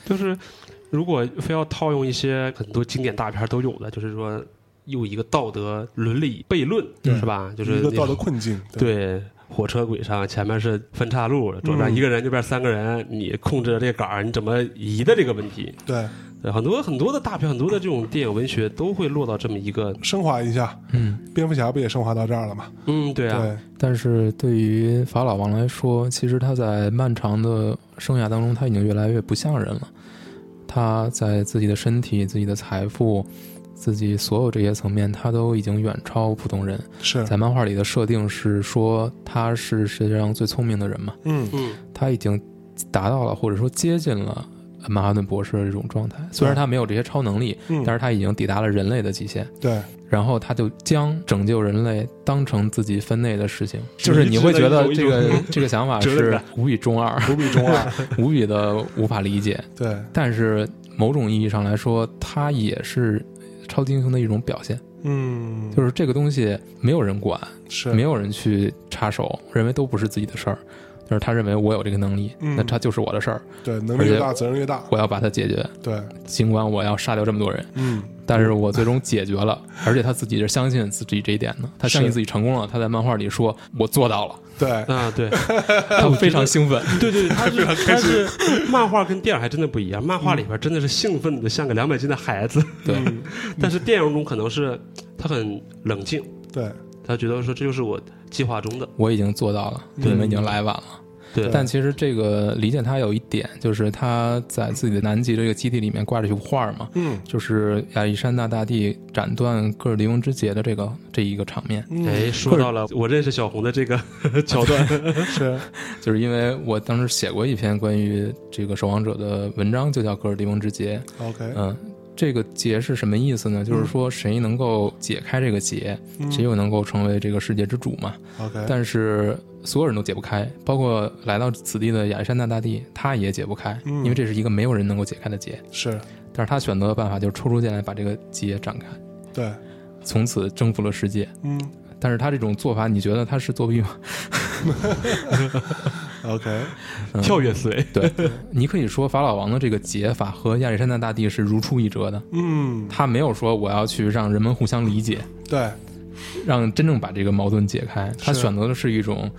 [SPEAKER 4] 就是如果非要套用一些很多经典大片都有的，就是说用一个道德伦理悖论，
[SPEAKER 1] 对
[SPEAKER 4] 是吧？就
[SPEAKER 1] 一
[SPEAKER 4] 是
[SPEAKER 1] 个
[SPEAKER 4] 那
[SPEAKER 1] 道德
[SPEAKER 4] 种
[SPEAKER 1] 困境。
[SPEAKER 4] 对。火车轨上前面是分岔路，左边
[SPEAKER 1] 嗯
[SPEAKER 4] 一个人，右边三个人，你控制着这个杆儿，你怎么移的这个问题？
[SPEAKER 1] 对，
[SPEAKER 4] 对，很多很多的大片，很多的这种电影文学都会落到这么一个，
[SPEAKER 1] 升华一下，
[SPEAKER 3] 嗯，
[SPEAKER 1] 蝙蝠侠不也升华到这儿了吗？
[SPEAKER 4] 嗯，对啊，
[SPEAKER 1] 对，
[SPEAKER 3] 但是对于法老王来说，其实他在漫长的生涯当中，他已经越来越不像人了。他在自己的身体、自己的财富、自己所有这些层面，他都已经远超普通人。
[SPEAKER 1] 是，
[SPEAKER 3] 在漫画里的设定是说他是世界上最聪明的人嘛，
[SPEAKER 1] 嗯，
[SPEAKER 4] 嗯，
[SPEAKER 3] 他已经达到了或者说接近了曼哈顿博士的这种状态。虽然他没有这些超能力，
[SPEAKER 1] 嗯
[SPEAKER 3] 但是他已经抵达了人类的极限。
[SPEAKER 1] 对，
[SPEAKER 3] 然后他就将拯救人类当成自己分内的事情，
[SPEAKER 4] 就
[SPEAKER 3] 就是是你会觉得这
[SPEAKER 4] 一直在有一
[SPEAKER 3] 个
[SPEAKER 4] 种
[SPEAKER 3] 这个想法
[SPEAKER 4] 折腾
[SPEAKER 3] 是
[SPEAKER 4] 感
[SPEAKER 3] 无比中 二，
[SPEAKER 1] 不必中 二，
[SPEAKER 3] 无比的无法理解。
[SPEAKER 1] 对，
[SPEAKER 3] 但是某种意义上来说，它也是超级英雄的一种表现，
[SPEAKER 1] 嗯，
[SPEAKER 3] 就是这个东西没有人管，
[SPEAKER 1] 是
[SPEAKER 3] 没有人去插手，认为都不是自己的事儿。就是他认为我有这个能力，
[SPEAKER 1] 嗯
[SPEAKER 3] 那他就是我的事儿，
[SPEAKER 1] 对，能力越大责任越大，
[SPEAKER 3] 我要把它解决。
[SPEAKER 1] 对，
[SPEAKER 3] 尽管我要杀掉这么多人，
[SPEAKER 1] 嗯，
[SPEAKER 3] 但是我最终解决了，而且他自己是相信自己这一点的，他相信
[SPEAKER 1] 是
[SPEAKER 3] 自己成功了。他在漫画里说：“我做到了。
[SPEAKER 1] 对，
[SPEAKER 4] 啊，对，”
[SPEAKER 3] 他非常兴奋。
[SPEAKER 4] 对对，对，他 是他是漫画跟电影还真的不一样，漫画里边真的是兴奋的像个两百斤的孩子，
[SPEAKER 3] 对，
[SPEAKER 1] 嗯
[SPEAKER 4] 但是电影中可能是他很冷静，
[SPEAKER 1] 对，
[SPEAKER 4] 他觉得说这就是我计划中的，
[SPEAKER 3] 我已经做到了，你们已经来晚了。
[SPEAKER 4] 对，
[SPEAKER 3] 但其实这个理解他有一点，就是他在自己的南极这个基地里面挂着一幅画嘛，
[SPEAKER 1] 嗯
[SPEAKER 3] 就是亚历山大大帝斩断戈尔迪翁之节的这个这一个场面，
[SPEAKER 1] 嗯，
[SPEAKER 4] 哎，说到了我认识小红的这个桥段，
[SPEAKER 1] 是，
[SPEAKER 3] 就是因为我当时写过一篇关于这个守望者的文章，就叫《戈尔迪翁之节》。
[SPEAKER 1] OK，
[SPEAKER 3] 嗯，这个结是什么意思呢？就是说谁能够解开这个结，
[SPEAKER 1] 嗯哎
[SPEAKER 3] 谁就能够成为这个世界之主嘛。
[SPEAKER 1] OK，
[SPEAKER 3] 但是所有人都解不开，包括来到此地的亚历山大大帝，他也解不开，
[SPEAKER 1] 嗯
[SPEAKER 3] 因为这是一个没有人能够解开的结。
[SPEAKER 1] 是
[SPEAKER 3] 但是他选择的办法就是抽出剑来把这个结展开，
[SPEAKER 1] 对，
[SPEAKER 3] 从此征服了世界。
[SPEAKER 1] 嗯
[SPEAKER 3] 但是他这种做法，你觉得他是作弊吗？
[SPEAKER 1] ，OK，
[SPEAKER 3] 嗯
[SPEAKER 4] 跳跃思维，
[SPEAKER 3] 对，你可以说法老王的这个解法和亚历山大大帝是如出一辙的，
[SPEAKER 1] 嗯，
[SPEAKER 3] 他没有说我要去让人们互相理解，
[SPEAKER 1] 对，
[SPEAKER 3] 让真正把这个矛盾解开。他
[SPEAKER 1] 是
[SPEAKER 3] 选择的是一种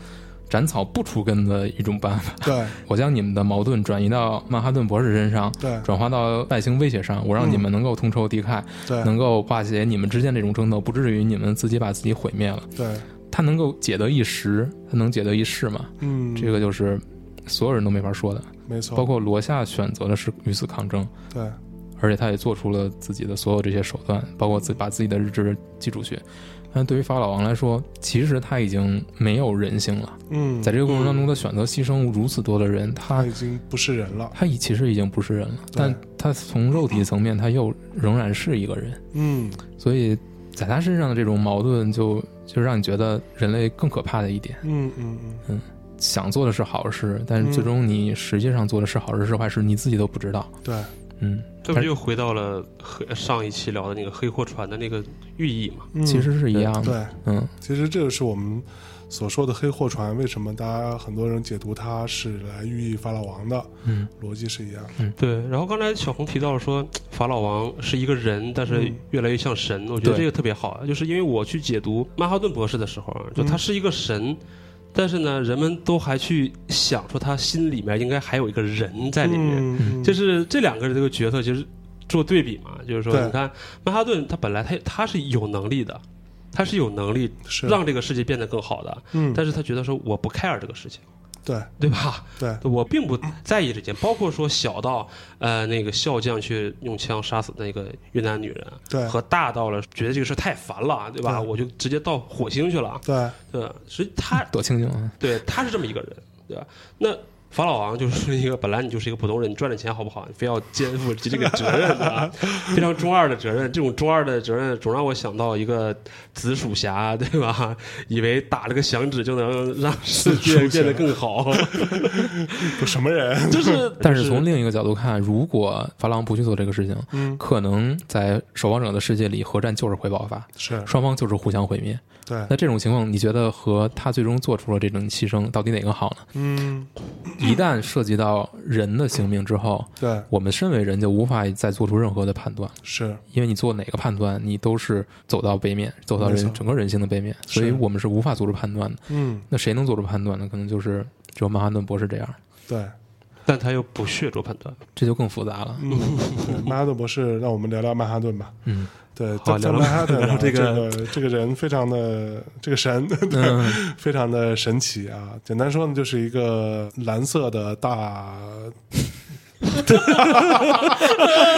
[SPEAKER 3] 斩草不除根的一种办法。
[SPEAKER 1] 对，
[SPEAKER 3] 我将你们的矛盾转移到曼哈顿博士身上，
[SPEAKER 1] 对，
[SPEAKER 3] 转化到外星威胁上，我让你们能够同仇敌忾，
[SPEAKER 1] 嗯对，
[SPEAKER 3] 能够化解你们之间这种争斗，不至于你们自己把自己毁灭了。
[SPEAKER 1] 对，
[SPEAKER 3] 他能够解得一时，他能解得一世嘛？
[SPEAKER 1] 嗯，
[SPEAKER 3] 这个就是所有人都没法说的，
[SPEAKER 1] 没错，
[SPEAKER 3] 包括罗夏选择的是与此抗争。
[SPEAKER 1] 对，
[SPEAKER 3] 而且他也做出了自己的所有这些手段，包括自把自己的日志记出去。但对于法老王来说，其实他已经没有人性了。
[SPEAKER 1] 嗯，
[SPEAKER 3] 在这个过程当中，他选择牺牲如此多的人，
[SPEAKER 1] 他
[SPEAKER 3] 他
[SPEAKER 1] 已经不是人了，
[SPEAKER 3] 他已其实已经不是人了，
[SPEAKER 1] 对
[SPEAKER 3] 但他从肉体层面，他又仍然是一个人。
[SPEAKER 1] 嗯，
[SPEAKER 3] 所以，在他身上的这种矛盾就，就让你觉得人类更可怕的一点。
[SPEAKER 1] 嗯嗯嗯，
[SPEAKER 3] 想做的是好事，但是
[SPEAKER 1] 嗯
[SPEAKER 3] 最终你实际上做的是好事是坏事，你自己都不知道。
[SPEAKER 1] 对，
[SPEAKER 3] 嗯，
[SPEAKER 4] 这不就回到了黑上一期聊的那个黑货船的那个寓意嘛？
[SPEAKER 1] 嗯
[SPEAKER 3] 其实是一样的。
[SPEAKER 1] 对，
[SPEAKER 3] 嗯，
[SPEAKER 1] 其实这就是我们所说的黑货船，为什么大家很多人解读它是来寓意法老王的，
[SPEAKER 3] 嗯，
[SPEAKER 1] 逻辑是一样的。
[SPEAKER 4] 对，然后刚才小红提到了说法老王是一个人，但是
[SPEAKER 1] 嗯
[SPEAKER 4] 越来越像神，我觉得
[SPEAKER 3] 对
[SPEAKER 4] 这个特别好，啊就是因为我去解读曼哈顿博士的时候啊，就他是一个神。但是呢，人们都还去想说他心里面应该还有一个人在里面，
[SPEAKER 1] 嗯，
[SPEAKER 4] 就是是这两个人这个角色其实做对比嘛，就是说
[SPEAKER 1] 对
[SPEAKER 4] 你看曼哈顿他本来他他是有能力的，他是有能力
[SPEAKER 1] 是
[SPEAKER 4] 让这个世界变得更好的，
[SPEAKER 1] 嗯，
[SPEAKER 4] 但是他觉得说我不 care 这个事情，
[SPEAKER 1] 对
[SPEAKER 4] 对吧？
[SPEAKER 1] 对，
[SPEAKER 4] 我并不在意这件，包括说小到呃那个笑匠去用枪杀死那个越南女人，
[SPEAKER 1] 对
[SPEAKER 4] 和大到了觉得这个事太烦了，对吧？
[SPEAKER 1] 对
[SPEAKER 4] 我就直接到火星去了，
[SPEAKER 1] 对，
[SPEAKER 4] 对吧，所以他
[SPEAKER 3] 多清静啊！
[SPEAKER 4] 对他是这么一个人，对吧？那法老王就是一个本来你就是一个普通人，你赚点钱好不好？你非要肩负起这个责任啊，非常中二的责任。这种中二的责任总让我想到一个紫薯侠，对吧？以为打了个响指就能让世界变得更好，
[SPEAKER 1] 不什么人？
[SPEAKER 4] 就是。
[SPEAKER 3] 但是从另一个角度看，如果法郎不去做这个事情，
[SPEAKER 1] 嗯，
[SPEAKER 3] 可能在守望者的世界里，核战就是会爆发，
[SPEAKER 1] 是
[SPEAKER 3] 双方就是互相毁灭。
[SPEAKER 1] 对，
[SPEAKER 3] 那这种情况，你觉得和他最终做出了这种牺牲，到底哪个好呢？
[SPEAKER 1] 嗯，
[SPEAKER 3] 一旦涉及到人的性命之后，
[SPEAKER 1] 对，
[SPEAKER 3] 我们身为人就无法再做出任何的判断，
[SPEAKER 1] 是
[SPEAKER 3] 因为你做哪个判断，你都是走到背面，走到
[SPEAKER 1] 没错
[SPEAKER 3] 人整个人性的背面，所以
[SPEAKER 1] 是
[SPEAKER 3] 我们是无法做出判断的。
[SPEAKER 1] 嗯，
[SPEAKER 3] 那谁能做出判断呢？可能就是只有曼哈顿博士这样，
[SPEAKER 1] 对，
[SPEAKER 4] 但他又不屑做判断。
[SPEAKER 3] 这就更复杂了。
[SPEAKER 1] 嗯，对，曼哈顿博士，让我们聊聊曼哈顿吧。
[SPEAKER 3] 嗯，
[SPEAKER 1] 对，在
[SPEAKER 4] 好
[SPEAKER 1] 在
[SPEAKER 4] 聊聊
[SPEAKER 1] 曼 哈顿啊，
[SPEAKER 4] 聊
[SPEAKER 1] 这
[SPEAKER 4] 这
[SPEAKER 1] 个
[SPEAKER 4] 个
[SPEAKER 1] 这个人非常的这个神，
[SPEAKER 3] 嗯
[SPEAKER 1] 非常的神奇啊。简单说呢，就是一个蓝色的大。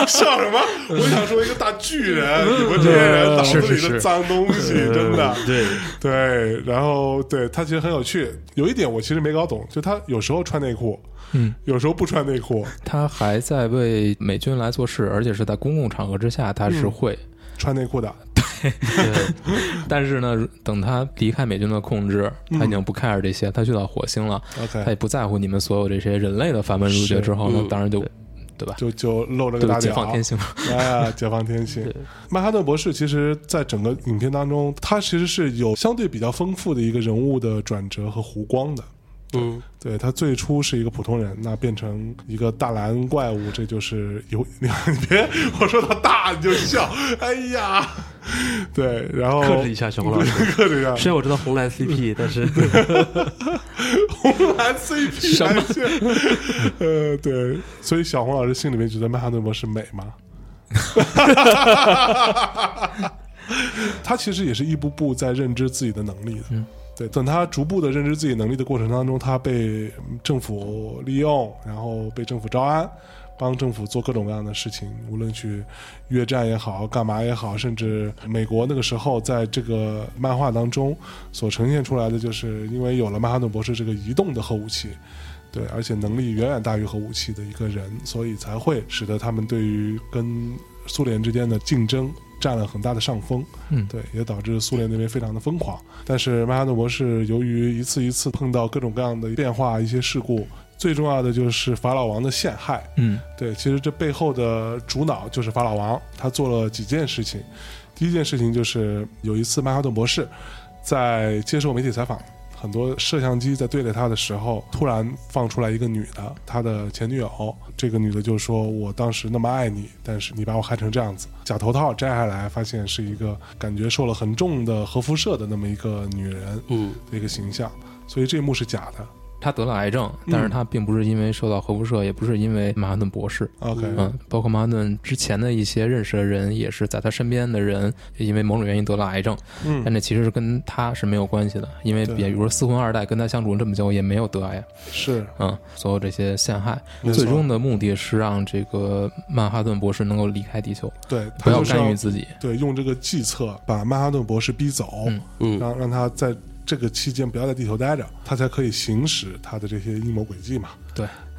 [SPEAKER 1] 笑什么？我想说一个大巨人，你们这些人脑子
[SPEAKER 3] 嗯是
[SPEAKER 1] 里
[SPEAKER 3] 是
[SPEAKER 1] 的
[SPEAKER 3] 是嗯
[SPEAKER 1] 脏东西，真的。哦
[SPEAKER 4] 对，
[SPEAKER 1] 对，然后对他其实很有趣，有一点我其实没搞懂，就他有时候穿内裤，
[SPEAKER 3] 嗯，
[SPEAKER 1] 有时候不穿内裤，
[SPEAKER 3] 他还在为美军来做事，而且是在公共场合之下，他是会。
[SPEAKER 1] 穿内裤的，
[SPEAKER 3] 但是呢，等他离开美军的控制，他已经不 care 这些，他去到火星
[SPEAKER 1] 嗯
[SPEAKER 3] 了，他
[SPEAKER 1] OK，
[SPEAKER 3] 也不在乎你们所有这些人类的繁文缛节之后呢，
[SPEAKER 4] 嗯
[SPEAKER 3] 当然就
[SPEAKER 4] 对
[SPEAKER 3] 对吧？
[SPEAKER 1] 就就露了个
[SPEAKER 3] 就
[SPEAKER 1] 大
[SPEAKER 3] 解
[SPEAKER 1] 屌，
[SPEAKER 3] 放天性了。
[SPEAKER 1] 啊，解放天性。曼哈顿博士其实，在整个影片当中，他其实是有相对比较丰富的一个人物的转折和弧光的。
[SPEAKER 4] 嗯，
[SPEAKER 1] 对他最初是一个普通人，那变成一个大蓝怪物，这就是有 你别我说他大你就笑，哎呀，对，然后
[SPEAKER 4] 克制一下熊老师。
[SPEAKER 1] 克制一下，
[SPEAKER 4] 虽然我知道红蓝 CP，但是
[SPEAKER 1] 红蓝 CP 什么？呃，对，所以小红老师心里面觉得曼哈顿博士美吗？他其实也是一步步在认知自己的能力的。对，等他逐步的认知自己能力的过程当中，他被嗯政府利用，然后被政府招安，帮政府做各种各样的事情，无论去越战也好，干嘛也好，甚至美国那个时候在这个漫画当中所呈现出来的，就是因为有了曼哈顿博士这个移动的核武器。对，而且能力远远大于核武器的一个人，所以才会使得他们对于跟苏联之间的竞争占了很大的上风。
[SPEAKER 3] 嗯，
[SPEAKER 1] 对，也导致苏联那边非常的疯狂。但是曼哈顿博士由于一次一次碰到各种各样的变化、一些事故，最重要的就是法老王的陷害。
[SPEAKER 3] 嗯，
[SPEAKER 1] 对，其实这背后的主脑就是法老王，他做了几件事情。第一件事情就是有一次曼哈顿博士在接受媒体采访，很多摄像机在对着他的时候，突然放出来一个女的，他的前女友。这个女的就说：“我当时那么爱你，但是你把我害成这样子。”假头套摘下来，发现是一个感觉受了很重的核辐射的那么一个女人
[SPEAKER 4] 嗯，
[SPEAKER 1] 的一个形象，所以这一幕是假的。
[SPEAKER 3] 他得了癌症，但是他并不是因为受到核辐射，也不是因为曼哈顿博士。
[SPEAKER 1] OK，、
[SPEAKER 3] 嗯，包括曼哈顿之前的一些认识的人，也是在他身边的人，因为某种原因得了癌症，
[SPEAKER 1] 嗯
[SPEAKER 3] 但这其实是跟他是没有关系的，因为
[SPEAKER 1] 对
[SPEAKER 3] 比如说四魂二代跟他相处了这么久，也没有得癌，
[SPEAKER 1] 是
[SPEAKER 3] 嗯，所有这些陷害，
[SPEAKER 1] 没错
[SPEAKER 3] 最终的目的是让这个曼哈顿博士能够离开地球，
[SPEAKER 1] 对，他
[SPEAKER 3] 不要
[SPEAKER 1] 就是
[SPEAKER 3] 干预自己。
[SPEAKER 1] 对，用这个计策把曼哈顿博士逼走，
[SPEAKER 3] 嗯
[SPEAKER 4] 嗯
[SPEAKER 1] 让让他在这个期间不要在地球待着，他才可以行使他的这些阴谋诡计嘛。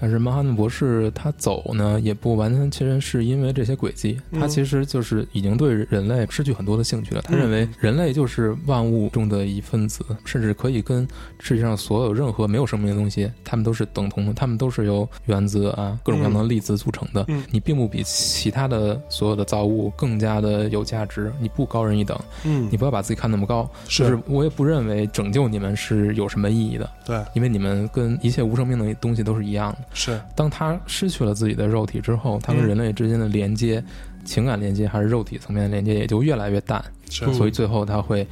[SPEAKER 3] 但是曼哈顿博士他走呢，也不完全其实是因为这些轨迹，
[SPEAKER 1] 嗯
[SPEAKER 3] 他其实就是已经对人类失去很多的兴趣了。他认为
[SPEAKER 1] 嗯
[SPEAKER 3] 人类就是万物中的一分子，甚至可以跟世界上所有任何没有生命的东西，他们都是等同的，他们都是由原子啊各种各样的粒子组成的。
[SPEAKER 1] 嗯
[SPEAKER 3] 你并不比其他的所有的造物更加的有价值，你不高人一等，
[SPEAKER 1] 嗯
[SPEAKER 3] 你不要把自己看那么高。就是我也不认为拯救你们是有什么意义的，
[SPEAKER 1] 对，
[SPEAKER 3] 因为你们跟一切无生命的东西都是一样的。
[SPEAKER 1] 是
[SPEAKER 3] 当他失去了自己的肉体之后，他跟
[SPEAKER 1] 嗯
[SPEAKER 3] 人类之间的连接、情感连接还是肉体层面的连接也就越来越淡，
[SPEAKER 1] 是，
[SPEAKER 3] 所以最后他会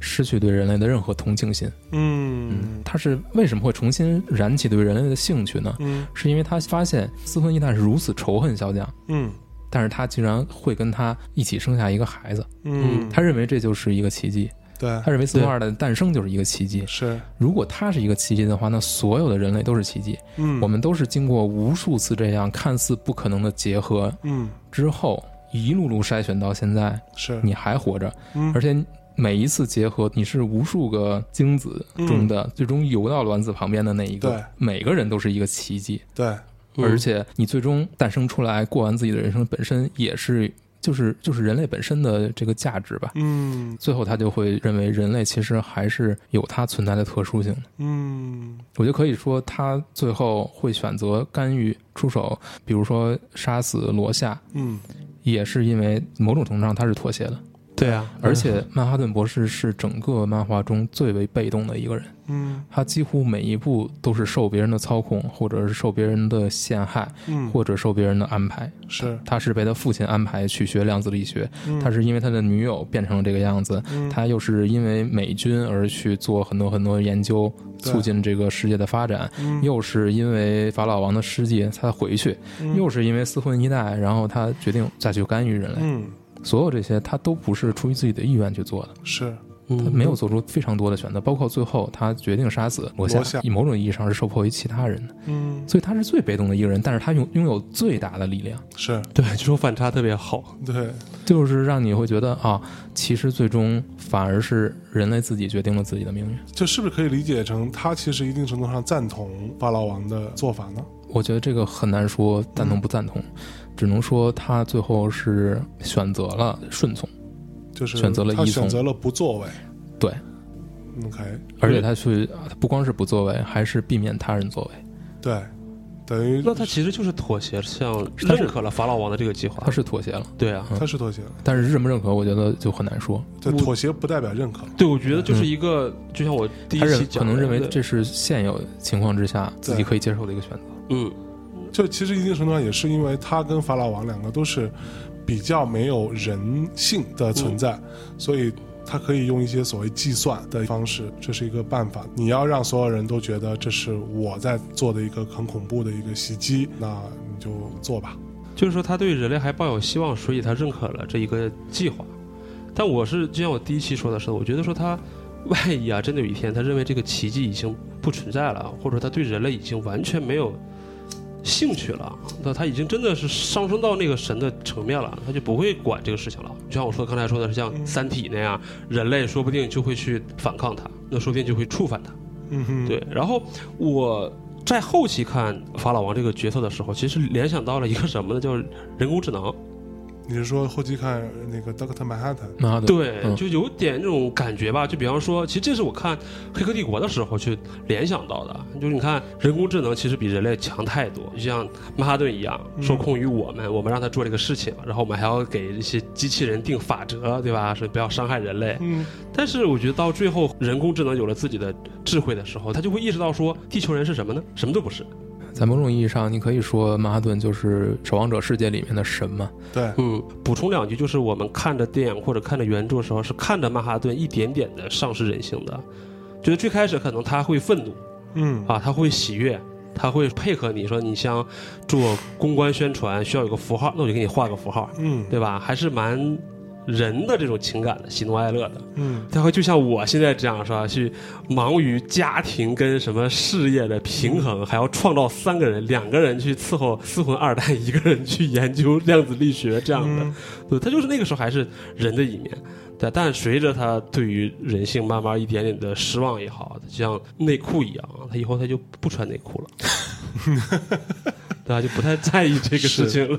[SPEAKER 3] 失去对人类的任何同情心。
[SPEAKER 1] 嗯
[SPEAKER 3] 他是为什么会重新燃起对人类的兴趣呢？
[SPEAKER 1] 嗯
[SPEAKER 3] 是因为他发现斯芬一代是如此仇恨小蒋，
[SPEAKER 1] 嗯
[SPEAKER 3] 但是他竟然会跟他一起生下一个孩子，
[SPEAKER 1] 嗯，
[SPEAKER 3] 他认为这就是一个奇迹。
[SPEAKER 1] 对
[SPEAKER 3] 他，认为四不二的诞生就是一个奇迹。
[SPEAKER 1] 是，
[SPEAKER 3] 如果它是一个奇迹的话，那所有的人类都是奇迹。
[SPEAKER 1] 嗯，
[SPEAKER 3] 我们都是经过无数次这样看似不可能的结合
[SPEAKER 1] 嗯
[SPEAKER 3] 之后，一路路筛选到现在，
[SPEAKER 1] 是，
[SPEAKER 3] 你还活着，
[SPEAKER 1] 嗯
[SPEAKER 3] 而且每一次结合，你是无数个精子中的、最终游到卵子旁边的那一
[SPEAKER 1] 嗯对嗯
[SPEAKER 3] 个，每个人都是一个奇迹，
[SPEAKER 1] 对，
[SPEAKER 3] 而且你最终诞生出来，过完自己的人生本身也是，就是就是人类本身的这个价值吧。
[SPEAKER 1] 嗯
[SPEAKER 3] 最后，他就会认为人类其实还是有它存在的特殊性的。
[SPEAKER 1] 嗯
[SPEAKER 3] 我就可以说，他最后会选择干预出手，比如说杀死罗夏，
[SPEAKER 1] 嗯，
[SPEAKER 3] 也是因为某种程度上他是妥协的。
[SPEAKER 4] 对啊，
[SPEAKER 3] 而且曼哈顿博士是整个漫画中最为被动的一个人，
[SPEAKER 1] 嗯
[SPEAKER 3] 他几乎每一步都是受别人的操控，或者是受别人的陷害，
[SPEAKER 1] 嗯，
[SPEAKER 3] 或者受别人的安排。
[SPEAKER 1] 是，
[SPEAKER 3] 他是被他父亲安排去学量子力学，
[SPEAKER 1] 嗯
[SPEAKER 3] 他是因为他的女友变成了这个样子，
[SPEAKER 1] 嗯
[SPEAKER 3] 他又是因为美军而去做很多很多研究，
[SPEAKER 1] 对
[SPEAKER 3] 促进这个世界的发展。
[SPEAKER 1] 嗯
[SPEAKER 3] 又是因为法老王的事迹，他回去；
[SPEAKER 1] 嗯
[SPEAKER 3] 又是因为私混一代，然后他决定再去干预人类。
[SPEAKER 1] 嗯
[SPEAKER 3] 所有这些，他都不是出于自己的意愿去做的。
[SPEAKER 1] 是，
[SPEAKER 3] 他没
[SPEAKER 4] 嗯
[SPEAKER 3] 有做出非常多的选择，包括最后他决定杀死罗
[SPEAKER 1] 罗夏
[SPEAKER 3] 夏，以某种意义上是受迫于其他人的，
[SPEAKER 1] 嗯
[SPEAKER 3] 所以他是最被动的一个人，但是他拥拥有最大的力量，
[SPEAKER 1] 是，
[SPEAKER 4] 对，这种反差特别好。
[SPEAKER 1] 对，
[SPEAKER 3] 就是让你会觉得啊，其实最终反而是人类自己决定了自己的命运。
[SPEAKER 1] 就是不是可以理解成他其实一定程度上赞同巴老王的做法呢？
[SPEAKER 3] 我觉得这个很难说赞
[SPEAKER 1] 嗯
[SPEAKER 3] 同不赞同，只能说他最后是选择了顺从，
[SPEAKER 1] 就是
[SPEAKER 3] 选择了
[SPEAKER 1] 他
[SPEAKER 3] 依
[SPEAKER 1] 选
[SPEAKER 3] 从
[SPEAKER 1] 择了不作为
[SPEAKER 3] 对，
[SPEAKER 1] ，OK，
[SPEAKER 3] 而且他去他不光是不作为，还是避免他人作为。
[SPEAKER 1] 对，等于
[SPEAKER 4] 那他其实就是妥协，像
[SPEAKER 3] 他是
[SPEAKER 4] 认可了法老王的这个计划
[SPEAKER 3] 他。是妥协了，
[SPEAKER 4] 对啊，
[SPEAKER 1] 他是妥协了，
[SPEAKER 3] 但是认不认可，我觉得就很难说。
[SPEAKER 1] 对，
[SPEAKER 4] 我
[SPEAKER 1] 妥协不代表认可，
[SPEAKER 4] 对，我觉得就是一个，就像我第一
[SPEAKER 3] 他认
[SPEAKER 4] 期
[SPEAKER 3] 可
[SPEAKER 4] 讲的，
[SPEAKER 3] 能认为
[SPEAKER 4] 对
[SPEAKER 3] 这是现有情况之下自己可以接受的一个选择。
[SPEAKER 4] 嗯，
[SPEAKER 1] 就其实一定程度上也是因为他跟法老王两个都是比较没有人性的
[SPEAKER 4] 嗯
[SPEAKER 1] 存在，所以他可以用一些所谓计算的方式，这是一个办法。你要让所有人都觉得这是我在做的一个很恐怖的一个袭击，那你就做吧。
[SPEAKER 4] 就是说他对人类还抱有希望，所以他认可了这一个计划。但我是就像我第一期说的是，我觉得说他万一啊，真的有一天他认为这个奇迹已经不存在了，或者说他对人类已经完全没有兴趣了，那他已经真的是上升到那个神的层面了，他就不会管这个事情了。就像我说刚才说的是像《三体》那样，人类说不定就会去反抗他，那说不定就会触犯他。
[SPEAKER 1] 嗯哼，
[SPEAKER 4] 对，然后我在后期看法老王这个角色的时候，其实联想到了一个什么呢？叫人工智能。
[SPEAKER 1] 你是说后期看那个 Doctor Manhattan？
[SPEAKER 3] 那对，
[SPEAKER 4] 对，
[SPEAKER 3] 嗯
[SPEAKER 4] 就有点那种感觉吧。就比方说，其实这是我看《黑客帝国》的时候去联想到的。就是你看，人工智能其实比人类强太多，就像曼哈顿一样，
[SPEAKER 1] 嗯
[SPEAKER 4] 受控于我们，我们让他做这个事情，然后我们还要给这些机器人定法则，对吧？是不要伤害人类。
[SPEAKER 1] 嗯，
[SPEAKER 4] 但是我觉得到最后，人工智能有了自己的智慧的时候，他就会意识到说，地球人是什么呢？什么都不是。
[SPEAKER 3] 在某种意义上，你可以说曼哈顿就是《守望者》世界里面的神嘛。
[SPEAKER 1] 对，
[SPEAKER 4] 嗯，补充两句，就是我们看着电影或者看着原著的时候，是看着曼哈顿一点点的丧失人性的，就是最开始可能他会愤怒
[SPEAKER 1] 嗯，
[SPEAKER 4] 啊，他会喜悦，他会配合你说你像做公关宣传需要有个符号，那我就给你画个符号，
[SPEAKER 1] 嗯，
[SPEAKER 4] 对吧？还是蛮人的这种情感的喜怒哀乐的。
[SPEAKER 1] 嗯，
[SPEAKER 4] 他会就像我现在这样是吧？去忙于家庭跟什么事业的平衡，还要创造三个人，两个人去伺候四魂二代，一个人去研究量子力学这样的。对，他就是那个时候还是人的一面。对，但随着他对于人性慢慢一点点的失望也好，就像内裤一样，他以后他就不穿内裤了，对吧？就不太在意这个事情了。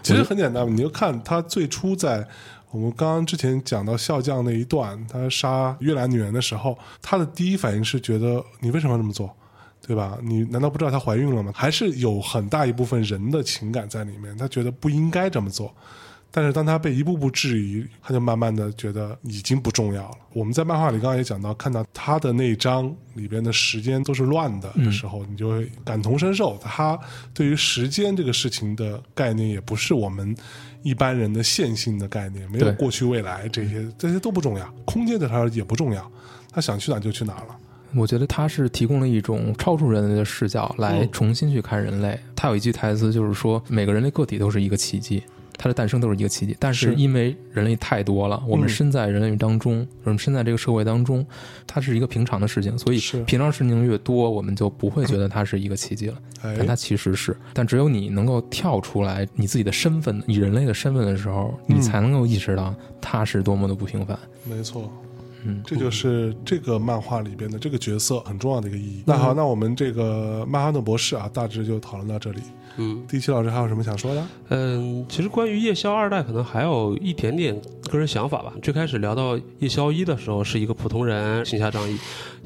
[SPEAKER 1] 其实很简单，你就看他最初在我们刚刚之前讲到笑匠那一段，他杀越南女人的时候，他的第一反应是觉得你为什么要这么做，对吧？你难道不知道她怀孕了吗？还是有很大一部分人的情感在里面，他觉得不应该这么做。但是当他被一步步质疑，他就慢慢的觉得已经不重要了。我们在漫画里刚刚也讲到，看到他的那一章里边的时间都是乱的时候，你就会感同身受。他对于时间这个事情的概念，也不是我们一般人的线性的概念，没有
[SPEAKER 3] 对
[SPEAKER 1] 过去、未来这些，这些都不重要。空间对他也不重要，他想去哪就去哪了。
[SPEAKER 3] 我觉得他是提供了一种超出人类的
[SPEAKER 1] 嗯
[SPEAKER 3] 视角来重新去看人类。他有一句台词就是说，每个人类个体都是一个奇迹。它的诞生都是一个奇迹。但是
[SPEAKER 1] 是
[SPEAKER 3] 因为人类太多了，我们
[SPEAKER 1] 嗯
[SPEAKER 3] 身在人类当中，我们身在这个社会当中，它是一个平常的事情，所以
[SPEAKER 1] 是
[SPEAKER 3] 平常事情越多，我们就不会觉得它是一个奇迹了。
[SPEAKER 1] 哎
[SPEAKER 3] 但它其实是，但只有你能够跳出来你自己的身份，你人类的身份的时候，你
[SPEAKER 1] 嗯
[SPEAKER 3] 才能够意识到它是多么的不平凡。
[SPEAKER 1] 没错，
[SPEAKER 3] 嗯，
[SPEAKER 1] 这就是这个漫画里边的这个角色很重要的一个意义。
[SPEAKER 4] 嗯
[SPEAKER 1] 那好，那我们这个曼哈顿博士啊，大致就讨论到这里。
[SPEAKER 4] 嗯
[SPEAKER 1] 第七老师还有什么想说的？
[SPEAKER 4] 嗯，其实关于夜宵二代，可能还有一点点个人想法吧。最开始聊到夜宵一的时候，是一个普通人行侠仗义；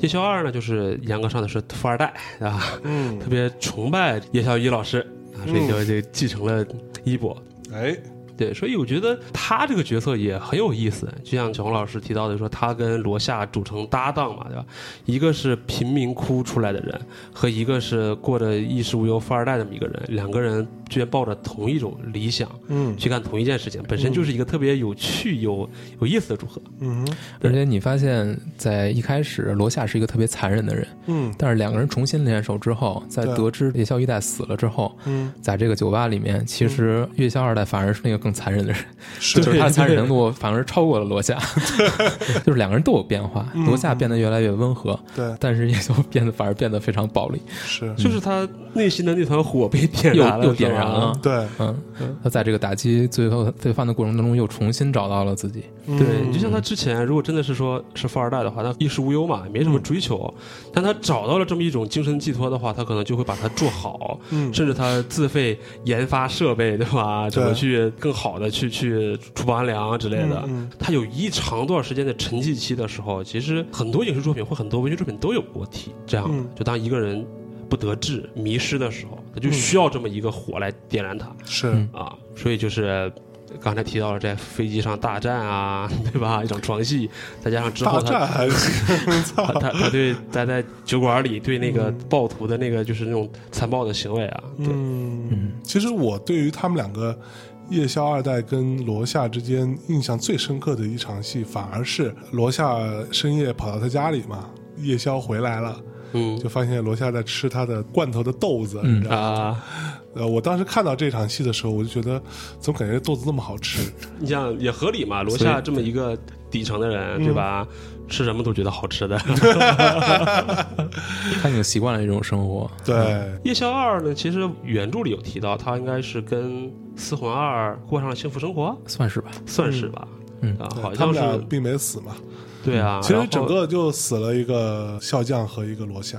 [SPEAKER 4] 夜宵二呢，就是严格上的是富二代啊，
[SPEAKER 1] 嗯
[SPEAKER 4] 特，别崇拜夜宵一老师啊，所以就就继承了衣钵。
[SPEAKER 1] 哎，
[SPEAKER 4] 对，所以我觉得他这个角色也很有意思，就像小红老师提到的说，他跟罗夏组成搭档嘛，对吧？一个是贫民窟出来的人，和一个是过着衣食无忧富二代这么一个人，两个人居然抱着同一种理想
[SPEAKER 1] 嗯
[SPEAKER 4] 去干同一件事情，本身就是一个特别有趣、有有意思的组合。
[SPEAKER 1] 嗯哼
[SPEAKER 3] 而且你发现，在一开始，罗夏是一个特别残忍的人，
[SPEAKER 1] 嗯
[SPEAKER 3] 但是两个人重新联手之后，在
[SPEAKER 1] 对
[SPEAKER 3] 得知夜宵一代死了之后，
[SPEAKER 1] 嗯，
[SPEAKER 3] 在这个酒吧里面，其实夜宵二代反而是那个更残忍的人，
[SPEAKER 1] 是
[SPEAKER 3] 就是他的残忍程度反而超过了罗夏，就是两个人都有变化，
[SPEAKER 1] 嗯
[SPEAKER 3] 罗夏变得越来越温和，
[SPEAKER 1] 对，
[SPEAKER 3] 但是夜宵变得反而变得非常暴力，
[SPEAKER 1] 是，
[SPEAKER 4] 就是他内心的那团火被点
[SPEAKER 3] 又
[SPEAKER 4] 燃了，
[SPEAKER 3] 又嗯点燃
[SPEAKER 4] 是吧
[SPEAKER 3] 了。
[SPEAKER 1] 对，
[SPEAKER 3] 嗯，他在这个打击最后罪犯的过程当中，又重新找到了自己。
[SPEAKER 1] 嗯
[SPEAKER 4] 对，你就像
[SPEAKER 1] 他，
[SPEAKER 4] 他之前，如果真的是说是富二代的话，他衣食无忧嘛，也没什么追求。
[SPEAKER 1] 嗯
[SPEAKER 4] 但他找到了这么一种精神寄托的话，他可能就会把它做好，
[SPEAKER 1] 嗯
[SPEAKER 4] 甚至他自费研发设备，对吧？怎么
[SPEAKER 1] 对
[SPEAKER 4] 去更好的去去除暴安良之类的。
[SPEAKER 1] 嗯
[SPEAKER 4] 他有一长段时间的沉寂期的时候，其实很多影视作品或很多文学作品都有过提这样的，
[SPEAKER 1] 嗯
[SPEAKER 4] 就当一个人不得志、迷失的时候，他就
[SPEAKER 1] 嗯
[SPEAKER 4] 需要这么一个火来点燃他。
[SPEAKER 1] 是，
[SPEAKER 3] 嗯
[SPEAKER 4] 啊，所以就是刚才提到了在飞机上大战啊， 对吧？一场床戏，再加上之后
[SPEAKER 1] 大
[SPEAKER 4] 他
[SPEAKER 1] 战还 行，
[SPEAKER 4] 他
[SPEAKER 1] 操，
[SPEAKER 4] 他他对他在酒馆里对那个
[SPEAKER 1] 嗯
[SPEAKER 4] 暴徒的那个就是那种残暴的行为啊，对，
[SPEAKER 1] 嗯，其实我对于他们两个夜宵二代跟罗夏之间印象最深刻的一场戏，反而是罗夏深夜跑到他家里嘛，夜宵回来了，
[SPEAKER 4] 嗯
[SPEAKER 1] 就发现罗夏在吃他的罐头的豆子，
[SPEAKER 3] 嗯
[SPEAKER 1] 你知道吗？
[SPEAKER 4] 啊，
[SPEAKER 1] 呃，我当时看到这场戏的时候，我就觉得怎么感觉豆子那么好吃？
[SPEAKER 4] 你想也合理嘛？罗
[SPEAKER 3] 所以
[SPEAKER 4] 夏这么一个底层的人，对吧？
[SPEAKER 1] 嗯
[SPEAKER 4] 吃什么都觉得好 吃的。
[SPEAKER 3] 他已经习惯了这种生活。
[SPEAKER 1] 对，
[SPEAKER 4] 夜宵二呢，其实原著里有提到，他应该是跟四魂二过上了幸福生活，
[SPEAKER 3] 算是吧，
[SPEAKER 4] 算是吧？
[SPEAKER 3] 嗯
[SPEAKER 4] 啊，
[SPEAKER 1] 对
[SPEAKER 4] 好
[SPEAKER 1] 他
[SPEAKER 4] 像
[SPEAKER 1] 们俩
[SPEAKER 4] 是
[SPEAKER 1] 并没死嘛。
[SPEAKER 4] 对啊。
[SPEAKER 1] 其
[SPEAKER 4] 然
[SPEAKER 1] 实
[SPEAKER 4] 后
[SPEAKER 1] 整个就死了一个笑匠和一个罗夏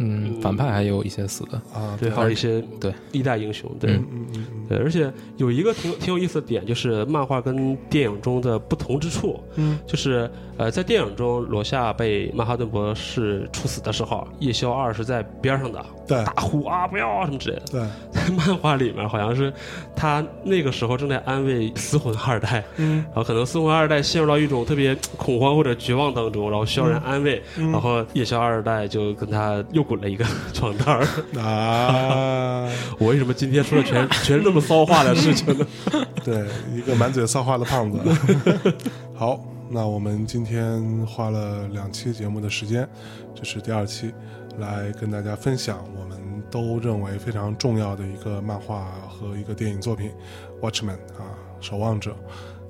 [SPEAKER 3] 嗯，反派还有一些死的，
[SPEAKER 1] 啊。
[SPEAKER 4] 对，还有一些
[SPEAKER 3] 对
[SPEAKER 4] 历代英雄，对，
[SPEAKER 1] 嗯嗯嗯
[SPEAKER 4] 对，而且有一个挺挺有意思的点，就是漫画跟电影中的不同之处，
[SPEAKER 1] 嗯，
[SPEAKER 4] 就是呃，在电影中罗夏被曼哈顿博士处死的时候，夜宵二是在边上的
[SPEAKER 1] 嗯，对
[SPEAKER 4] 大呼啊不要啊什么之类的，
[SPEAKER 1] 对，
[SPEAKER 4] 在漫画里面好像是他那个时候正在安慰死魂二代，
[SPEAKER 1] 嗯
[SPEAKER 4] 然后可能四魂二代陷入到一种特别恐慌或者绝望当中，然后需要人安慰，
[SPEAKER 1] 嗯
[SPEAKER 4] 然后夜宵二代就跟他又滚了一个 床单 儿。
[SPEAKER 1] 啊，
[SPEAKER 4] 我为什么今天说的全全是那么骚话的事情呢？
[SPEAKER 1] 对，一个满嘴骚话的胖子。 好，那我们今天花了两期节目的时间，这是第二期，来跟大家分享我们都认为非常重要的一个漫画和一个电影作品《Watchman》啊，《守望者》。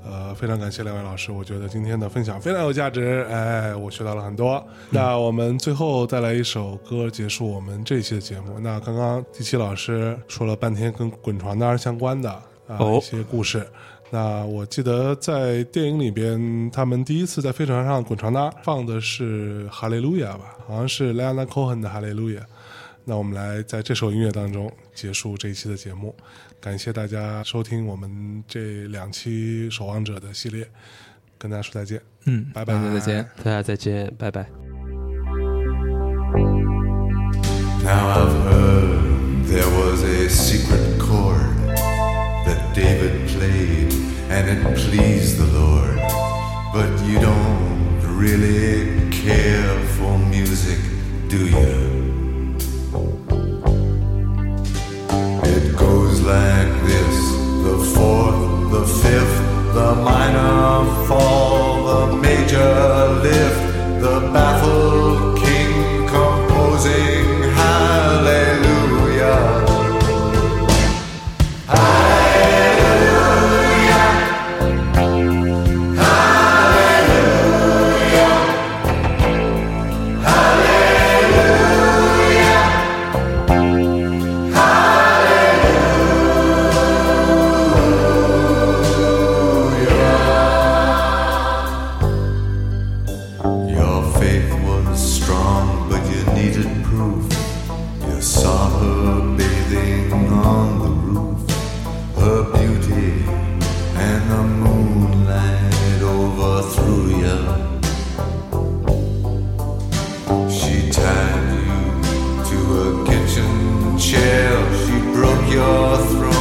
[SPEAKER 1] 呃，非常感谢两位老师，我觉得今天的分享非常有价值，哎，我学到了很多。那我们最后再来一首歌结束我们这一期的节目。那刚刚第七老师说了半天跟滚床单儿相关的啊、
[SPEAKER 4] 哦
[SPEAKER 1] 一些故事。那我记得在电影里边，他们第一次在飞船上滚床单儿放的是《哈利路亚》吧，好像是莱昂纳·科恩的《哈利路亚》。那我们来在这首音乐当中结束这一期的节目，感谢大家收听我们这两期《守望者》的系列，跟大家说再见。
[SPEAKER 3] 嗯，
[SPEAKER 1] 拜拜
[SPEAKER 3] 大家再见。
[SPEAKER 4] 大家啊再见，拜拜。
[SPEAKER 5] Now I've heard there was a secret chord that David played and it pleased the Lord. But you don't really care for music, do you? It goes like this the fourth, the fifth, the minor fall, the major lift, the baffled king composing hallelujah. Hallelujah. moonlight overthrew you. She tied you to a kitchen chair. She broke your throat.